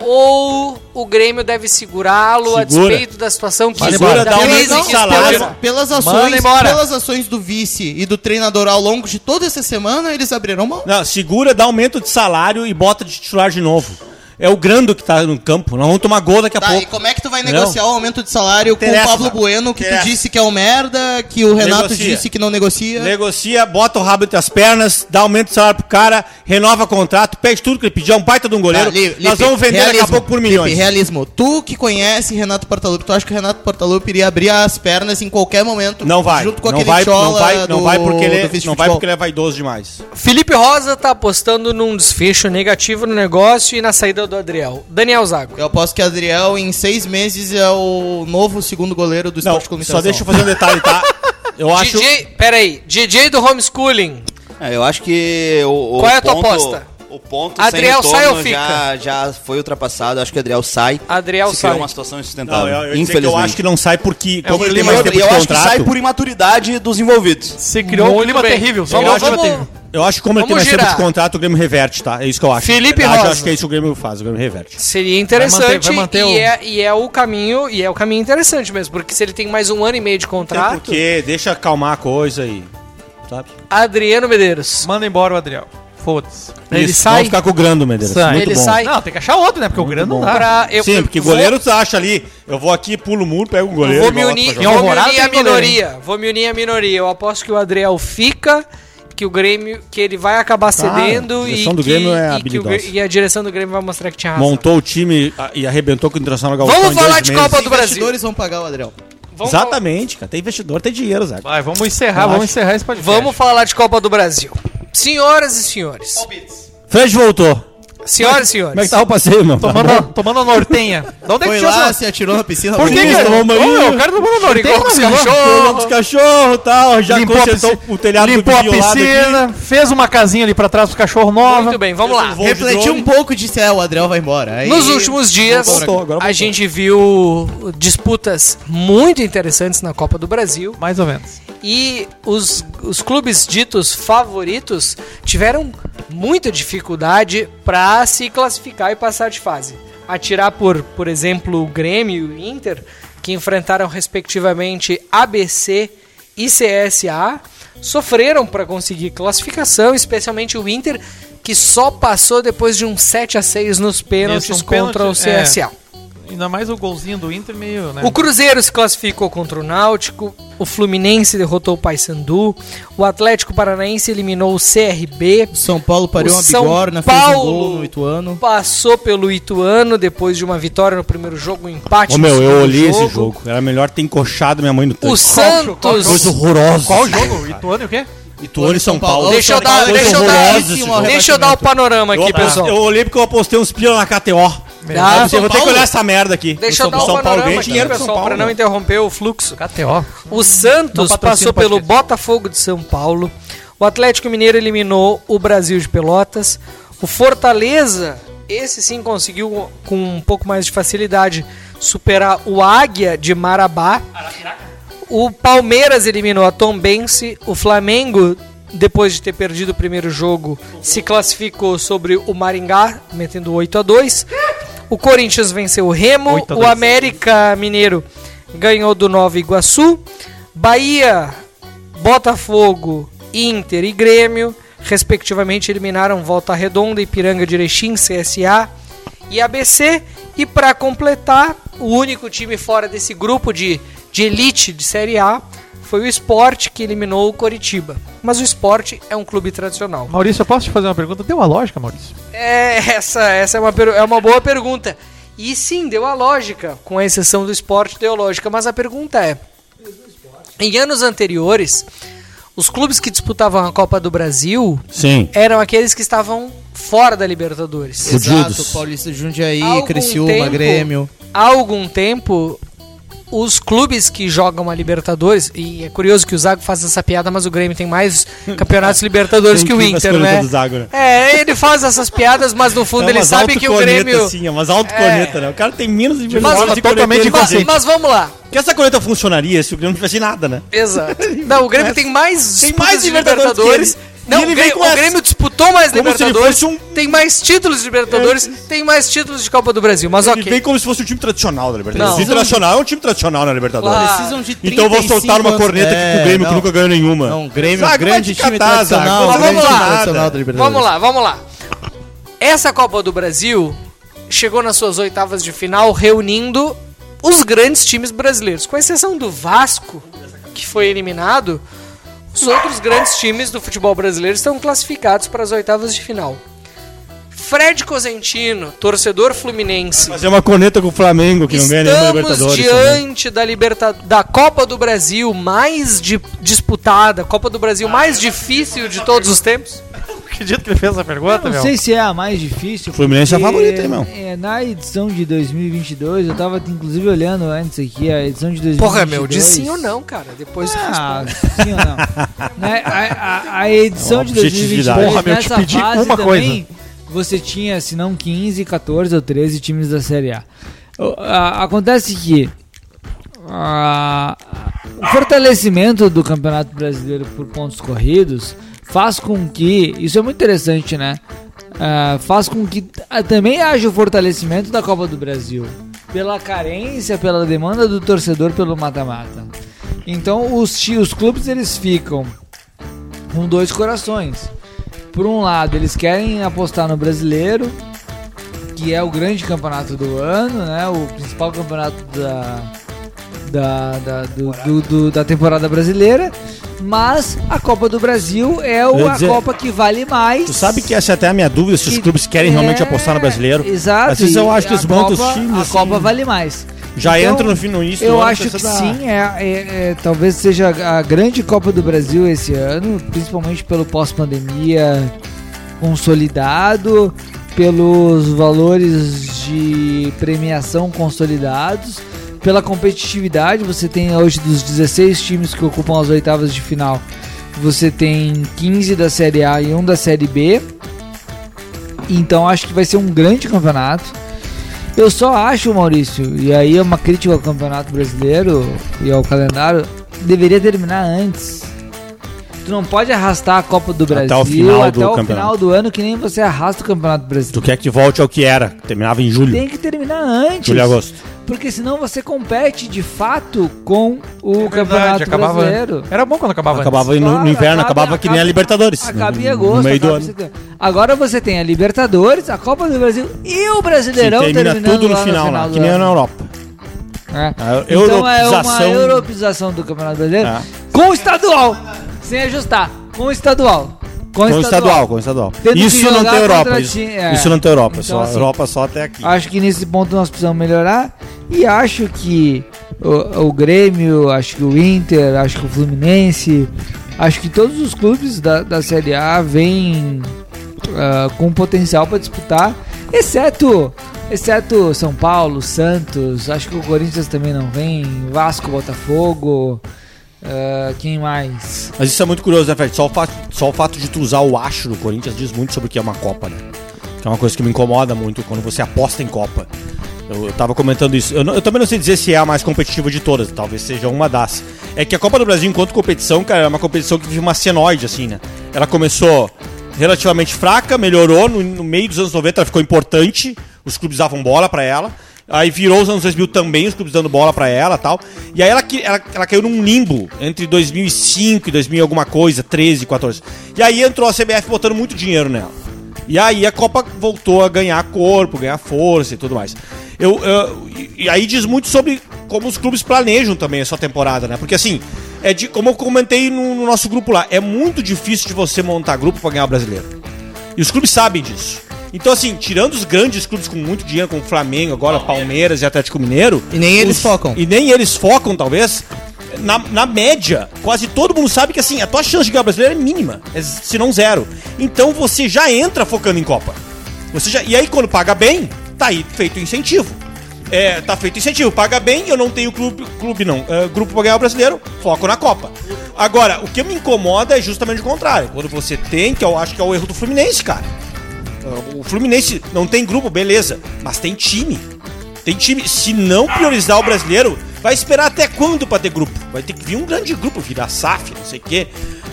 Speaker 2: ou o Grêmio deve segurá-lo a
Speaker 4: Segura.
Speaker 2: despeito da situação que
Speaker 4: Segura,
Speaker 2: da
Speaker 4: dá um
Speaker 2: crise
Speaker 4: aumento de
Speaker 2: que
Speaker 4: salário.
Speaker 2: explodiu?
Speaker 6: Pelas, pelas
Speaker 3: Manda
Speaker 6: ações,
Speaker 3: embora.
Speaker 6: pelas ações do vice e do treinador ao longo de toda essa semana, eles abriram mão.
Speaker 4: Não, segura, dá aumento de salário e bota de titular de novo. É o Grando que tá no campo. Nós vamos tomar gol daqui a
Speaker 6: Tá, e
Speaker 4: pouco.
Speaker 6: como é que tu vai
Speaker 4: Não.
Speaker 6: negociar o aumento de salário com o
Speaker 4: Interessa.
Speaker 6: Pablo Bueno, que
Speaker 4: Interessa.
Speaker 6: tu disse que é um merda, que o Renato
Speaker 4: Negocia.
Speaker 6: disse que não negocia?
Speaker 4: Negocia, bota o rabo entre as pernas, dá aumento de salário pro cara, renova contrato, pede tudo que ele pedir, é um baita de um goleiro.
Speaker 6: Tá, Li-
Speaker 4: Nós
Speaker 6: Lipe,
Speaker 4: vamos vender daqui a
Speaker 6: realismo,
Speaker 4: pouco por
Speaker 6: Lipe,
Speaker 4: milhões.
Speaker 6: realismo. Tu que conhece Renato Portaluppi, tu acha que o Renato Portaluppi iria abrir as pernas em qualquer momento
Speaker 4: não vai.
Speaker 6: junto com
Speaker 4: não
Speaker 6: aquele
Speaker 4: vai, não
Speaker 6: chola
Speaker 4: vai, não
Speaker 6: do-
Speaker 4: vai porque
Speaker 6: do
Speaker 4: ele,
Speaker 6: vice
Speaker 4: não vai
Speaker 6: futebol?
Speaker 4: porque ele é vaidoso demais.
Speaker 2: Felipe Rosa tá apostando num desfecho negativo no negócio e na saída do Adriel. Daniel
Speaker 4: é-
Speaker 2: Zago.
Speaker 6: Eu aposto que o Adriel, em seis meses, é o novo segundo goleiro do
Speaker 4: Não,
Speaker 6: Esporte Clube
Speaker 4: só
Speaker 6: Internacional.
Speaker 4: deixa eu fazer um detalhe, tá? Eu acho
Speaker 2: DJ, peraí, DJ do homeschooling.
Speaker 5: É, eu acho que o, o
Speaker 2: Qual é a tua aposta?
Speaker 5: O ponto
Speaker 2: Adriel,
Speaker 5: sem
Speaker 2: sai ou
Speaker 5: retorno Já, já foi ultrapassado. Acho que o Adriel sai.
Speaker 2: Adriel
Speaker 5: se criou
Speaker 2: sai.
Speaker 5: uma situação insustentável.
Speaker 4: Não, eu, eu, ia dizer que
Speaker 5: infelizmente.
Speaker 4: eu acho que não sai porque
Speaker 3: É um
Speaker 4: como ele tem
Speaker 5: E
Speaker 3: clima
Speaker 4: mais
Speaker 5: outra,
Speaker 4: tempo de
Speaker 5: eu acho que
Speaker 4: contrato.
Speaker 5: sai por imaturidade dos envolvidos.
Speaker 3: Você criou um
Speaker 2: Muito
Speaker 3: clima
Speaker 2: bem.
Speaker 3: terrível. Você
Speaker 2: Vamos-
Speaker 3: criou um clima
Speaker 2: vamos-
Speaker 3: terrível.
Speaker 4: Eu acho que como ele tem mais
Speaker 2: Vamos
Speaker 4: tempo de
Speaker 2: girar.
Speaker 4: contrato, o Grêmio reverte, tá? É isso que eu acho.
Speaker 2: Felipe
Speaker 4: Na verdade, Eu
Speaker 2: Rosa.
Speaker 4: acho que é isso que o Grêmio faz, o Grêmio reverte.
Speaker 2: Seria interessante
Speaker 3: Vai manter- vai manter
Speaker 2: e,
Speaker 3: o-
Speaker 2: é, e é o caminho e é o caminho interessante mesmo, porque se ele tem mais um ano e meio de
Speaker 4: Até
Speaker 2: contrato,
Speaker 4: porque deixa acalmar a coisa e. Sabe?
Speaker 2: Adriano Medeiros.
Speaker 3: Manda embora o Adriel. Foda-se.
Speaker 2: Ele
Speaker 4: Isso,
Speaker 2: sai.
Speaker 4: Vamos ficar com o Grando, Medeiros.
Speaker 3: Sai.
Speaker 4: Muito
Speaker 2: Ele
Speaker 4: bom.
Speaker 2: sai.
Speaker 3: Não, tem que achar outro, né? Porque o grande não dá.
Speaker 2: Pra, eu,
Speaker 4: Sim, porque
Speaker 2: vou-
Speaker 4: goleiro tu acha ali. Eu vou aqui, pulo o muro, pego o goleiro.
Speaker 2: Vou me
Speaker 4: igual
Speaker 2: unir,
Speaker 4: outro
Speaker 3: Em
Speaker 2: vou me
Speaker 3: Alvorada
Speaker 2: unir à
Speaker 3: tem goleiro,
Speaker 2: minoria. Vou me unir à minoria. Eu aposto que o Adriel fica, que o Grêmio, que ele vai acabar cedendo
Speaker 4: Ah, a
Speaker 2: e,
Speaker 4: direção do
Speaker 2: que,
Speaker 4: Grêmio é
Speaker 2: e, que o
Speaker 4: habilidosa.
Speaker 2: Grê- e a direção do Grêmio vai mostrar que tinha
Speaker 4: pra jogar.
Speaker 2: razão.
Speaker 4: Montou o time a- e arrebentou com o Internacional Galvão.
Speaker 2: Vamos
Speaker 4: em
Speaker 2: falar
Speaker 4: dois
Speaker 2: de
Speaker 4: meses.
Speaker 2: Copa
Speaker 6: Os
Speaker 2: do Brasil.
Speaker 6: investidores vão pagar o Adriel.
Speaker 2: Vamos fal-
Speaker 4: Exatamente, cara. Tem investidor, tem dinheiro, Zé.
Speaker 3: Vai, vamos encerrar, vamos encerrar esse podcast.
Speaker 2: Vamos falar de Copa do Brasil. Senhoras e senhores.
Speaker 4: Fred voltou.
Speaker 2: Senhoras e
Speaker 4: Como é
Speaker 2: senhores.
Speaker 4: que tá o passeio, meu?
Speaker 3: Tomando, a- tomando a nortenha. De onde é que
Speaker 6: Foi
Speaker 3: tinha
Speaker 6: lá,
Speaker 3: essa...
Speaker 6: se atirou na piscina.
Speaker 3: Por que,
Speaker 6: morreu.
Speaker 3: cara?
Speaker 4: tomou uma
Speaker 3: Ô, meu,
Speaker 4: manhã.
Speaker 3: o cara tomou na nortenha.
Speaker 2: Brigou com os
Speaker 3: mano.
Speaker 2: cachorros.
Speaker 4: Os cachorros e tal. Já
Speaker 3: Limpou a
Speaker 4: consertou
Speaker 3: piscina,
Speaker 4: o telhado
Speaker 3: limpou
Speaker 4: do
Speaker 3: a
Speaker 4: Bibi ao lado aqui.
Speaker 3: piscina, fez uma casinha ali pra trás pro cachorro nova.
Speaker 2: Muito bem, vamos lá.
Speaker 4: Voo de
Speaker 6: Refleti
Speaker 4: drone.
Speaker 6: um pouco de se é, o Adriel vai embora. Aí-
Speaker 2: Nos últimos dias,
Speaker 4: Voltou,
Speaker 2: a
Speaker 4: agora voltou.
Speaker 2: gente viu disputas muito interessantes na Copa do Brasil
Speaker 3: Mais ou menos.
Speaker 2: e os, os clubes ditos favoritos tiveram muita dificuldade para se classificar e passar de fase. Atirar por, por exemplo, o Grêmio e o Inter, que enfrentaram respectivamente ABC e CSA, sofreram para conseguir classificação, especialmente o Inter, que só passou depois de um 7 a 6 nos pênaltis
Speaker 3: Isso, um
Speaker 2: contra
Speaker 3: pênalti,
Speaker 2: o
Speaker 3: é.
Speaker 2: CSA.
Speaker 3: Ainda mais o golzinho do Inter meio, né?
Speaker 2: O Cruzeiro se classificou contra o Náutico, o Fluminense derrotou o Paysandu, o Atlético Paranaense eliminou o CRB,
Speaker 6: São Paulo pariu
Speaker 2: o
Speaker 6: uma
Speaker 2: São
Speaker 6: bigorna, fez um gol
Speaker 2: Paulo
Speaker 6: no Ituano.
Speaker 2: passou pelo Ituano depois de uma vitória no primeiro jogo, um empate
Speaker 4: Ô,
Speaker 2: no
Speaker 4: meu, eu
Speaker 2: segundo
Speaker 4: olhei esse jogo. Era melhor ter encoxado minha mãe no
Speaker 2: O
Speaker 4: tanque.
Speaker 2: Santos...
Speaker 4: tá horrorosa.
Speaker 3: Qual jogo? Ituano e o quê?
Speaker 4: Ituano e São Paulo.
Speaker 2: Deixa eu
Speaker 6: São
Speaker 2: dar,
Speaker 6: Paulo
Speaker 2: deixa eu
Speaker 4: coisa
Speaker 2: dar,
Speaker 4: horrorosa esse
Speaker 2: deixa
Speaker 4: jogo.
Speaker 2: eu dar o panorama aqui,
Speaker 4: Eu,
Speaker 2: pessoal.
Speaker 4: eu olhei porque eu apostei uns pila na KTO.
Speaker 2: Tá?
Speaker 4: Eu vou ter que
Speaker 6: Paulo?
Speaker 4: olhar essa merda aqui.
Speaker 2: Deixa eu
Speaker 4: O
Speaker 2: dar o
Speaker 4: São Paulo
Speaker 2: panorama
Speaker 4: ganha
Speaker 2: aqui,
Speaker 4: dinheiro pro São
Speaker 2: pessoal,
Speaker 4: Paulo. né?
Speaker 2: para não interromper o fluxo.
Speaker 3: KTO.
Speaker 2: O Santos
Speaker 3: Não patrocina
Speaker 2: passou
Speaker 3: o
Speaker 2: pelo
Speaker 3: podcast.
Speaker 2: Botafogo de São Paulo. O Atlético Mineiro eliminou o Brasil de Pelotas. O Fortaleza, esse sim conseguiu com um pouco mais de facilidade superar o Águia de Marabá. O Palmeiras eliminou a Tombense. O Flamengo depois de ter perdido o primeiro jogo, se classificou sobre o Maringá, metendo 8 a 2 O Corinthians venceu o Remo,
Speaker 3: 8 a 2.
Speaker 2: o América Mineiro ganhou do Nova Iguaçu, Bahia, Botafogo, Inter e Grêmio, respectivamente, eliminaram Volta Redonda, Ipiranga de Erechim, CSA e ABC. E para completar, o único time fora desse grupo de, de elite de Série A foi o Sport que eliminou o Coritiba. Mas o Sport é um clube tradicional.
Speaker 3: Maurício, eu posso te fazer uma pergunta? Deu uma lógica, Maurício?
Speaker 2: É, essa, essa é, uma, peru- é uma boa pergunta. E sim, deu a lógica, com a exceção do esporte, deu a lógica. Mas a pergunta é: em anos anteriores, os clubes que disputavam a Copa do Brasil
Speaker 4: Sim.
Speaker 2: eram aqueles que estavam fora da Libertadores.
Speaker 6: Exato,
Speaker 4: Fudidos.
Speaker 6: Paulista de Jundiaí,
Speaker 2: Há algum
Speaker 6: Criciúma,
Speaker 2: tempo-
Speaker 6: Grêmio.
Speaker 2: Há algum tempo, os clubes que jogam a Libertadores, e é curioso que o Zago faz essa piada, mas o Grêmio tem mais campeonatos Libertadores
Speaker 4: Tem
Speaker 2: que o
Speaker 4: que ir nas
Speaker 2: Inter,
Speaker 4: cornetas
Speaker 2: né?
Speaker 4: do Zago, né?
Speaker 2: É, ele faz essas piadas, mas no fundo
Speaker 4: É
Speaker 2: ele
Speaker 4: umas
Speaker 2: sabe que o
Speaker 4: autocorneta,
Speaker 2: Grêmio.
Speaker 4: Assim, é umas autocorneta, né? O cara tem menos de
Speaker 2: Mas,
Speaker 4: forma de
Speaker 3: totalmente
Speaker 4: corneta
Speaker 2: mas,
Speaker 4: ele
Speaker 2: mas vamos lá.
Speaker 4: tem. Que essa corneta funcionaria se o Grêmio não tivesse nada, né?
Speaker 2: Exato. Não, o Grêmio tem mais
Speaker 4: Tem
Speaker 2: disputas
Speaker 4: mais
Speaker 2: de
Speaker 4: Libertadores
Speaker 2: Libertadores.
Speaker 4: que ele.
Speaker 2: Não,
Speaker 4: E ele
Speaker 2: o
Speaker 4: vem
Speaker 2: Grêmio,
Speaker 4: com
Speaker 2: o
Speaker 4: essa.
Speaker 2: Grêmio disputou mais
Speaker 4: Como se ele
Speaker 2: Libertadores.
Speaker 4: fosse um- É,
Speaker 2: Tem mais títulos de Libertadores, tem mais títulos de Copa do Brasil. Mas
Speaker 4: Ele
Speaker 2: ok.
Speaker 4: vem como se fosse um time tradicional da
Speaker 2: Não.
Speaker 4: Libertadores. O time tradicional é um time tradicional na Libertadores.
Speaker 2: Claro.
Speaker 6: Precisam de
Speaker 4: Então eu vou
Speaker 6: 35
Speaker 4: soltar uma
Speaker 6: anos-
Speaker 4: corneta aqui
Speaker 6: É,
Speaker 4: pro Grêmio
Speaker 6: não.
Speaker 4: que nunca ganhou nenhuma.
Speaker 6: Não, o É um Grêmio,
Speaker 4: Zago, vai
Speaker 6: grande
Speaker 4: te
Speaker 6: time
Speaker 4: catar,
Speaker 6: tradicional,
Speaker 4: Zago.
Speaker 2: Mas
Speaker 6: grande
Speaker 2: vamos
Speaker 6: time
Speaker 2: lá.
Speaker 6: tradicional da Libertadores.
Speaker 2: Vamos lá, vamos lá. Essa Copa do Brasil chegou nas suas oitavas de final reunindo os grandes times brasileiros, com exceção do Vasco, que foi eliminado. Os outros grandes times do futebol brasileiro estão classificados para as oitavas de final. Fred Cosentino, torcedor fluminense,
Speaker 4: Fazer é uma corneta com o Flamengo que não ganha nenhuma
Speaker 2: Estamos
Speaker 4: Libertadores. também.
Speaker 2: diante da, liberta da Copa do Brasil mais di- disputada, Copa do Brasil mais difícil de todos os tempos.
Speaker 3: Acredito que ele fez essa pergunta,
Speaker 7: Não
Speaker 3: meu.
Speaker 7: sei se é a mais difícil.
Speaker 4: Fluminense é a
Speaker 7: porque,
Speaker 4: favorita, hein, meu?
Speaker 7: é, na edição de 2022, eu tava inclusive olhando antes aqui, a edição de 2022.
Speaker 2: Porra, meu, diz sim ou não, cara. Depois tu
Speaker 7: Ah,
Speaker 2: responde.
Speaker 7: sim ou não? Né, a, a- a edição de
Speaker 4: Objetividade.
Speaker 7: 2022,
Speaker 3: Porra, meu, eu te
Speaker 7: nessa
Speaker 3: pedi
Speaker 7: fase
Speaker 3: uma
Speaker 7: também, você tinha, se não 15, 14 ou 13 times da Série A. O- a- acontece que a- o fortalecimento do Campeonato Brasileiro por pontos corridos faz com que, isso é muito interessante, né? Ah, faz com que t- ah, também haja o fortalecimento da Copa do Brasil pela carência, pela demanda do torcedor pelo mata-mata. Então os, ti- os clubes eles ficam com dois corações. Por um lado, eles querem apostar no brasileiro, que é o grande campeonato do ano, né? O principal campeonato da, da, da, do- do- do- da temporada brasileira. Mas a Copa do Brasil é o-
Speaker 4: Eu ia
Speaker 7: a
Speaker 4: dizer-
Speaker 7: Copa que vale mais.
Speaker 4: Tu sabe que essa é até a minha dúvida se os
Speaker 7: Que-
Speaker 4: clubes querem realmente
Speaker 7: é,
Speaker 4: apostar no brasileiro.
Speaker 7: Exato.
Speaker 4: Às vezes eu
Speaker 7: e
Speaker 4: acho que
Speaker 7: a
Speaker 4: os bons
Speaker 7: Copa-
Speaker 4: times,
Speaker 7: A
Speaker 4: assim,
Speaker 7: Copa vale mais.
Speaker 4: Já
Speaker 7: Então,
Speaker 4: entra no fim no início.
Speaker 7: Eu
Speaker 4: do ano,
Speaker 7: acho que
Speaker 4: torcida-
Speaker 7: sim, é, é- é- talvez seja a grande Copa do Brasil esse ano, principalmente pelo pós-pandemia consolidado, pelos valores de premiação consolidados, pela competitividade. Você tem hoje dos 16 times que ocupam as oitavas de final, você tem 15 da Série A e um da Série B. Então acho que vai ser um grande campeonato. Eu só acho, Maurício, e aí é uma crítica ao Campeonato Brasileiro e ao calendário, deveria terminar antes. Tu não pode arrastar a Copa do
Speaker 4: Até
Speaker 7: Brasil
Speaker 4: o final
Speaker 7: até
Speaker 4: do
Speaker 7: o
Speaker 4: campeonato.
Speaker 7: final do ano, que nem você arrasta o Campeonato
Speaker 4: Tu
Speaker 7: Brasileiro.
Speaker 4: quer que volte ao que era. Terminava em julho.
Speaker 7: Tem que terminar antes.
Speaker 4: Julho e agosto.
Speaker 7: Porque senão você compete de fato com o
Speaker 3: É verdade,
Speaker 7: Campeonato
Speaker 3: acabava
Speaker 7: Brasileiro.
Speaker 3: antes. Era bom quando acabava, antes.
Speaker 4: Acabava no,
Speaker 7: Claro,
Speaker 4: no inverno,
Speaker 7: acaba-
Speaker 4: acabava que nem a
Speaker 7: acaba-
Speaker 4: Libertadores.
Speaker 7: Acaba em
Speaker 4: No-
Speaker 7: agosto.
Speaker 4: No meio do
Speaker 7: acaba em
Speaker 4: ano.
Speaker 7: setembro. Agora você tem a Libertadores, a Copa do Brasil e o Brasileirão
Speaker 4: Sim, termina
Speaker 7: terminando
Speaker 4: tudo no
Speaker 7: lá né? Então,
Speaker 4: final, lá,
Speaker 7: do
Speaker 4: que nem
Speaker 7: ano.
Speaker 4: na Europa.
Speaker 7: É.
Speaker 4: A
Speaker 7: Então é uma
Speaker 4: europeização-
Speaker 7: europeização do Campeonato Brasileiro
Speaker 4: É.
Speaker 7: com o estadual, sem ajustar, com o estadual. Com
Speaker 4: Com o estadual, com o estadual.
Speaker 7: Tendo que
Speaker 4: Isso não
Speaker 7: jogar
Speaker 4: tem Europa.
Speaker 7: contra
Speaker 4: Isso,
Speaker 7: ti- é.
Speaker 4: isso não tem Europa.
Speaker 7: Então,
Speaker 4: só,
Speaker 7: assim,
Speaker 4: Europa só até aqui.
Speaker 7: Acho que nesse ponto nós precisamos melhorar e acho que o, o Grêmio, acho que o Inter, acho que o Fluminense, acho que todos os clubes da, da Série A vêm ah, com potencial para disputar, exceto exceto São Paulo, Santos, acho que o Corinthians também não vem, Vasco, Botafogo, ah, quem mais?
Speaker 4: Mas isso é muito curioso, né, Fred? Só o, fato, só o fato de tu usar o acho no Corinthians diz muito sobre o que é uma Copa, né? Que é uma coisa que me incomoda muito quando você aposta em Copa. Eu, eu tava comentando isso. Eu, não- eu também não sei dizer se é a mais competitiva de todas, talvez seja uma das. É que a Copa do Brasil, enquanto competição, cara, é uma competição que vive uma senoide, assim, né? Ela começou relativamente fraca, melhorou no, no meio dos anos 90, ela ficou importante, os clubes davam bola pra ela. Aí virou os anos 2000 também, os clubes dando bola pra ela e tal. E aí ela, que- ela, ela caiu num limbo entre 2005 e 2000 alguma coisa, 13, 14. E aí entrou a CBF botando muito dinheiro nela. E aí a Copa voltou a ganhar corpo, ganhar força e tudo mais. Eu, eu- e e aí diz muito sobre como os clubes planejam também a sua temporada, né? Porque assim, é de, como eu comentei no, no nosso grupo lá, é muito difícil de você montar grupo pra ganhar o brasileiro. E os clubes sabem disso. Então, assim, tirando os grandes clubes com muito dinheiro, como Flamengo, agora Palmeiras e Atlético Mineiro.
Speaker 6: E nem eles
Speaker 4: os-
Speaker 6: focam.
Speaker 4: E nem eles focam, talvez. Na, na média, quase todo mundo sabe que assim, a tua chance de ganhar o brasileiro é mínima, é z- se não zero. Então você já entra focando em Copa. Você já, e aí, quando paga bem, tá aí feito o incentivo. É, tá feito o incentivo, paga bem, eu não tenho clube, clube não, é, grupo pra ganhar o brasileiro, foco na Copa. Agora, o que me incomoda é justamente o contrário. Quando você tem, que eu acho que é o erro do Fluminense, cara. O Fluminense não tem grupo, beleza, mas tem time. Tem time. Se não priorizar o brasileiro, vai esperar até quando pra ter grupo? Vai ter que vir um grande grupo, virar SAF, não sei o quê,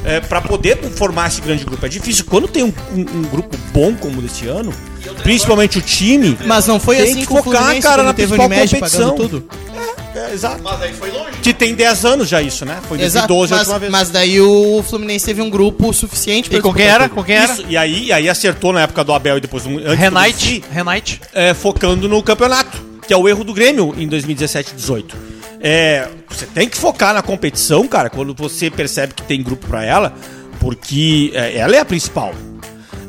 Speaker 4: é, para poder formar esse grande grupo. É difícil. Quando tem um, um- um grupo bom como o desse ano, principalmente o time.
Speaker 6: Mas não foi
Speaker 4: Tem
Speaker 6: assim
Speaker 4: que
Speaker 6: com o
Speaker 4: focar,
Speaker 6: Fluminense,
Speaker 4: cara,
Speaker 6: quando
Speaker 4: na
Speaker 6: teve o
Speaker 4: principal
Speaker 6: Unimed
Speaker 4: competição.
Speaker 6: pagando tudo.
Speaker 4: É, exato. Mas aí foi longe. Que tem 10 anos já isso, né? Foi em
Speaker 6: Exato,
Speaker 4: 2012 a última
Speaker 6: mas,
Speaker 4: vez.
Speaker 6: mas daí o Fluminense teve um grupo suficiente pra
Speaker 3: E com quem
Speaker 6: disputar
Speaker 3: era?
Speaker 6: tudo.
Speaker 3: Com quem era?
Speaker 4: Isso, e aí, e aí acertou na época do Abel e depois do- antes do Muricy.
Speaker 3: Renate. Renate.
Speaker 4: é, focando no campeonato, que é o erro do Grêmio em 2017 18. É, você tem que focar na competição, cara, quando você percebe que tem grupo pra ela, porque é, ela é a principal.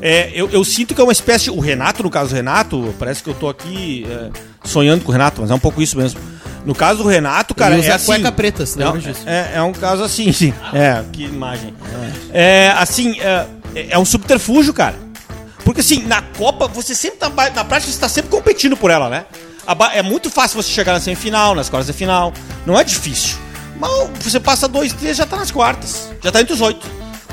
Speaker 4: É, eu, eu sinto que é uma espécie. O Renato, no caso do Renato, parece que eu tô aqui é, sonhando com o Renato, mas é um pouco isso mesmo. No caso do Renato, cara,
Speaker 6: Ele usa
Speaker 4: é
Speaker 6: a
Speaker 4: assim.
Speaker 6: cueca preta, se lembra
Speaker 4: É,
Speaker 6: disso?
Speaker 4: É, é um caso assim, sim. É, que imagem. É, assim, é, é um subterfúgio, cara. Porque assim, na Copa, você sempre tá, ba- na prática, você tá sempre competindo por ela, né? A ba- É muito fácil você chegar na semifinal, nas quartas de final. Não é difícil. Mas você passa dois, três, já tá nas quartas. Já tá entre os oito.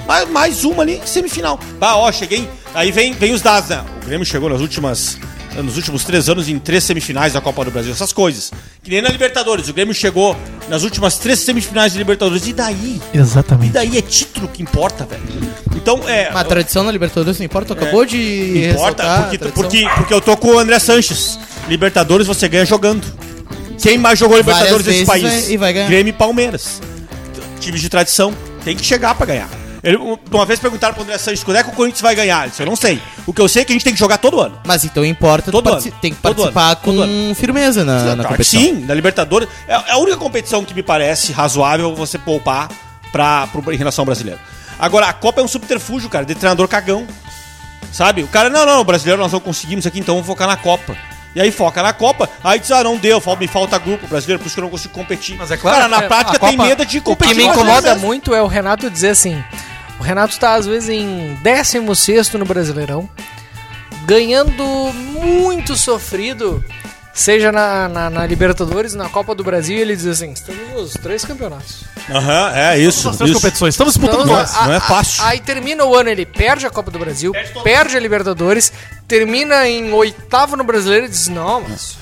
Speaker 4: Mais, mais uma ali, semifinal. Bah, ó, cheguei. Aí vem, vem os dados, né? O Grêmio chegou nas últimas. Nos últimos três anos, em três semifinais da Copa do Brasil, essas coisas. Que nem na Libertadores. O Grêmio chegou nas últimas três semifinais da Libertadores. E daí? E
Speaker 3: Exatamente.
Speaker 4: daí é título que importa, velho. Então, é.
Speaker 6: Mas a tradição na Libertadores não importa, tu acabou de.
Speaker 4: Importa,
Speaker 6: ressaltar a
Speaker 4: porque,
Speaker 6: tradição.
Speaker 4: porque, porque eu tô com o André Sanches. Libertadores você ganha jogando. Quem mais jogou Libertadores
Speaker 6: Várias
Speaker 4: nesse
Speaker 6: vezes
Speaker 4: país?
Speaker 6: vai- e vai ganhar.
Speaker 4: Grêmio e Palmeiras. T- Times de tradição. Tem que chegar pra ganhar. Ele- um, uma vez perguntaram pro André Sanches quando é que o Corinthians vai ganhar. Ele disse, eu não sei. O que eu sei é que a gente tem que jogar todo ano.
Speaker 6: Mas então importa, tu
Speaker 4: Todo
Speaker 6: partici-
Speaker 4: ano.
Speaker 6: tem que
Speaker 4: Todo
Speaker 6: participar
Speaker 4: ano. Todo
Speaker 6: com firmeza na, Ah, na
Speaker 4: Claro que
Speaker 6: competição.
Speaker 4: Tá, Sim, na Libertadores. É é a única competição que me parece razoável você poupar pra, pro, em relação ao brasileiro. Agora, a Copa é um subterfúgio, cara, de treinador cagão. Sabe? O cara, não, não, o brasileiro nós não conseguimos aqui, então vamos focar na Copa. E aí foca na Copa, aí diz, ah, não deu, fal- me falta grupo brasileiro, por isso que eu não consigo competir. Mas
Speaker 3: é claro,
Speaker 4: Cara, na
Speaker 3: é,
Speaker 4: prática
Speaker 3: a
Speaker 4: tem
Speaker 3: Copa-
Speaker 4: medo de
Speaker 2: O
Speaker 4: competir.
Speaker 2: que me
Speaker 4: com as
Speaker 2: incomoda
Speaker 4: vezes.
Speaker 2: muito é o Renato dizer assim: o Renato tá às vezes em 16 no Brasileirão, ganhando muito sofrido, seja na, na, na Libertadores, na Copa do Brasil, e ele diz assim: estamos nos três campeonatos.
Speaker 4: Aham, é isso.
Speaker 3: As três
Speaker 4: isso.
Speaker 3: competições. Estamos disputando
Speaker 2: Então,
Speaker 3: todas.
Speaker 2: a-
Speaker 4: não é
Speaker 2: a-
Speaker 4: fácil.
Speaker 2: aí termina o ano, ele perde a Copa do Brasil, perde, a Libertadores, termina em oitavo no Brasileiro e diz: não, mas.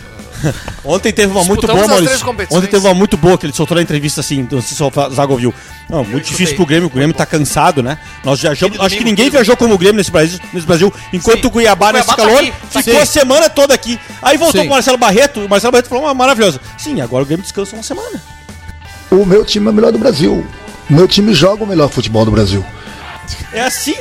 Speaker 4: Ontem teve uma muito
Speaker 2: Disputamos
Speaker 4: boa,
Speaker 2: as três
Speaker 4: Maurício.
Speaker 2: competições.
Speaker 4: Ontem teve uma muito boa que ele soltou na entrevista assim, do Cícero Zago ouviu. Não, muito difícil pro Grêmio, o Grêmio tá cansado, né? Nós viajamos, acho que ninguém viajou como o Grêmio nesse Brasil, nesse Brasil enquanto o Cuiabá nesse
Speaker 2: tá
Speaker 4: calor
Speaker 2: aqui, tá
Speaker 4: ficou a semana toda aqui. Aí voltou
Speaker 6: Sim.
Speaker 4: pro Marcelo Barreto, o Marcelo Barreto falou uma maravilhosa. Sim, agora o Grêmio descansa uma semana.
Speaker 10: O meu time é o melhor do Brasil. O meu time joga o melhor futebol do Brasil.
Speaker 4: É assim.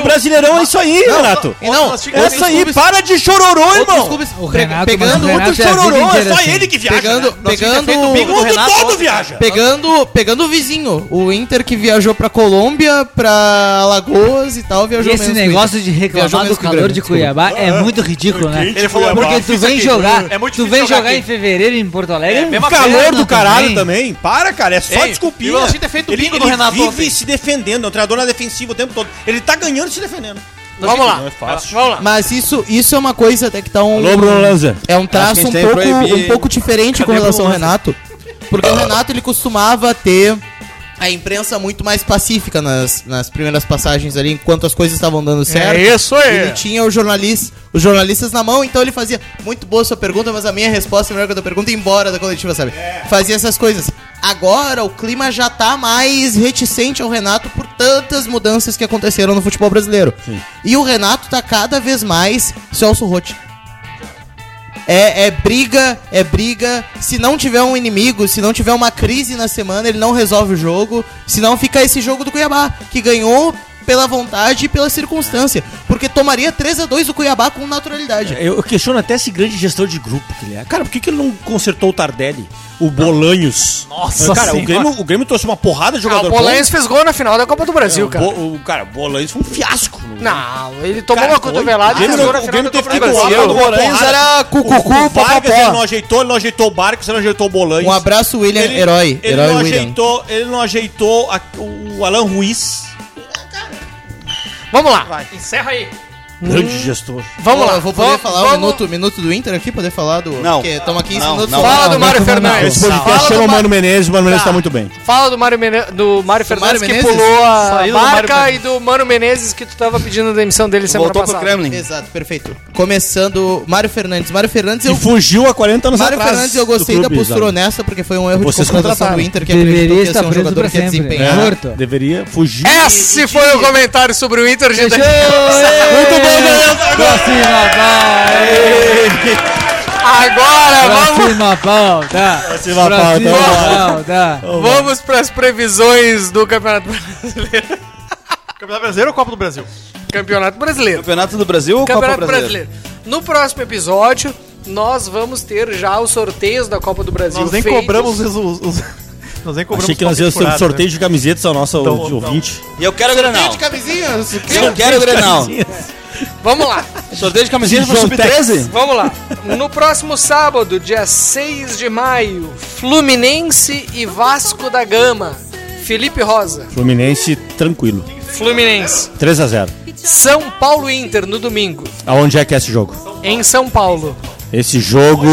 Speaker 4: o Brasileirão é isso aí, Renato.
Speaker 6: E não,
Speaker 4: É isso aí, para de chororô,
Speaker 6: outros
Speaker 4: irmão.
Speaker 6: clubes,
Speaker 7: O
Speaker 6: pre-
Speaker 7: Renato,
Speaker 6: pegando
Speaker 7: mas o
Speaker 6: outros
Speaker 7: Renato é a vida
Speaker 4: Chororô, é
Speaker 7: inteira
Speaker 4: só
Speaker 7: assim.
Speaker 4: ele que viaja.
Speaker 6: Pegando,
Speaker 4: né?
Speaker 6: pegando,
Speaker 4: O mundo todo
Speaker 6: Renato,
Speaker 4: viaja.
Speaker 6: pegando, pegando o vizinho, o Inter que viajou pra Colômbia, pra Alagoas e tal,
Speaker 7: E
Speaker 6: viajou
Speaker 7: esse
Speaker 6: menos que o
Speaker 7: negócio de
Speaker 6: Inter.
Speaker 7: reclamar
Speaker 6: Viajou
Speaker 7: do
Speaker 6: menos que o
Speaker 7: calor
Speaker 6: Grêmio,
Speaker 7: de
Speaker 6: desculpa.
Speaker 7: Cuiabá é muito ridículo, né?
Speaker 4: Ele falou,
Speaker 7: Porque tu vem jogar,
Speaker 3: É muito
Speaker 7: tu
Speaker 3: difícil
Speaker 7: vem
Speaker 3: jogar
Speaker 7: jogar
Speaker 3: aqui.
Speaker 7: em fevereiro em Porto Alegre,
Speaker 3: É,
Speaker 7: um
Speaker 3: mesma
Speaker 4: calor
Speaker 7: inferno
Speaker 4: do caralho também. Para, cara, é só
Speaker 3: Ei,
Speaker 4: desculpinha.
Speaker 3: e o Lanchinho ter feito o
Speaker 4: ele
Speaker 3: bingo
Speaker 4: ele
Speaker 3: do Renato
Speaker 4: vive
Speaker 3: ontem.
Speaker 4: se defendendo, é um treinador na defensiva o tempo todo. Ele tá ganhando e se defendendo.
Speaker 2: Vamos lá.
Speaker 4: Não é fácil.
Speaker 2: Vamos lá.
Speaker 6: Mas isso, isso é uma coisa até que tá um.
Speaker 4: Alô, Bruno Lanza.
Speaker 6: É um traço
Speaker 5: Acho que a
Speaker 6: um
Speaker 5: gente tem
Speaker 6: pouco,
Speaker 5: que proibir,
Speaker 6: um pouco diferente com relação ao
Speaker 3: Bruno
Speaker 6: Renato. Porque o Renato ele costumava ter a imprensa muito mais pacífica nas, nas primeiras passagens ali, enquanto as coisas estavam dando
Speaker 3: É
Speaker 6: certo.
Speaker 11: isso aí.
Speaker 6: Ele tinha o jornalista, os jornalistas na mão, então ele fazia muito boa sua pergunta, mas a minha resposta é melhor que a tua pergunta, embora da coletiva, sabe? Fazia essas coisas. Agora o clima já tá mais reticente ao Renato por tantas mudanças que aconteceram no futebol brasileiro. E o Renato tá cada vez mais Celso Rotti. É, é briga, é briga. Se não tiver um inimigo, se não tiver uma crise na semana, ele não resolve o jogo. Senão fica esse jogo do Cuiabá, que ganhou pela vontade e pela circunstância. Porque tomaria 3 a 2 do Cuiabá com naturalidade.
Speaker 4: Eu eu questiono até esse grande gestor de grupo que ele é. Cara, por que, que ele não consertou o Tardelli? O Bolanhos.
Speaker 3: Nossa
Speaker 4: cara, o
Speaker 3: Senhora.
Speaker 4: Grêmio, o Grêmio trouxe uma porrada de
Speaker 2: Ah,
Speaker 4: jogador
Speaker 2: o
Speaker 4: bom.
Speaker 2: Polens fez gol na final da Copa do Brasil,
Speaker 4: O
Speaker 2: cara.
Speaker 4: Bo- o, cara, o Bolanhos foi um fiasco. no-
Speaker 2: Não, ele tomou
Speaker 4: Cara,
Speaker 2: uma
Speaker 4: foi.
Speaker 2: cotovelada
Speaker 4: O
Speaker 2: e
Speaker 4: Grêmio-
Speaker 2: jogou na
Speaker 4: o
Speaker 2: final
Speaker 4: Grêmio
Speaker 2: da Copa
Speaker 4: teve
Speaker 2: do
Speaker 4: que doar
Speaker 2: Brasil.
Speaker 4: pro Bolanhos, era
Speaker 7: cucucu,
Speaker 4: O Vargas
Speaker 7: papapó.
Speaker 4: ele não ajeitou, ele não ajeitou o Barcos, ele não ajeitou o Bolanhos.
Speaker 6: Um abraço, William,
Speaker 4: É Ele-
Speaker 6: herói.
Speaker 4: Ele
Speaker 6: herói
Speaker 4: não
Speaker 6: William.
Speaker 4: ajeitou, ele não ajeitou a- o Alan Ruiz.
Speaker 2: Vamos lá. Encerra aí.
Speaker 4: Hum. Grande gestor.
Speaker 2: Vamos
Speaker 6: Pô,
Speaker 2: lá.
Speaker 6: Eu vou poder
Speaker 2: vamos-
Speaker 6: falar o
Speaker 2: vamos-
Speaker 6: minuto, minuto do Inter aqui? Poder falar do.
Speaker 5: Não.
Speaker 6: Estamos aqui em
Speaker 5: Não,
Speaker 6: minutos
Speaker 5: não.
Speaker 6: falando.
Speaker 2: Fala do Mário Fernandes.
Speaker 4: Esse
Speaker 2: Fala
Speaker 4: podcast chama
Speaker 2: do
Speaker 4: o
Speaker 2: Ma-
Speaker 4: Mano Menezes, o Mano Menezes tá muito bem.
Speaker 2: Fala do Mário, Mene- do Mário Fernandes que
Speaker 6: Menezes?
Speaker 2: pulou a
Speaker 3: Saiu do Mário
Speaker 2: marca
Speaker 3: Menezes.
Speaker 2: e do Mano Menezes que tu tava pedindo a demissão dele semana
Speaker 5: Voltou pro
Speaker 2: passada.
Speaker 5: Kremlin.
Speaker 6: Exato, perfeito. Começando, Mário Fernandes. Mário Fernandes,
Speaker 4: E
Speaker 6: eu.
Speaker 4: fugiu há 40 anos
Speaker 6: Mário
Speaker 4: atrás.
Speaker 6: Fernandes, eu
Speaker 4: do
Speaker 6: gostei da
Speaker 4: clube,
Speaker 6: postura
Speaker 4: exato.
Speaker 6: honesta, porque foi um erro
Speaker 4: Vocês
Speaker 6: de contratação do
Speaker 4: contrataram.
Speaker 7: é
Speaker 6: Inter que acreditou que
Speaker 7: Deveria
Speaker 6: ia ser
Speaker 7: estar
Speaker 6: um
Speaker 7: preso
Speaker 6: jogador
Speaker 7: pra
Speaker 6: que ia
Speaker 7: sempre. É.
Speaker 6: desempenhar.
Speaker 7: Morto.
Speaker 4: Deveria fugir.
Speaker 2: Esse foi o comentário sobre o Inter, gente.
Speaker 7: Próxima pauta!
Speaker 2: Agora vamos,
Speaker 7: Próxima pauta!
Speaker 4: Próxima
Speaker 7: Próxima pauta!
Speaker 2: vamos para as previsões do Campeonato Brasileiro.
Speaker 3: Campeonato Brasileiro ou Copa do Brasil?
Speaker 2: Campeonato Brasileiro.
Speaker 5: Campeonato do Brasil ou
Speaker 2: Campeonato
Speaker 5: Copa Brasileira?
Speaker 2: Brasileiro. No próximo episódio, nós vamos ter já os sorteios da Copa do Brasil.
Speaker 3: Nós nem
Speaker 2: feitos.
Speaker 3: cobramos os, os- os- Nós nem cobramos
Speaker 4: Achei que nós
Speaker 3: palpite
Speaker 4: íamos ter um
Speaker 3: furado,
Speaker 4: sorteio
Speaker 3: né?
Speaker 4: de camisetas ao nosso
Speaker 3: Então,
Speaker 4: ouvinte.
Speaker 3: então.
Speaker 4: ouvinte.
Speaker 5: E eu quero o Grenal.
Speaker 6: camisinhas?
Speaker 5: E Eu quero o Grenal.
Speaker 2: Vamos lá,
Speaker 5: Sorteio de camisetas pro
Speaker 4: João
Speaker 5: Sub-13?
Speaker 2: vamos lá. No próximo sábado, dia 6 de maio, Fluminense e Vasco da Gama. Felipe Rosa,
Speaker 4: Fluminense, tranquilo.
Speaker 2: Fluminense.
Speaker 4: 3x0.
Speaker 2: São Paulo e Inter no domingo,
Speaker 4: Aonde é que é esse jogo?
Speaker 2: em São Paulo.
Speaker 4: Esse jogo.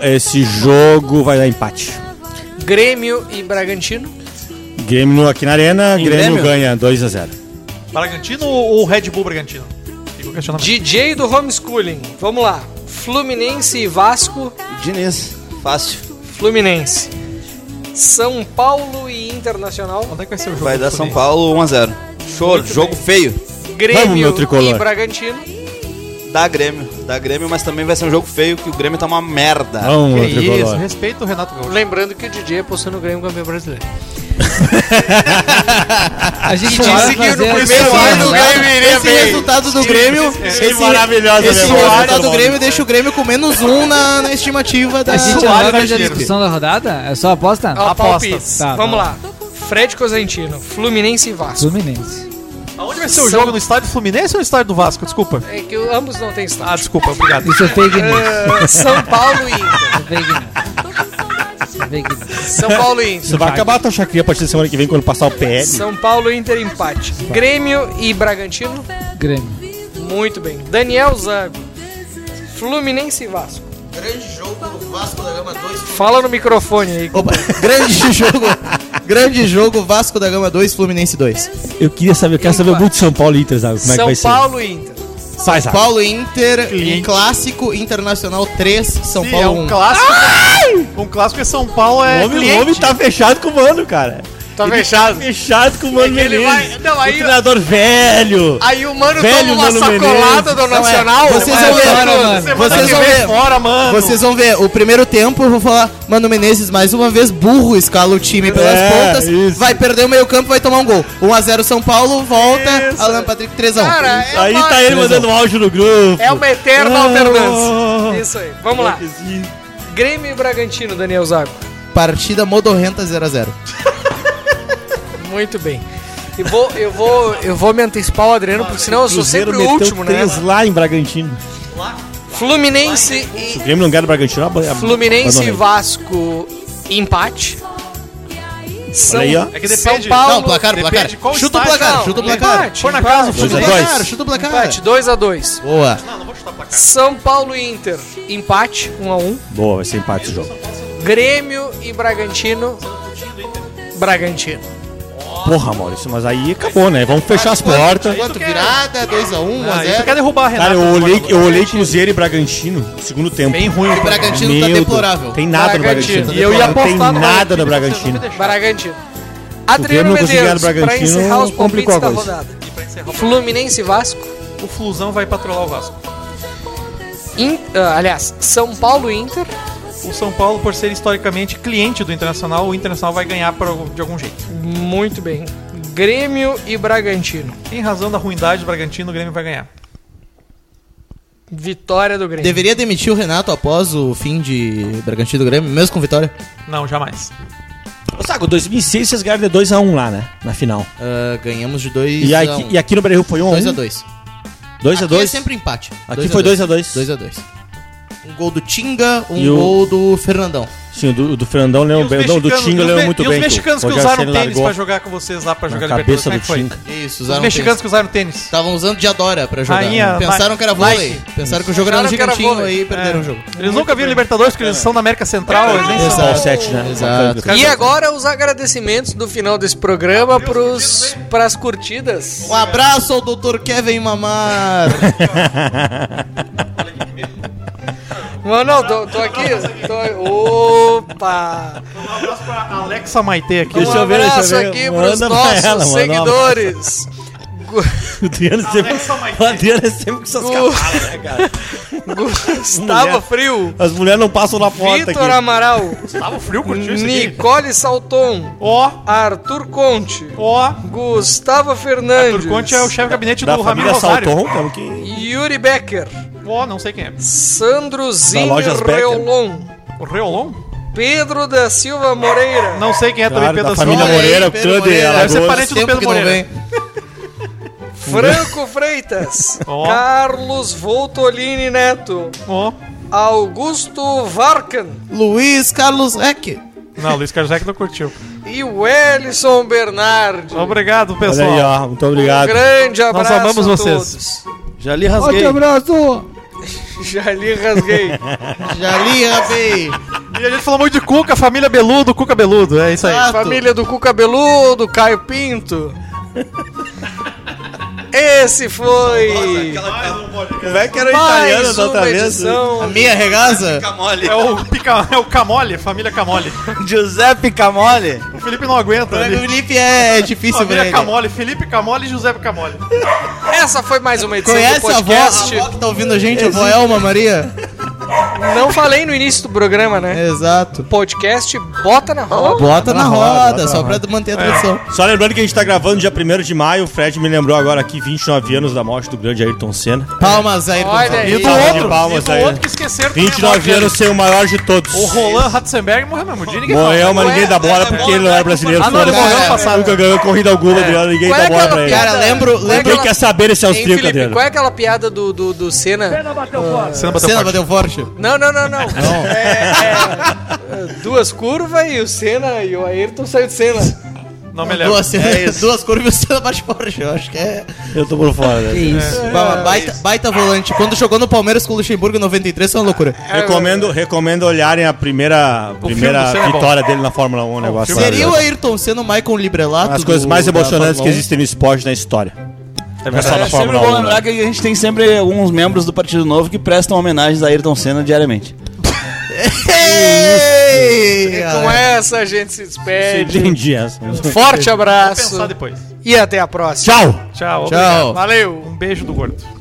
Speaker 4: Esse jogo vai dar empate.
Speaker 2: Grêmio e Bragantino.
Speaker 4: Grêmio no- aqui na Arena, Grêmio,
Speaker 5: Grêmio?
Speaker 4: ganha 2x0.
Speaker 3: Bragantino ou Red Bull Bragantino? Fica o questionamento.
Speaker 2: DJ do homeschooling. Vamos lá. Fluminense e Vasco.
Speaker 5: Diniz. Fácil.
Speaker 2: Fluminense. São Paulo e Internacional.
Speaker 3: Onde é que vai ser o jogo?
Speaker 5: Vai dar
Speaker 3: do
Speaker 5: São
Speaker 3: Fluminense?
Speaker 5: Paulo 1x0. Show, jogo feio.
Speaker 2: Grêmio
Speaker 4: meu tricolor.
Speaker 2: e Bragantino.
Speaker 5: Dá Grêmio. Dá Grêmio, mas também vai ser um jogo feio, que o Grêmio tá uma
Speaker 6: Ah,
Speaker 5: merda.
Speaker 4: Vamos, meu
Speaker 3: Que isso,
Speaker 4: tricolor.
Speaker 3: respeita o Renato Gaúcho.
Speaker 2: Lembrando que o DJ apostou no Grêmio campeão brasileiro.
Speaker 7: A gente
Speaker 2: disse que no primeiro ano o Grêmio iria
Speaker 6: Esse
Speaker 2: bem.
Speaker 6: resultado do Grêmio. Esse,
Speaker 4: Que maravilhosa
Speaker 6: esse
Speaker 4: memória,
Speaker 6: resultado do
Speaker 4: Tomás.
Speaker 6: Grêmio deixa o Grêmio com menos um na, na estimativa da
Speaker 7: A gente agora vai fazer a
Speaker 6: Liga.
Speaker 7: discussão da rodada? É só aposta?
Speaker 2: Ó, palpites.
Speaker 7: Tá,
Speaker 2: Vamos
Speaker 7: tá.
Speaker 2: lá. Fred Cosentino, Fluminense e Vasco.
Speaker 7: Fluminense.
Speaker 3: Onde vai ser o jogo? No estádio Fluminense ou no estádio do Vasco? Desculpa.
Speaker 2: É que o- ambos não têm
Speaker 3: Ah,
Speaker 2: estádio.
Speaker 3: desculpa, obrigado.
Speaker 7: Isso é fake news.
Speaker 2: Ah, São Paulo e Inter.
Speaker 7: Isso é fake news. Isso é fake news.
Speaker 2: São Paulo e Inter.
Speaker 4: Você vai acabar a tua chacrinha a partir da semana que vem quando passar o PL.
Speaker 2: São Paulo e Inter empate.
Speaker 4: Tá.
Speaker 2: Grêmio e Bragantino.
Speaker 7: Grêmio.
Speaker 2: Muito bem. Daniel Zago. Fluminense e Vasco.
Speaker 6: Grande jogo, Vasco da Gama 2.
Speaker 2: Fala no microfone aí.
Speaker 6: Opa, grande jogo. Grande jogo, Vasco da Gama 2, Fluminense 2.
Speaker 4: Eu queria saber, eu quero saber muito de São Paulo e Inter, sabe? Como é que
Speaker 2: São
Speaker 4: vai ser?
Speaker 2: Paulo e Inter.
Speaker 4: Sai, Zago.
Speaker 6: Paulo e Inter, um clássico, Internacional 3, São
Speaker 3: Sim, é
Speaker 6: Paulo
Speaker 3: um
Speaker 6: 1.
Speaker 3: clássico. Um clássico é São Paulo
Speaker 4: O
Speaker 3: é
Speaker 4: homem, o
Speaker 3: cliente.
Speaker 4: homem tá fechado com o mano, cara.
Speaker 2: Tá
Speaker 4: Ele
Speaker 2: fechado.
Speaker 4: Tá fechado com o mano
Speaker 2: É que ele
Speaker 4: Menezes.
Speaker 2: vai- não, aí-
Speaker 4: O treinador velho.
Speaker 2: Aí o mano
Speaker 4: Velho
Speaker 2: toma uma
Speaker 4: Mano
Speaker 2: sacolada
Speaker 4: Menezes.
Speaker 2: do
Speaker 4: Não, é.
Speaker 2: Nacional.
Speaker 6: Vocês
Speaker 2: Vai,
Speaker 6: vão ver,
Speaker 2: vai,
Speaker 6: mano.
Speaker 2: vai, vai.
Speaker 6: Vocês vão ver.
Speaker 3: fora, mano.
Speaker 6: Vocês vão ver, o primeiro tempo eu vou falar, Mano Menezes mais uma vez burro, escala o time pelas
Speaker 4: É,
Speaker 6: pontas,
Speaker 4: isso.
Speaker 6: vai perder o meio campo, vai tomar um gol. 1x0 São Paulo, volta, Alan Patrick 3x1.
Speaker 2: Cara, é
Speaker 4: Aí
Speaker 2: uma,
Speaker 4: tá ele mandando um áudio no grupo.
Speaker 2: é uma eterna
Speaker 4: Ah,
Speaker 2: alternância. Isso aí. Vamos lá.
Speaker 4: Esse-
Speaker 2: Grêmio e Bragantino, Daniel Zago.
Speaker 6: Partida modorrenta 0x0.
Speaker 2: Muito bem. E vou, eu, vou, eu vou me antecipar o Adriano, porque senão eu sou
Speaker 4: Cruzeiro
Speaker 2: sempre o
Speaker 4: meteu
Speaker 2: último, né?
Speaker 4: três lá em Bragantino.
Speaker 2: Fluminense e,
Speaker 4: O Grêmio não ganha do Bragantino. ab- ab-
Speaker 2: Fluminense e
Speaker 4: abandonei.
Speaker 2: Vasco, empate. São,
Speaker 4: aí, ó.
Speaker 3: É que
Speaker 2: São
Speaker 3: depende.
Speaker 2: Paulo.
Speaker 6: Não, placar,
Speaker 3: Depende
Speaker 6: placar.
Speaker 3: de qual
Speaker 6: Chuta o
Speaker 3: estádio.
Speaker 6: placar,
Speaker 2: Não,
Speaker 6: chuta o
Speaker 2: empate,
Speaker 6: placar.
Speaker 3: Foi na casa,
Speaker 6: Chuta o
Speaker 4: Dois a
Speaker 6: placar,
Speaker 4: dois.
Speaker 6: chuta o placar.
Speaker 2: Empate, 2x2.
Speaker 6: Boa.
Speaker 2: São Paulo e Inter, empate, 1x1.
Speaker 4: Boa, vai ser empate o jogo.
Speaker 2: Grêmio e Bragantino. Bragantino.
Speaker 4: Porra, Maurício, mas aí acabou, né? Vamos fechar as portas.
Speaker 6: Quanto virada? 2x1,
Speaker 3: Ah, isso quer
Speaker 6: 1x0.
Speaker 3: derrubar a Renata.
Speaker 4: Cara, eu olhei, eu olhei
Speaker 3: com os
Speaker 4: Cruzeiro e Bragantino no segundo tempo.
Speaker 3: Bem ruim.
Speaker 6: O Bragantino tá
Speaker 4: Meu Deus,
Speaker 6: deplorável.
Speaker 4: é Tem nada no
Speaker 2: Bragantino.
Speaker 4: Bragantino.
Speaker 3: E eu ia
Speaker 4: Não tem
Speaker 3: apostar no
Speaker 4: nada no
Speaker 3: Bragantino.
Speaker 4: Bragantino.
Speaker 2: Bragantino.
Speaker 4: Grêmio
Speaker 2: Adriano
Speaker 4: não conseguiu ganhar
Speaker 2: Medeiros,
Speaker 4: do
Speaker 2: pra
Speaker 4: Bragantino,
Speaker 2: encerrar os palpites
Speaker 4: complicou a
Speaker 2: da
Speaker 4: coisa.
Speaker 2: rodada. Fluminense e Vasco.
Speaker 3: O Flusão vai patrolar o Vasco.
Speaker 2: In- ah, aliás, São Paulo e Inter.
Speaker 3: O São Paulo, por ser historicamente cliente do Internacional, o Internacional vai ganhar por algum- de algum jeito.
Speaker 2: Muito bem. Grêmio e Bragantino.
Speaker 3: Em razão da ruindade do Bragantino, o Grêmio vai ganhar.
Speaker 2: Vitória do Grêmio.
Speaker 6: Deveria demitir o Renato após o fim de Bragantino e Grêmio, mesmo com vitória?
Speaker 3: Não, jamais.
Speaker 4: Ô, Saco, 2006 vocês ganharam de 2x1 lá, né? Na final.
Speaker 6: Ah, ganhamos de um. 2
Speaker 4: E
Speaker 3: um.
Speaker 4: aqui, é e aqui no Brasil foi 1x1?
Speaker 6: 2x2.
Speaker 4: 2x2?
Speaker 6: Aqui é sempre empate.
Speaker 4: Aqui
Speaker 6: Dois a
Speaker 4: foi
Speaker 6: dois.
Speaker 4: 2x2.
Speaker 6: 2x2. Um gol do Tinga, um
Speaker 4: E o-
Speaker 6: gol do Fernandão.
Speaker 4: Sim, o do, o do Fernandão lembra bem. Não, o do Tinga lembra muito bem.
Speaker 3: E os mexicanos
Speaker 4: o
Speaker 3: que
Speaker 4: Rogério
Speaker 3: usaram
Speaker 4: Ceni
Speaker 3: tênis
Speaker 4: largou
Speaker 3: pra jogar com vocês lá pra
Speaker 4: na
Speaker 3: jogar Libertadores,
Speaker 4: cabeça
Speaker 3: como é
Speaker 4: do
Speaker 3: que foi?
Speaker 4: Tinga.
Speaker 6: Isso,
Speaker 3: Os
Speaker 6: usaram
Speaker 3: mexicanos
Speaker 6: tênis.
Speaker 3: que usaram tênis.
Speaker 6: Estavam usando de Adora pra jogar.
Speaker 3: Rainha,
Speaker 6: Pensaram
Speaker 3: Mike.
Speaker 6: que era vôlei. Pensaram que o jogo era um
Speaker 2: Pensaram que era
Speaker 6: gigantinho
Speaker 2: vôlei.
Speaker 6: aí e perderam o jogo.
Speaker 3: Eles nunca viram Libertadores porque eles
Speaker 6: É.
Speaker 3: são da América Central. Eles nem são.
Speaker 4: Só o 7, né?
Speaker 6: Exato.
Speaker 2: E agora os agradecimentos do final desse programa pros, pras curtidas.
Speaker 6: Um abraço ao Dr. Kevin Mamar.
Speaker 2: Não, não, tô, tô aqui. Tô... Opa!
Speaker 3: Alexa Maite aqui.
Speaker 4: Deixa
Speaker 2: Um
Speaker 4: eu ver, deixa eu
Speaker 2: abraço
Speaker 4: ver.
Speaker 2: aqui
Speaker 4: Manda um
Speaker 2: pros
Speaker 4: pra
Speaker 2: nossos
Speaker 4: ela, mano.
Speaker 2: seguidores.
Speaker 4: O Adriano sempre, o Adriano é sempre com essas cavalas, né, cara?
Speaker 2: Gustavo
Speaker 4: Mulher.
Speaker 2: Frio.
Speaker 4: As mulheres não passam na porta
Speaker 2: Vitor
Speaker 4: aqui.
Speaker 2: Amaral.
Speaker 3: Tava frio, curtiu isso aqui?
Speaker 2: Nicole Salton.
Speaker 3: Ó,
Speaker 2: Arthur Conte.
Speaker 3: ó.
Speaker 2: Gustavo Fernandes.
Speaker 3: Arthur Conte é o chefe de gabinete
Speaker 4: Da
Speaker 3: do Ramiro
Speaker 4: família
Speaker 3: Rosário.
Speaker 4: Salton, tá cara, que...
Speaker 2: Yuri Becker.
Speaker 3: Ó, não sei quem é.
Speaker 2: Sandro Zini
Speaker 4: lojas Becker.
Speaker 2: Reolon.
Speaker 3: O Reolon?
Speaker 2: Pedro da Silva Moreira.
Speaker 3: Não sei quem é também,
Speaker 4: Claro,
Speaker 3: Pedro
Speaker 4: da
Speaker 3: Silva.
Speaker 4: família
Speaker 6: Olha aí,
Speaker 4: Moreira,
Speaker 6: Pedro
Speaker 4: Cândido e
Speaker 6: Moreira.
Speaker 3: Deve ser
Speaker 4: Alagoas.
Speaker 3: parente do
Speaker 6: Tempo
Speaker 3: Pedro
Speaker 6: que não vem.
Speaker 3: Moreira.
Speaker 2: Franco Freitas.
Speaker 3: Ó.
Speaker 2: Carlos Voltolini Neto.
Speaker 3: Ó.
Speaker 2: Augusto Varcan.
Speaker 6: Luiz Carlos Eck.
Speaker 3: Não, Luiz Carjac não curtiu.
Speaker 2: E Wellison Bernardi.
Speaker 3: Obrigado,
Speaker 4: Olha aí,
Speaker 3: pessoal.
Speaker 4: ó. Muito
Speaker 2: Um
Speaker 4: obrigado.
Speaker 2: grande
Speaker 3: Nós
Speaker 2: abraço
Speaker 3: amamos
Speaker 2: a
Speaker 3: vocês.
Speaker 5: Já lhe rasguei.
Speaker 7: Forte abraço!
Speaker 2: todos. Já lhe rasguei.
Speaker 6: Jali Rabei.
Speaker 3: E a gente falou muito de Cuca, família Beludo, Cuca Beludo. É isso aí.
Speaker 6: Exato.
Speaker 2: Família do Cu Cabeludo, Caio Pinto. Esse foi
Speaker 4: Como é que era o italiano
Speaker 2: mais
Speaker 4: da outra
Speaker 2: uma
Speaker 4: vez?
Speaker 6: A
Speaker 2: edição.
Speaker 6: minha regaça.
Speaker 5: Camole.
Speaker 3: É o, Pica- é o Camole, família Camole.
Speaker 5: Giuseppe Camole.
Speaker 3: O Felipe não aguenta.
Speaker 6: O
Speaker 3: Ele...
Speaker 6: Felipe é difícil pra
Speaker 3: Família
Speaker 6: ele.
Speaker 3: Camole, Felipe Camole e José Camole.
Speaker 2: Essa foi mais uma edição do
Speaker 6: Conhece a avó,
Speaker 2: podcast.
Speaker 6: a avó que tá ouvindo a gente? A avó Elma Maria?
Speaker 2: Não falei no início do programa,
Speaker 4: É.
Speaker 2: né?
Speaker 6: Exato.
Speaker 2: Podcast Bota na Roda.
Speaker 6: Bota na roda, É.
Speaker 4: bota na
Speaker 6: só pra manter a tradição.
Speaker 4: Só lembrando que a gente tá gravando dia 1 de maio. O Fred me lembrou agora aqui 29 anos da morte do grande Ayrton Senna.
Speaker 6: Palmas aí,
Speaker 2: Olha aí.
Speaker 6: Gonçalves.
Speaker 2: E do
Speaker 4: Salva de
Speaker 3: outro,
Speaker 4: palmas
Speaker 3: e do
Speaker 4: aí.
Speaker 3: outro que esqueceram também,
Speaker 4: 29
Speaker 3: agora,
Speaker 4: anos sem o maior de todos.
Speaker 3: O Roland Ratzenberg morreu mesmo. dia Ninguém fala.
Speaker 4: Morreu, mas
Speaker 2: Não é-
Speaker 4: ninguém dá bola
Speaker 2: é
Speaker 4: porque
Speaker 2: bola,
Speaker 4: ele não
Speaker 2: é
Speaker 4: é brasileiro.
Speaker 3: Ah, não, ele
Speaker 4: Foda-se.
Speaker 3: morreu ano passado.
Speaker 4: Nunca ganhou corrida alguma, Adriano. Ninguém
Speaker 2: Qual é
Speaker 4: dá bola
Speaker 2: aquela
Speaker 4: pra ele.
Speaker 2: piada?
Speaker 6: Cara, lembro,
Speaker 2: Qual é
Speaker 6: lembro.
Speaker 4: Ninguém quer saber esse
Speaker 2: Hein,
Speaker 4: austríaco,
Speaker 2: Felipe,
Speaker 4: Adriano.
Speaker 2: qual é aquela piada do, do, do Senna?
Speaker 3: Senna bateu
Speaker 6: Cena
Speaker 3: forte.
Speaker 6: bateu forte.
Speaker 2: Não, não, não, não. É, é, duas curvas e o Senna e o Ayrton saiu de cena.
Speaker 3: Não me lembro.
Speaker 6: Duas, duas curvas e o Senna bate forte. Eu acho que é.
Speaker 4: Eu tô por fora,
Speaker 7: Que
Speaker 4: né?
Speaker 7: isso?
Speaker 6: Ba- baita, baita volante. Quando jogou no Palmeiras com o Luxemburgo em 93, foi uma loucura.
Speaker 4: Recomendo, recomendo olharem a primeira,
Speaker 3: filme do
Speaker 4: primeira
Speaker 3: Senna é bom.
Speaker 4: vitória dele na Fórmula 1. Um negócio
Speaker 6: Seria o
Speaker 4: maravilhoso.
Speaker 6: Ayrton sendo o Michael Librelato.
Speaker 4: As coisas
Speaker 6: do-
Speaker 4: mais
Speaker 6: da
Speaker 4: emocionantes
Speaker 6: Fórmula
Speaker 4: que
Speaker 6: 1.
Speaker 4: existem no esporte na história. É,
Speaker 5: É, é sempre bom lembrar que a gente tem sempre alguns membros do Partido Novo que prestam homenagens a Ayrton Senna diariamente.
Speaker 6: Ei,
Speaker 2: E
Speaker 6: galera.
Speaker 2: com essa a É, gente se despede.
Speaker 4: Entendi essa.
Speaker 2: Forte
Speaker 3: Vou
Speaker 2: abraço
Speaker 3: pensar depois.
Speaker 2: e até a próxima.
Speaker 4: Tchau!
Speaker 3: Tchau.
Speaker 6: Tchau.
Speaker 3: Valeu. Um beijo do gordo.